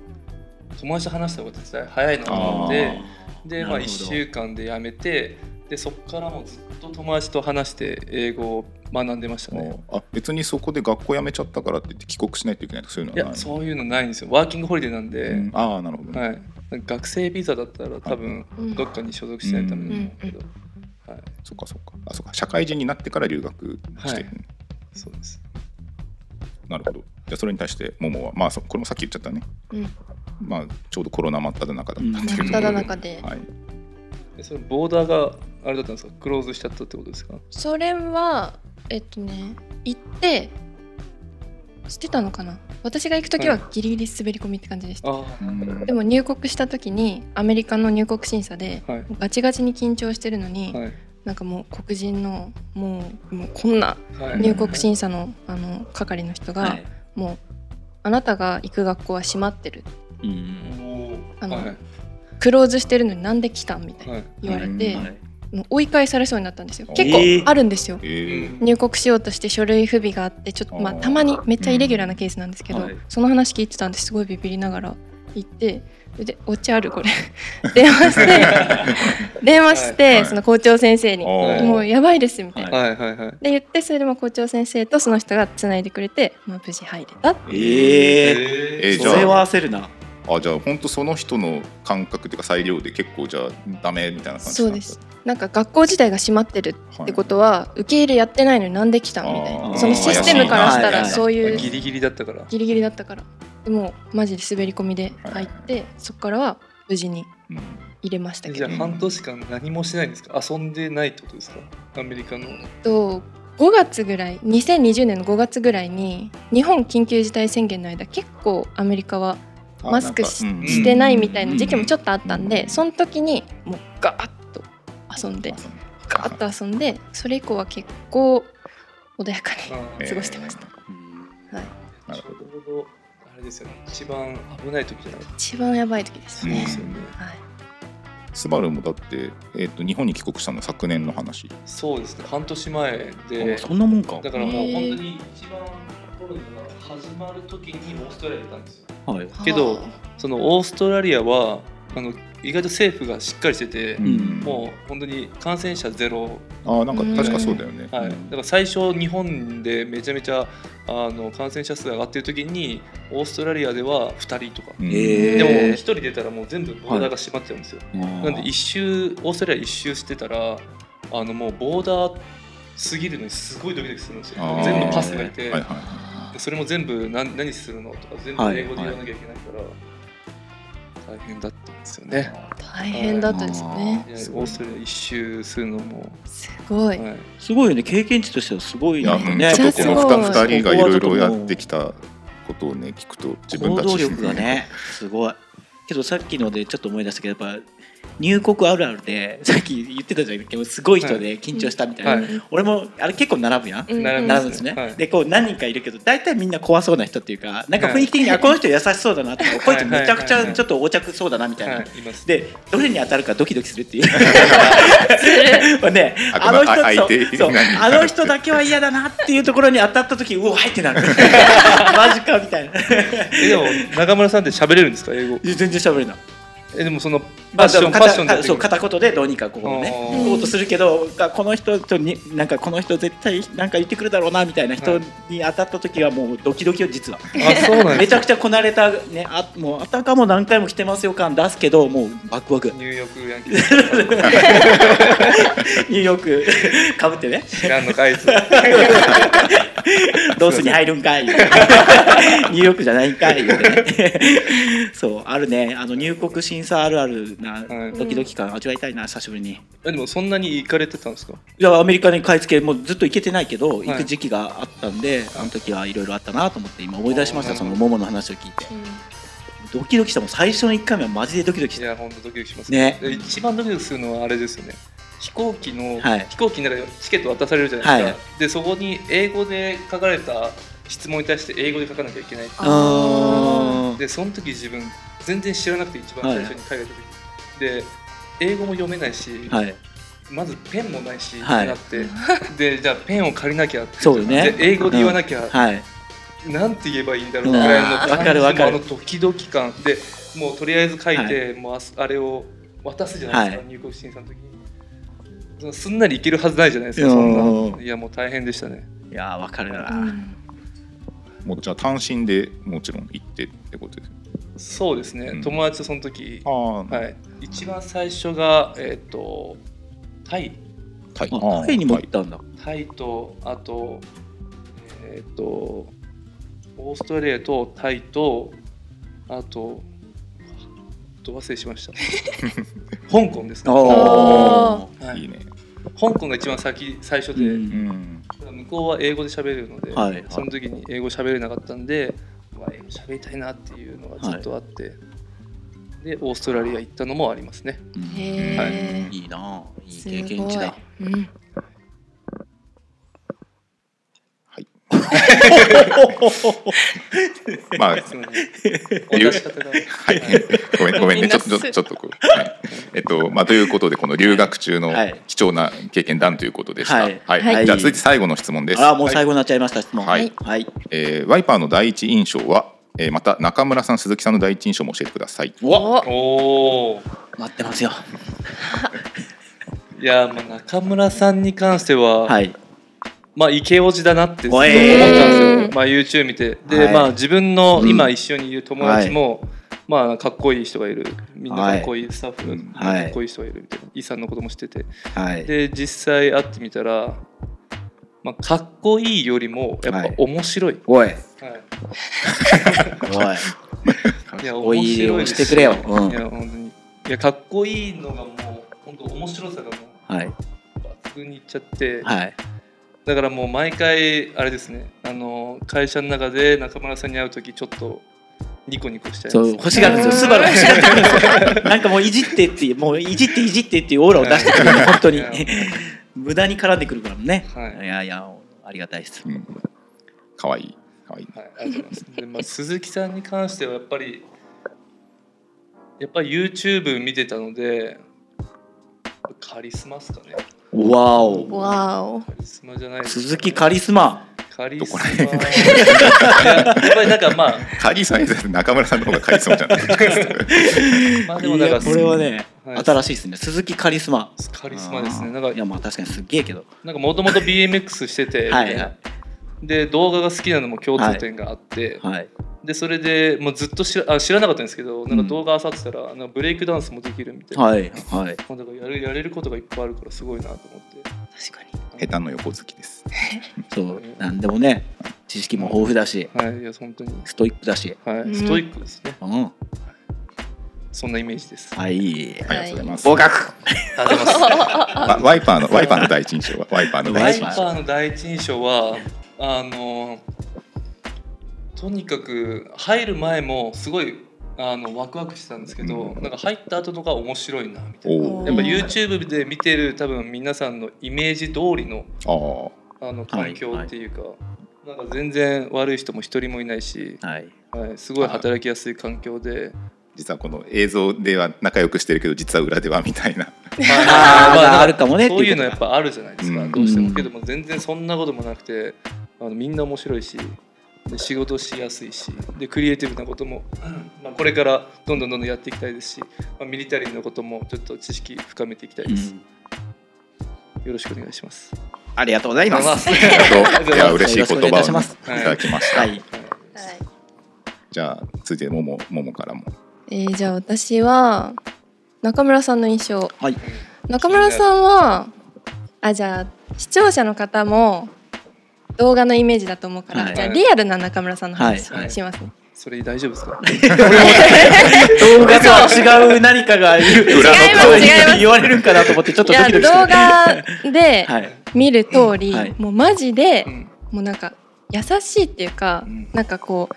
Speaker 4: 友達と話した方が絶対早いなと思ってで、ま
Speaker 5: な
Speaker 4: あ、
Speaker 5: る
Speaker 4: 1
Speaker 5: ほど
Speaker 4: 週間でやめてでそこからもうずっと友達と話して英語を学んでましたね
Speaker 3: ああ別にそこで学校辞めちゃったからって言って帰国しないといけないとかそういう
Speaker 4: い
Speaker 3: のは
Speaker 4: や
Speaker 3: ない
Speaker 4: そういうのないんですよワーキングホリデーなんで、
Speaker 3: うんああなるほどね、
Speaker 4: はい、学生ビザだったら多分
Speaker 1: うん
Speaker 4: どっかに所属しないとダメなんだけど、はい、
Speaker 3: そっかそっかあそっか社会人になってから留学して、
Speaker 4: はいそうです
Speaker 3: なるほどじゃあそれに対してももはまあそこれもさっき言っちゃったね、
Speaker 1: うん
Speaker 3: まあちょうどコロナ真っ只中だったって
Speaker 1: 真
Speaker 3: いう
Speaker 1: っ
Speaker 3: ところで
Speaker 1: 只中で
Speaker 3: はい、
Speaker 4: でそのボーダーがあれだったんですかクローズしちゃったってことですか
Speaker 1: それはえっとね行ってしてたのかな私が行く時はギリギリ滑り込みって感じでした、
Speaker 4: ああ
Speaker 3: うん
Speaker 1: でも入国した時にアメリカの入国審査で
Speaker 4: はい
Speaker 1: ガチガチに緊張してるのに、
Speaker 4: はい
Speaker 1: なんかもう黒人のもうもうこんな
Speaker 4: はい
Speaker 1: 入国審査のあの係の人が、
Speaker 5: はい
Speaker 1: もうあなたが行く学校は閉まってる
Speaker 5: うん
Speaker 4: おー
Speaker 1: あの
Speaker 4: はい
Speaker 1: クローズしてるのになんで来たんみたいな
Speaker 4: はい
Speaker 1: 言われ
Speaker 5: う
Speaker 1: て、
Speaker 5: ん
Speaker 3: は
Speaker 5: はい
Speaker 1: もう追い返されそうになったんですよ
Speaker 3: えー
Speaker 1: 結構あるんですよ、
Speaker 3: えー
Speaker 1: 入国しようとして書類不備があってちょっとまあ
Speaker 3: あー
Speaker 1: たまにめっちゃイレギュラーなケースなんですけど、
Speaker 5: はい
Speaker 1: その話聞いてたんですごいビビりながら行ってで「お茶あるこれ」 電話して電話して、
Speaker 3: はい
Speaker 1: その校長先生に「
Speaker 3: あー
Speaker 1: もうやばいです」みたいな。
Speaker 5: はい
Speaker 4: はいはいはい
Speaker 1: で言ってそれでも校長先生とその人がつないでくれて、まあ、無事入れた
Speaker 5: ええ
Speaker 4: え
Speaker 3: えー
Speaker 5: ー、
Speaker 3: じゃあ
Speaker 5: それは焦るな
Speaker 3: あじゃあ本当その人の感覚っていうか裁量で結構じゃあダメみたいな感じ
Speaker 1: そうですなんか学校自体が閉まってる
Speaker 3: っ
Speaker 1: ってことは受け入れやってないのになんで来たんみたい
Speaker 3: あ
Speaker 1: な
Speaker 3: ー
Speaker 1: そのシステムからしたら
Speaker 5: 怪しいな
Speaker 1: そう
Speaker 3: はいいうはい
Speaker 4: ギリギリだったから
Speaker 1: ギリギリだったからでもマジで滑り込みで入ってそこからは無事に入れましたけ
Speaker 4: じゃ
Speaker 1: ど
Speaker 4: あ半年間何もしないんですか遊んでないってことですかアメリカの
Speaker 1: と5月ぐらい2020年の5月ぐらいに日本緊急事態宣言の間結構アメリカはマスクし,、
Speaker 4: ん
Speaker 1: てないみたいな時期もちょ
Speaker 3: っ
Speaker 1: っとあったんでその時にもうガーッと遊んでガーッと遊んでそれ以降は結構穏やかに
Speaker 4: あ
Speaker 3: えー
Speaker 1: 過ごしてました、はい、
Speaker 4: なるほどちょうどあれですよね一番危ない時じゃない
Speaker 1: 一番やばい時です
Speaker 3: うん
Speaker 1: ね、
Speaker 4: ですよね
Speaker 1: はい
Speaker 3: スバルもだって、えー、と日本に帰国したのは昨年の話
Speaker 4: そうですね半年前で
Speaker 5: あそんなもんか
Speaker 4: だからもう本当に一番コロナが始まる時にオーストラリアにいたんですよ
Speaker 5: はい
Speaker 4: けどそのオーストラリアはあの意外と政府がしっかりしてて、
Speaker 5: ん
Speaker 4: もう本当に感染者ゼロ
Speaker 3: ああなんか確かそうだよね、
Speaker 4: はい、だから最初日本でめちゃめちゃあの感染者数が上がってる時にオーストラリアでは2人とか、
Speaker 3: うん
Speaker 5: えー
Speaker 4: でも1人出たらもう全部ボーダーが閉まっちゃうんですよ、
Speaker 5: な
Speaker 4: なんで一周オーストラリア一周してたらあのもうボーダー過ぎるのにすごいドキドキするんですよ
Speaker 3: あー
Speaker 4: 全部パスがいて、
Speaker 3: はいは
Speaker 4: でそれも全部何何するのとか全部
Speaker 5: はい
Speaker 4: 英語で言わなきゃいけないから、大変だったんですよね
Speaker 1: 大変だったですね
Speaker 4: いやオーストラリア一周するのも、
Speaker 1: すごい、
Speaker 4: はい、
Speaker 5: すごいよね経験値としてはすご
Speaker 3: い、
Speaker 5: い
Speaker 3: いや、
Speaker 5: よ
Speaker 3: うん
Speaker 5: ね
Speaker 3: ちょっとこの
Speaker 1: めっちゃすご
Speaker 3: 2
Speaker 1: い
Speaker 3: 人がいろいろやってきたことをね聞くと自分
Speaker 5: 行
Speaker 3: たち
Speaker 5: 動力がねすごいけどさっきのでちょっと思い出したけどやっぱ入国あるあるでさっき言ってたじゃんけどすごい人で緊張したみたいな、
Speaker 4: はい
Speaker 5: 俺もあれ結構並ぶやん、
Speaker 1: うん
Speaker 4: 並
Speaker 5: 並ぶんですね、
Speaker 4: はい
Speaker 5: でこう何人かいるけど大体みんな怖そうな人っていうかなんか雰囲気的に、あこの人優しそうだなとかこいつめちゃくちゃちょっと横着そうだなみたいな、
Speaker 4: はい、います
Speaker 5: でどれに当たるかドキドキするっていうまあ ね
Speaker 3: あ
Speaker 5: あの人
Speaker 3: あ相
Speaker 5: と
Speaker 3: 手
Speaker 5: そう
Speaker 3: 何
Speaker 5: あの人だけは嫌だなっていうところに当たった時うお入ってなる マジかみたいな
Speaker 4: えでも中村さんって喋れるんですか英語
Speaker 5: 全然喋れない
Speaker 4: えでもそのフ
Speaker 5: ま
Speaker 4: ァ
Speaker 5: あ、
Speaker 4: ッション、
Speaker 5: でも
Speaker 4: ファッ
Speaker 5: 片
Speaker 4: ションでやって
Speaker 5: そう
Speaker 4: くる
Speaker 5: 片言でどうにかここをね
Speaker 4: うん
Speaker 5: 行こうとするけどあこの人とになんかこの人絶対なんか言ってくるだろうなみたいな人に当たった時はもうドキドキを実は
Speaker 4: あそうなん
Speaker 5: め
Speaker 4: です
Speaker 5: ちゃくちゃこなれたねあもうあたかも何回も来てますよ感出すけどもうワクワクニ
Speaker 4: ニューヨークヤンキース
Speaker 5: ューヨークかぶってね
Speaker 4: 知らんのかいつ
Speaker 5: ドースに入るん かいニューヨークじゃないんかい 言うてねそうあるねあの入国審査あるあるな
Speaker 4: はい
Speaker 5: ドキドキ感味わいたいな久しぶりに
Speaker 4: えでもそんなに行かれてたんですか
Speaker 5: いやアメリカに買い付けもうずっと行けてないけど
Speaker 4: い
Speaker 5: 行く時期があったんであの時はいろいろあったなと思って今思い出しましたそのモモの話を聞いてドキドキしたもん最初の1回目はマジでドキドキし
Speaker 4: い
Speaker 5: た
Speaker 4: や本当ドキドキします
Speaker 5: ね
Speaker 4: で一番ドキドキするのはあれですよね飛行機の、
Speaker 5: はい
Speaker 4: 飛行機の中でチケット渡されるじゃないですか、でそこに英語で書かれた質問に対して英語で書かなきゃいけない
Speaker 1: あ
Speaker 5: あー
Speaker 4: でその時自分全然知らなくて一番最初に海外出てきて、で英語も読めないし、
Speaker 5: はい
Speaker 4: まずペンもないし、
Speaker 5: はい
Speaker 4: なってでじゃあペンを借りなきゃって
Speaker 5: そうよね
Speaker 4: で英語で言わなきゃ、
Speaker 5: はい
Speaker 4: なんて言えばいいんだろうぐらいの感じ
Speaker 5: うんわかるわかる
Speaker 4: のあのドキドキ感でもうとりあえず書いて、もうあすあれを渡すじゃないですか、
Speaker 5: は
Speaker 4: 入国審査の時にすんなりいけるはずないじゃないですかそんな
Speaker 5: うん
Speaker 4: いやもう大変でしたね
Speaker 5: いやーわかるな、
Speaker 3: もうじゃあ単身でもちろん行ってってことです
Speaker 4: そうですね、
Speaker 3: うん
Speaker 4: 友達とその時、
Speaker 3: ああは
Speaker 4: はいい、一番最初がえっ、とタイ
Speaker 3: タイ
Speaker 5: あタイにも行ったんだ、
Speaker 4: タイとあとえっ、とオーストラリアとタイとあとあと忘れしました 香港ですね
Speaker 5: お
Speaker 1: お
Speaker 4: はいい
Speaker 3: いね
Speaker 4: 香港が一番先最初で、
Speaker 5: うん
Speaker 3: うん
Speaker 4: 向こうは英語で喋れるので、
Speaker 5: はい
Speaker 4: その時に英語喋れなかったんで、まあ、英語喋りたいなっていうのがずっとあって、でオーストラリア行ったのもあります ね
Speaker 5: うん
Speaker 1: へえ
Speaker 5: いいなぁいい
Speaker 1: す
Speaker 5: 経験値だ
Speaker 1: ごいうん
Speaker 3: まあ
Speaker 4: すいません
Speaker 3: 言う
Speaker 4: 渡し方が
Speaker 3: はい、ごめん ごめんねちょっとちょちょっとこう、はいえっとまあ、ということでこの留学中の
Speaker 5: はい
Speaker 3: 貴重な経験談ということでした、
Speaker 5: は
Speaker 3: はいい
Speaker 5: はい
Speaker 3: じゃあ続いて最後の質問です、
Speaker 5: ああもう最後になっちゃいました質問
Speaker 3: はい
Speaker 5: はい、
Speaker 3: えーワイパーの第一印象は、えーまた中村さん鈴木さんの第一印象も教えてください、
Speaker 5: うわ
Speaker 1: お
Speaker 4: おお
Speaker 5: 待ってますよ
Speaker 4: いやーまあ中村さんに関しては、
Speaker 5: はい
Speaker 4: まあイケオジだなって思
Speaker 5: お
Speaker 4: ったん
Speaker 5: い
Speaker 4: ですよ、まあ、YouTube 見てで、
Speaker 5: はい
Speaker 4: まあ自分の
Speaker 5: うん
Speaker 4: 今一緒にいる友達も、まあかっこいい人がいるみんなかっこいいスタッフが
Speaker 5: はい
Speaker 4: かっこいい人がいるみたいな、イさんのことも知ってて
Speaker 5: はい
Speaker 4: で実際会ってみたら、まあ、かっこいいよりもやっ
Speaker 5: は
Speaker 4: ぱ
Speaker 5: い
Speaker 4: 面白い、
Speaker 5: おい
Speaker 4: はい
Speaker 5: おい
Speaker 4: い、
Speaker 5: かっこい
Speaker 4: や
Speaker 5: いを
Speaker 4: です
Speaker 5: してくれようん
Speaker 4: いや本当にいやかっこいいのがもう本当面白さがも
Speaker 5: はい、
Speaker 4: う抜群にいっちゃって、
Speaker 5: はい、
Speaker 4: だからもう毎回あれですねあの会社の中で中村さんに会う時ちょっとニコニコしちゃい
Speaker 5: そう
Speaker 4: ます
Speaker 5: 欲しがるんですよ、スバル欲しがるんですよ、 なんかもういじってっていう、もういじっていじってっていうオーラを出してくるね、本当に
Speaker 4: いや、
Speaker 5: 無駄に絡んでくるからね、
Speaker 4: はい
Speaker 5: いやいや、ありがたいです
Speaker 3: う。ん、かわいいかわいい
Speaker 4: はい、ありがとうございます。で、まあ、鈴木さんに関してはやっぱり。やっぱり YouTube 見てたので。カリスマですかね。
Speaker 5: わお、
Speaker 1: わお
Speaker 4: カリスマじゃないですかね
Speaker 5: 鈴木カリスマ、
Speaker 4: カリスマ。
Speaker 3: どこら
Speaker 4: いややっぱりなんか、 まあ、
Speaker 3: カリスマイズだと中村さんの方がカリスマじゃないですか
Speaker 4: まあ、でも、
Speaker 5: い
Speaker 4: なん
Speaker 5: や
Speaker 4: か、
Speaker 5: これはね、
Speaker 4: はい
Speaker 5: 新しいですね、鈴木カリスマ。
Speaker 4: カリスマですね。なん
Speaker 5: あーいや
Speaker 4: か、
Speaker 5: まあ確かにすっげえけど
Speaker 4: なんか、もともと BMX してて。みたい
Speaker 5: はいは
Speaker 4: なで動画が好きなのも共通点があって、
Speaker 5: はい
Speaker 4: でそれでもうずっと知らあ知らなかったんですけどなん
Speaker 5: う
Speaker 4: か
Speaker 5: ん
Speaker 4: 動画あさってたら、なんかブレイクダンスもできるみたいな、
Speaker 5: はいはい
Speaker 4: もうだからやるやれることがいっぱいあるからすごいなと思って
Speaker 1: 確かに
Speaker 3: 下手の横好きです
Speaker 5: そうなんでもね知識も豊富だし
Speaker 4: はい、いや、本当に。
Speaker 5: ストイックだし
Speaker 4: はい、
Speaker 1: うん
Speaker 4: ストイックですね。
Speaker 5: うん
Speaker 4: そんなイメージです。
Speaker 5: はい
Speaker 3: ありがとうございます、
Speaker 5: 合格
Speaker 4: ありがとうございます。
Speaker 3: わワイパーのワイパーの第一印象はワイパーの
Speaker 5: ワ
Speaker 4: ワ
Speaker 3: 第
Speaker 5: イ
Speaker 4: イ
Speaker 3: 一
Speaker 5: パ
Speaker 4: パ
Speaker 5: ー
Speaker 4: ーの第一印象は、あの。とにかく入る前もすごい。あのワクワクしてたんですけど、
Speaker 3: うん
Speaker 4: なんか入った後とか面白いなみたい
Speaker 3: お
Speaker 4: な
Speaker 1: お
Speaker 4: やっぱ
Speaker 1: 言
Speaker 4: YouTube で見てる多分皆さんのイメージ通りの
Speaker 3: お
Speaker 4: あの
Speaker 5: はい
Speaker 4: 環境っていうか、なんか全然悪い人も一人もいないし、
Speaker 5: はい
Speaker 4: はい、すごい働きやすい環境で、
Speaker 3: 実はこの映像では仲良くしてるけど実は裏ではみたいな
Speaker 4: はい
Speaker 5: あー
Speaker 4: なんか
Speaker 5: あるかもねっていう
Speaker 4: そういうのやっぱあるじゃないですか、
Speaker 3: うん
Speaker 4: どうして
Speaker 5: うん
Speaker 4: もけども全然そんなこともなくてあのみんな面白いしで仕事しやすいしでクリエイティブなことも、まあ、これからどんどんどんどんやっていきたいですし、まあ、ミリタリーのこともちょっと知識深めていきたいです、よろしくお願いします
Speaker 5: ありがとうございます
Speaker 4: あり
Speaker 3: あ
Speaker 4: がとうございます
Speaker 3: といや嬉しい言葉をね、
Speaker 5: よろしくお願いいたします
Speaker 3: いただきました、
Speaker 5: はい
Speaker 1: はい
Speaker 3: じゃあ続いてももももからも
Speaker 1: えーじゃあ私は中村さんの印象
Speaker 5: はい
Speaker 1: 中村さんはあじゃあ視聴者の方も動画のイメージだと思うから、
Speaker 5: はい
Speaker 1: じゃあリアルな中村さんの話
Speaker 5: はい
Speaker 1: しますね、
Speaker 4: それ大丈夫ですか
Speaker 5: 動画とは違う何かが言う
Speaker 3: 裏の
Speaker 1: 顔違います違います
Speaker 5: 言われるんかなと思ってちょっと
Speaker 1: い
Speaker 5: ド
Speaker 1: や
Speaker 5: キドキして
Speaker 1: 動画で
Speaker 5: はい
Speaker 1: 見る通り、
Speaker 5: はい
Speaker 1: もうマジで、
Speaker 4: うん
Speaker 1: もうなんか優しいっていうか、
Speaker 4: うん
Speaker 1: なんかこう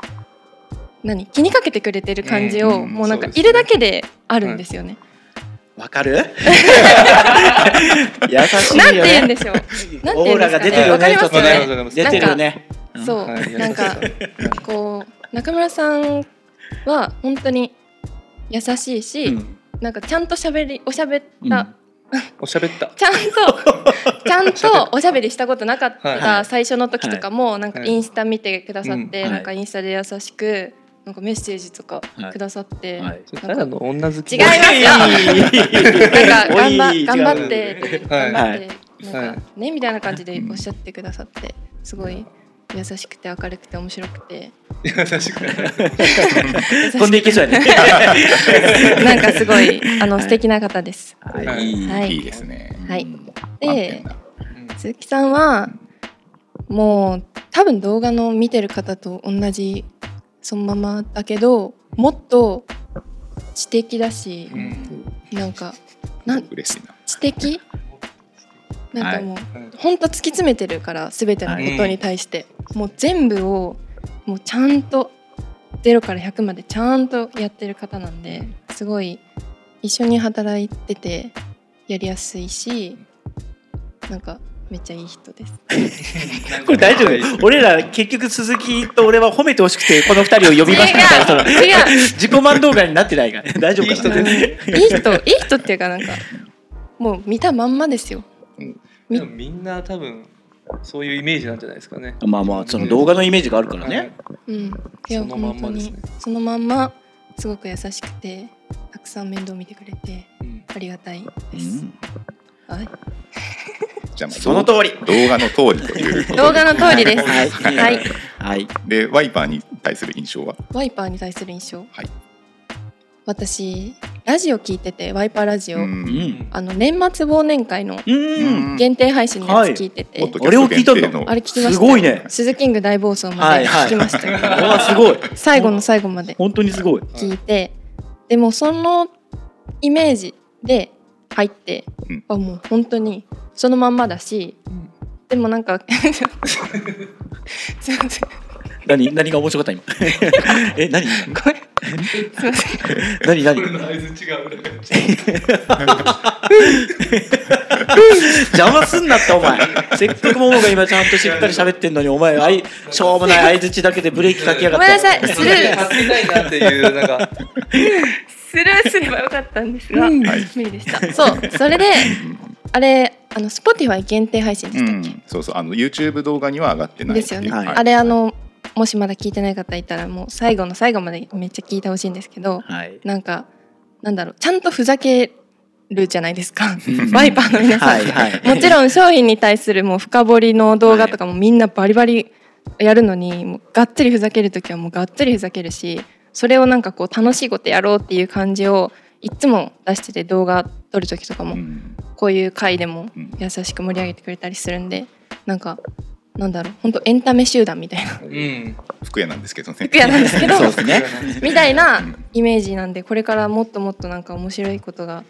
Speaker 1: 何気にかけてくれてる感じを、
Speaker 3: うん
Speaker 1: もうなんか
Speaker 4: そうですね
Speaker 1: いるだけであるんですよね。
Speaker 5: わかる優しい
Speaker 1: なんて
Speaker 5: よ
Speaker 1: 言うん
Speaker 5: ね
Speaker 1: でしょう。なんて
Speaker 5: オ
Speaker 1: 言う
Speaker 5: ー
Speaker 1: んで
Speaker 5: ラ
Speaker 1: す
Speaker 5: が
Speaker 1: か
Speaker 5: 出
Speaker 1: ね
Speaker 5: てるよ
Speaker 1: わか
Speaker 5: ね
Speaker 1: り
Speaker 5: ちょ
Speaker 1: ま
Speaker 5: っと
Speaker 1: すよ
Speaker 4: わか
Speaker 5: ね出て
Speaker 1: ね。
Speaker 4: ります
Speaker 5: るよねうん
Speaker 1: そう、
Speaker 4: はい
Speaker 1: なんかこう中村さんは本当に優しいし、
Speaker 5: うん
Speaker 1: なんかちゃんと喋りおしゃべった、
Speaker 5: うん
Speaker 1: ちゃん
Speaker 4: おしゃべった
Speaker 1: とちゃんとおしゃべりしたことなかっ
Speaker 4: はいは
Speaker 1: た
Speaker 5: い
Speaker 1: 最初の時とかも、なんか
Speaker 4: はい
Speaker 1: インスタ見てくださって、
Speaker 5: うん
Speaker 1: なんかインスタで優しくなんかメッセージとか
Speaker 5: はい
Speaker 1: くださって、
Speaker 5: はい
Speaker 4: それただの女好き
Speaker 1: 違いますよ な
Speaker 5: お
Speaker 1: んか
Speaker 5: い
Speaker 1: 頑張頑
Speaker 5: 違
Speaker 1: 張
Speaker 5: う
Speaker 1: って頑張って
Speaker 4: はいはい
Speaker 1: なんかねみたいな感じで
Speaker 5: うん
Speaker 1: おっしゃってくださってすごい優しくて明るくて面白くて
Speaker 4: 確かに
Speaker 5: 飛んでいけそうやね
Speaker 1: なんかすごいあの
Speaker 5: はい
Speaker 1: 素敵な方です。
Speaker 5: はい
Speaker 1: はい
Speaker 3: いいですね。
Speaker 1: はい
Speaker 5: うん
Speaker 1: で
Speaker 3: 満点だ
Speaker 1: 鈴木さんはもう多分動画の見てる方と同じそのままだけどもっと知的だし
Speaker 3: う、
Speaker 1: なんかなん
Speaker 3: 嬉しいな。
Speaker 1: 知的なんかもう、
Speaker 4: はい
Speaker 1: ほんと突き詰めてるから全てのことに対して、もう全部をもうちゃんと0から100までちゃんとやってる方なんですごい一緒に働いててやりやすいしなんかめっちゃいい人 です。
Speaker 5: これ大丈夫俺ら結局鈴木と俺は褒めてほしくてこの二人を呼びましたみたいなその
Speaker 1: 違う
Speaker 5: 自己満動画になってないから大丈夫かない
Speaker 4: い人です
Speaker 1: うんいい人いい人っていうかなんかもう見たまんまですよ。
Speaker 4: でもみんな多分そういうイメージなんじゃないですかね
Speaker 5: まあまあその動画のイメージがあるからね、
Speaker 1: うん、いや
Speaker 4: そのまんまですね
Speaker 1: 本当にそのまんますごく優しくてたくさん面倒見てくれて
Speaker 4: うん
Speaker 1: ありがたいで
Speaker 5: う
Speaker 1: す。
Speaker 5: ん
Speaker 1: はい、
Speaker 3: じゃあまあ
Speaker 5: その通り
Speaker 3: 動画の通りということ
Speaker 1: 動画の通り です。
Speaker 5: はい
Speaker 1: はい、
Speaker 5: はい
Speaker 3: でワイパーに対する印象は
Speaker 1: ワイパーに対する印象。
Speaker 3: はい
Speaker 1: 私ラジオ聞いててワイパーラジオ、
Speaker 5: う
Speaker 3: うん
Speaker 5: ん
Speaker 1: あの年末忘年会の
Speaker 5: うん
Speaker 1: 限定配信のやつ聞いてて、
Speaker 3: ポッドキャスト限定の
Speaker 1: あれ聞きました。
Speaker 5: すごいね
Speaker 1: 鈴キング大暴走まで聞きましたけ ど、
Speaker 5: これはすごい
Speaker 1: 最後の最後まで
Speaker 5: 本当にすごい
Speaker 1: 聞 いて、でもそのイメージで入って、
Speaker 3: うん
Speaker 1: あもう本当にそのまんまだし、
Speaker 4: うん
Speaker 1: でもなんか すいません
Speaker 5: 何何が面白かった今 え何
Speaker 1: ごめんすいません
Speaker 5: 何何
Speaker 4: 俺の合図違うね
Speaker 5: 邪魔すんなってお前せっかくももが今ちゃんとしっかり喋ってんのにお前あいしょうもない相づちだけでブレーキかけやが
Speaker 1: ご
Speaker 5: っ
Speaker 1: めんな
Speaker 5: て
Speaker 1: さいスルー
Speaker 4: 助けたいなっていうなんか
Speaker 1: スルーすればよかったんですが、
Speaker 3: はい
Speaker 1: 無理でしたそうそれであれあの Spotify 限定配信でし
Speaker 3: う
Speaker 1: たっけ、
Speaker 3: ん、そうそうあの YouTube 動画には上がってない
Speaker 1: ですよね、
Speaker 5: はい
Speaker 1: あれあのもしまだ聞いてない方いたらもう最後の最後までめっちゃ聞いてほしいんですけど
Speaker 5: はい
Speaker 1: なんかなんだろうちゃんとふざけるじゃないで すかワイパーの皆さん、
Speaker 5: はいはい
Speaker 1: もちろん商品に対するもう深掘りの動画とかもみんなバリバリやるのにもうがっつりふざける時はもうがっつりふざけるしそれをなんかこう楽しいことやろうっていう感じをいつも出してて動画撮る時とか
Speaker 3: う
Speaker 1: も
Speaker 3: ん
Speaker 1: こういう回でも
Speaker 3: うん
Speaker 1: 優しく盛り上げてくれたりするんでなんかなんだろう本当エンタメ集団みたい な
Speaker 4: うん
Speaker 3: 服屋なんですけどね
Speaker 1: 服屋なんですけど
Speaker 5: そうですね
Speaker 1: みたいな
Speaker 3: うん
Speaker 1: イメージなんでこれからもっともっとなんか面白いことが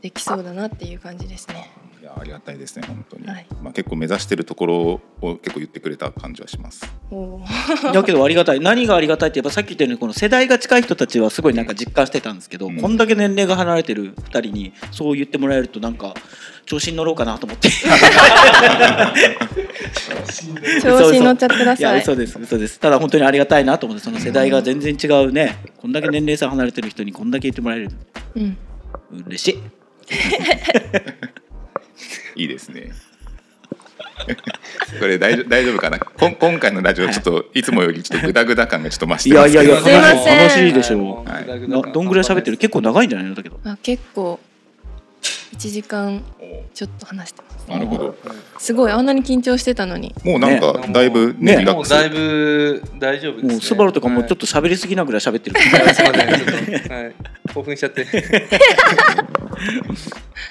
Speaker 1: できそうだなっていう感じですね。
Speaker 3: いやありがたいですね本当に、
Speaker 1: はい
Speaker 3: まあ、結構目指してるところを結構言ってくれた感じはします
Speaker 1: おー
Speaker 5: だけどありがたい何がありがたいってやっぱさっき言ったようにこの世代が近い人たちはすごいなんか実感してたんですけど、
Speaker 3: うん
Speaker 5: こんだけ年齢が離れてる2人にそう言ってもらえるとなんか調子に乗ろうかなと思って
Speaker 1: 調子に乗っちゃってくだ
Speaker 5: いや
Speaker 1: さい。
Speaker 5: 嘘です嘘ですただ本当にありがたいなと思ってその世代が全然違うねこんだけ年齢差離れてる人にこんだけ言ってもらえる
Speaker 1: うん、
Speaker 5: 嬉しい
Speaker 3: いいですね これ大丈夫大丈夫かなこん今回のラジオちょっといつもよりちょっとグダグダ感がちょっと増してますけど
Speaker 5: いや
Speaker 1: すいません
Speaker 5: 楽しいでしょ
Speaker 4: は
Speaker 5: うなどんぐらい喋ってる結構長いんじゃないのだけど
Speaker 1: あ結構1時間ちょっと話してます。
Speaker 3: なるほど
Speaker 1: すごいあんなに緊張してたのに。
Speaker 3: もうなんかだいぶね
Speaker 5: ね
Speaker 3: リラッ
Speaker 4: も
Speaker 3: ク
Speaker 4: う
Speaker 3: ス
Speaker 4: だいぶ大丈夫です
Speaker 5: も
Speaker 4: ね
Speaker 5: うスバルとかもうちょっと
Speaker 4: と
Speaker 5: 喋りすぎなぐらい喋ってる、
Speaker 4: すいませんちょっとはい興奮しちゃって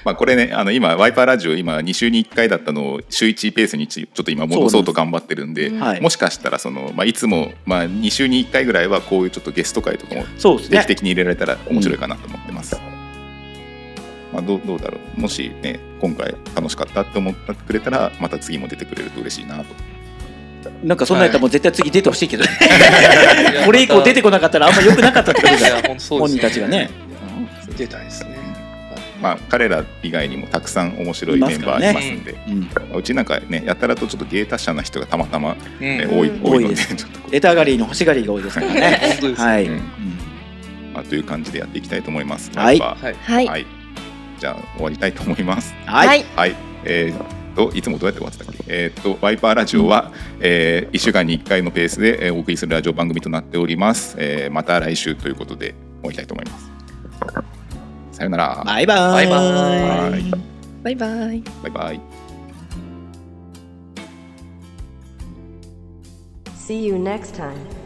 Speaker 3: まあこれねあの今ワイパーラジオ今2週に1回だったのを週1ペースにちちょっと今戻そうと頑張ってるんで
Speaker 1: そう
Speaker 5: はい
Speaker 3: もしかしたらその、まあ、いつも、まあ、2週に1回ぐらいはこういうちょっとゲスト会とかも
Speaker 5: そうです
Speaker 3: 定期
Speaker 5: ね。
Speaker 3: 的に入れられたら面白いかなと思ってます。まあ、どうどうだろうもしね今回楽しかったって思ってくれたらまた次も出てくれると嬉しいなと
Speaker 5: なんかそんなんやったらもう絶対次出てほしいけどね。
Speaker 4: いや
Speaker 5: これ以降出てこなかったらあんま良くなかったって こと
Speaker 4: い
Speaker 5: じゃん
Speaker 4: や本当そう
Speaker 5: 本
Speaker 4: です
Speaker 5: 人たちがね。
Speaker 4: 出たいですね
Speaker 3: まあ彼ら以外にもたくさん面白いメンバーいますんで
Speaker 5: うん
Speaker 3: うちなんかねやたらとちょっと芸達者な人がたまたま、
Speaker 4: う
Speaker 3: ね
Speaker 4: ん
Speaker 3: 多い
Speaker 1: うん
Speaker 3: 多いの
Speaker 5: 多い
Speaker 3: で
Speaker 5: です
Speaker 3: ちょっとこ
Speaker 5: エタ上がりの欲しがりが多いですからね。
Speaker 4: 本当です
Speaker 5: はい。
Speaker 3: うん
Speaker 5: うん
Speaker 3: う、まあ、という感じでやっていきたいと思います。
Speaker 5: はい
Speaker 3: やっ
Speaker 4: はい
Speaker 1: はい
Speaker 3: ぱはい、じゃあ終わりたいと思います。
Speaker 5: はい。
Speaker 3: はい、えーっといつもどうやって終わってたっけ、えーっとワイパーラジオは、え1週間に1回のペースでえーお送りするラジオ番組となっております、えーまた来週ということで終わりたいと思いますさよなら、
Speaker 5: バイバ
Speaker 4: バイ
Speaker 3: バーイ
Speaker 5: イ
Speaker 1: バイバイ。
Speaker 3: バイバイ
Speaker 2: See you next time.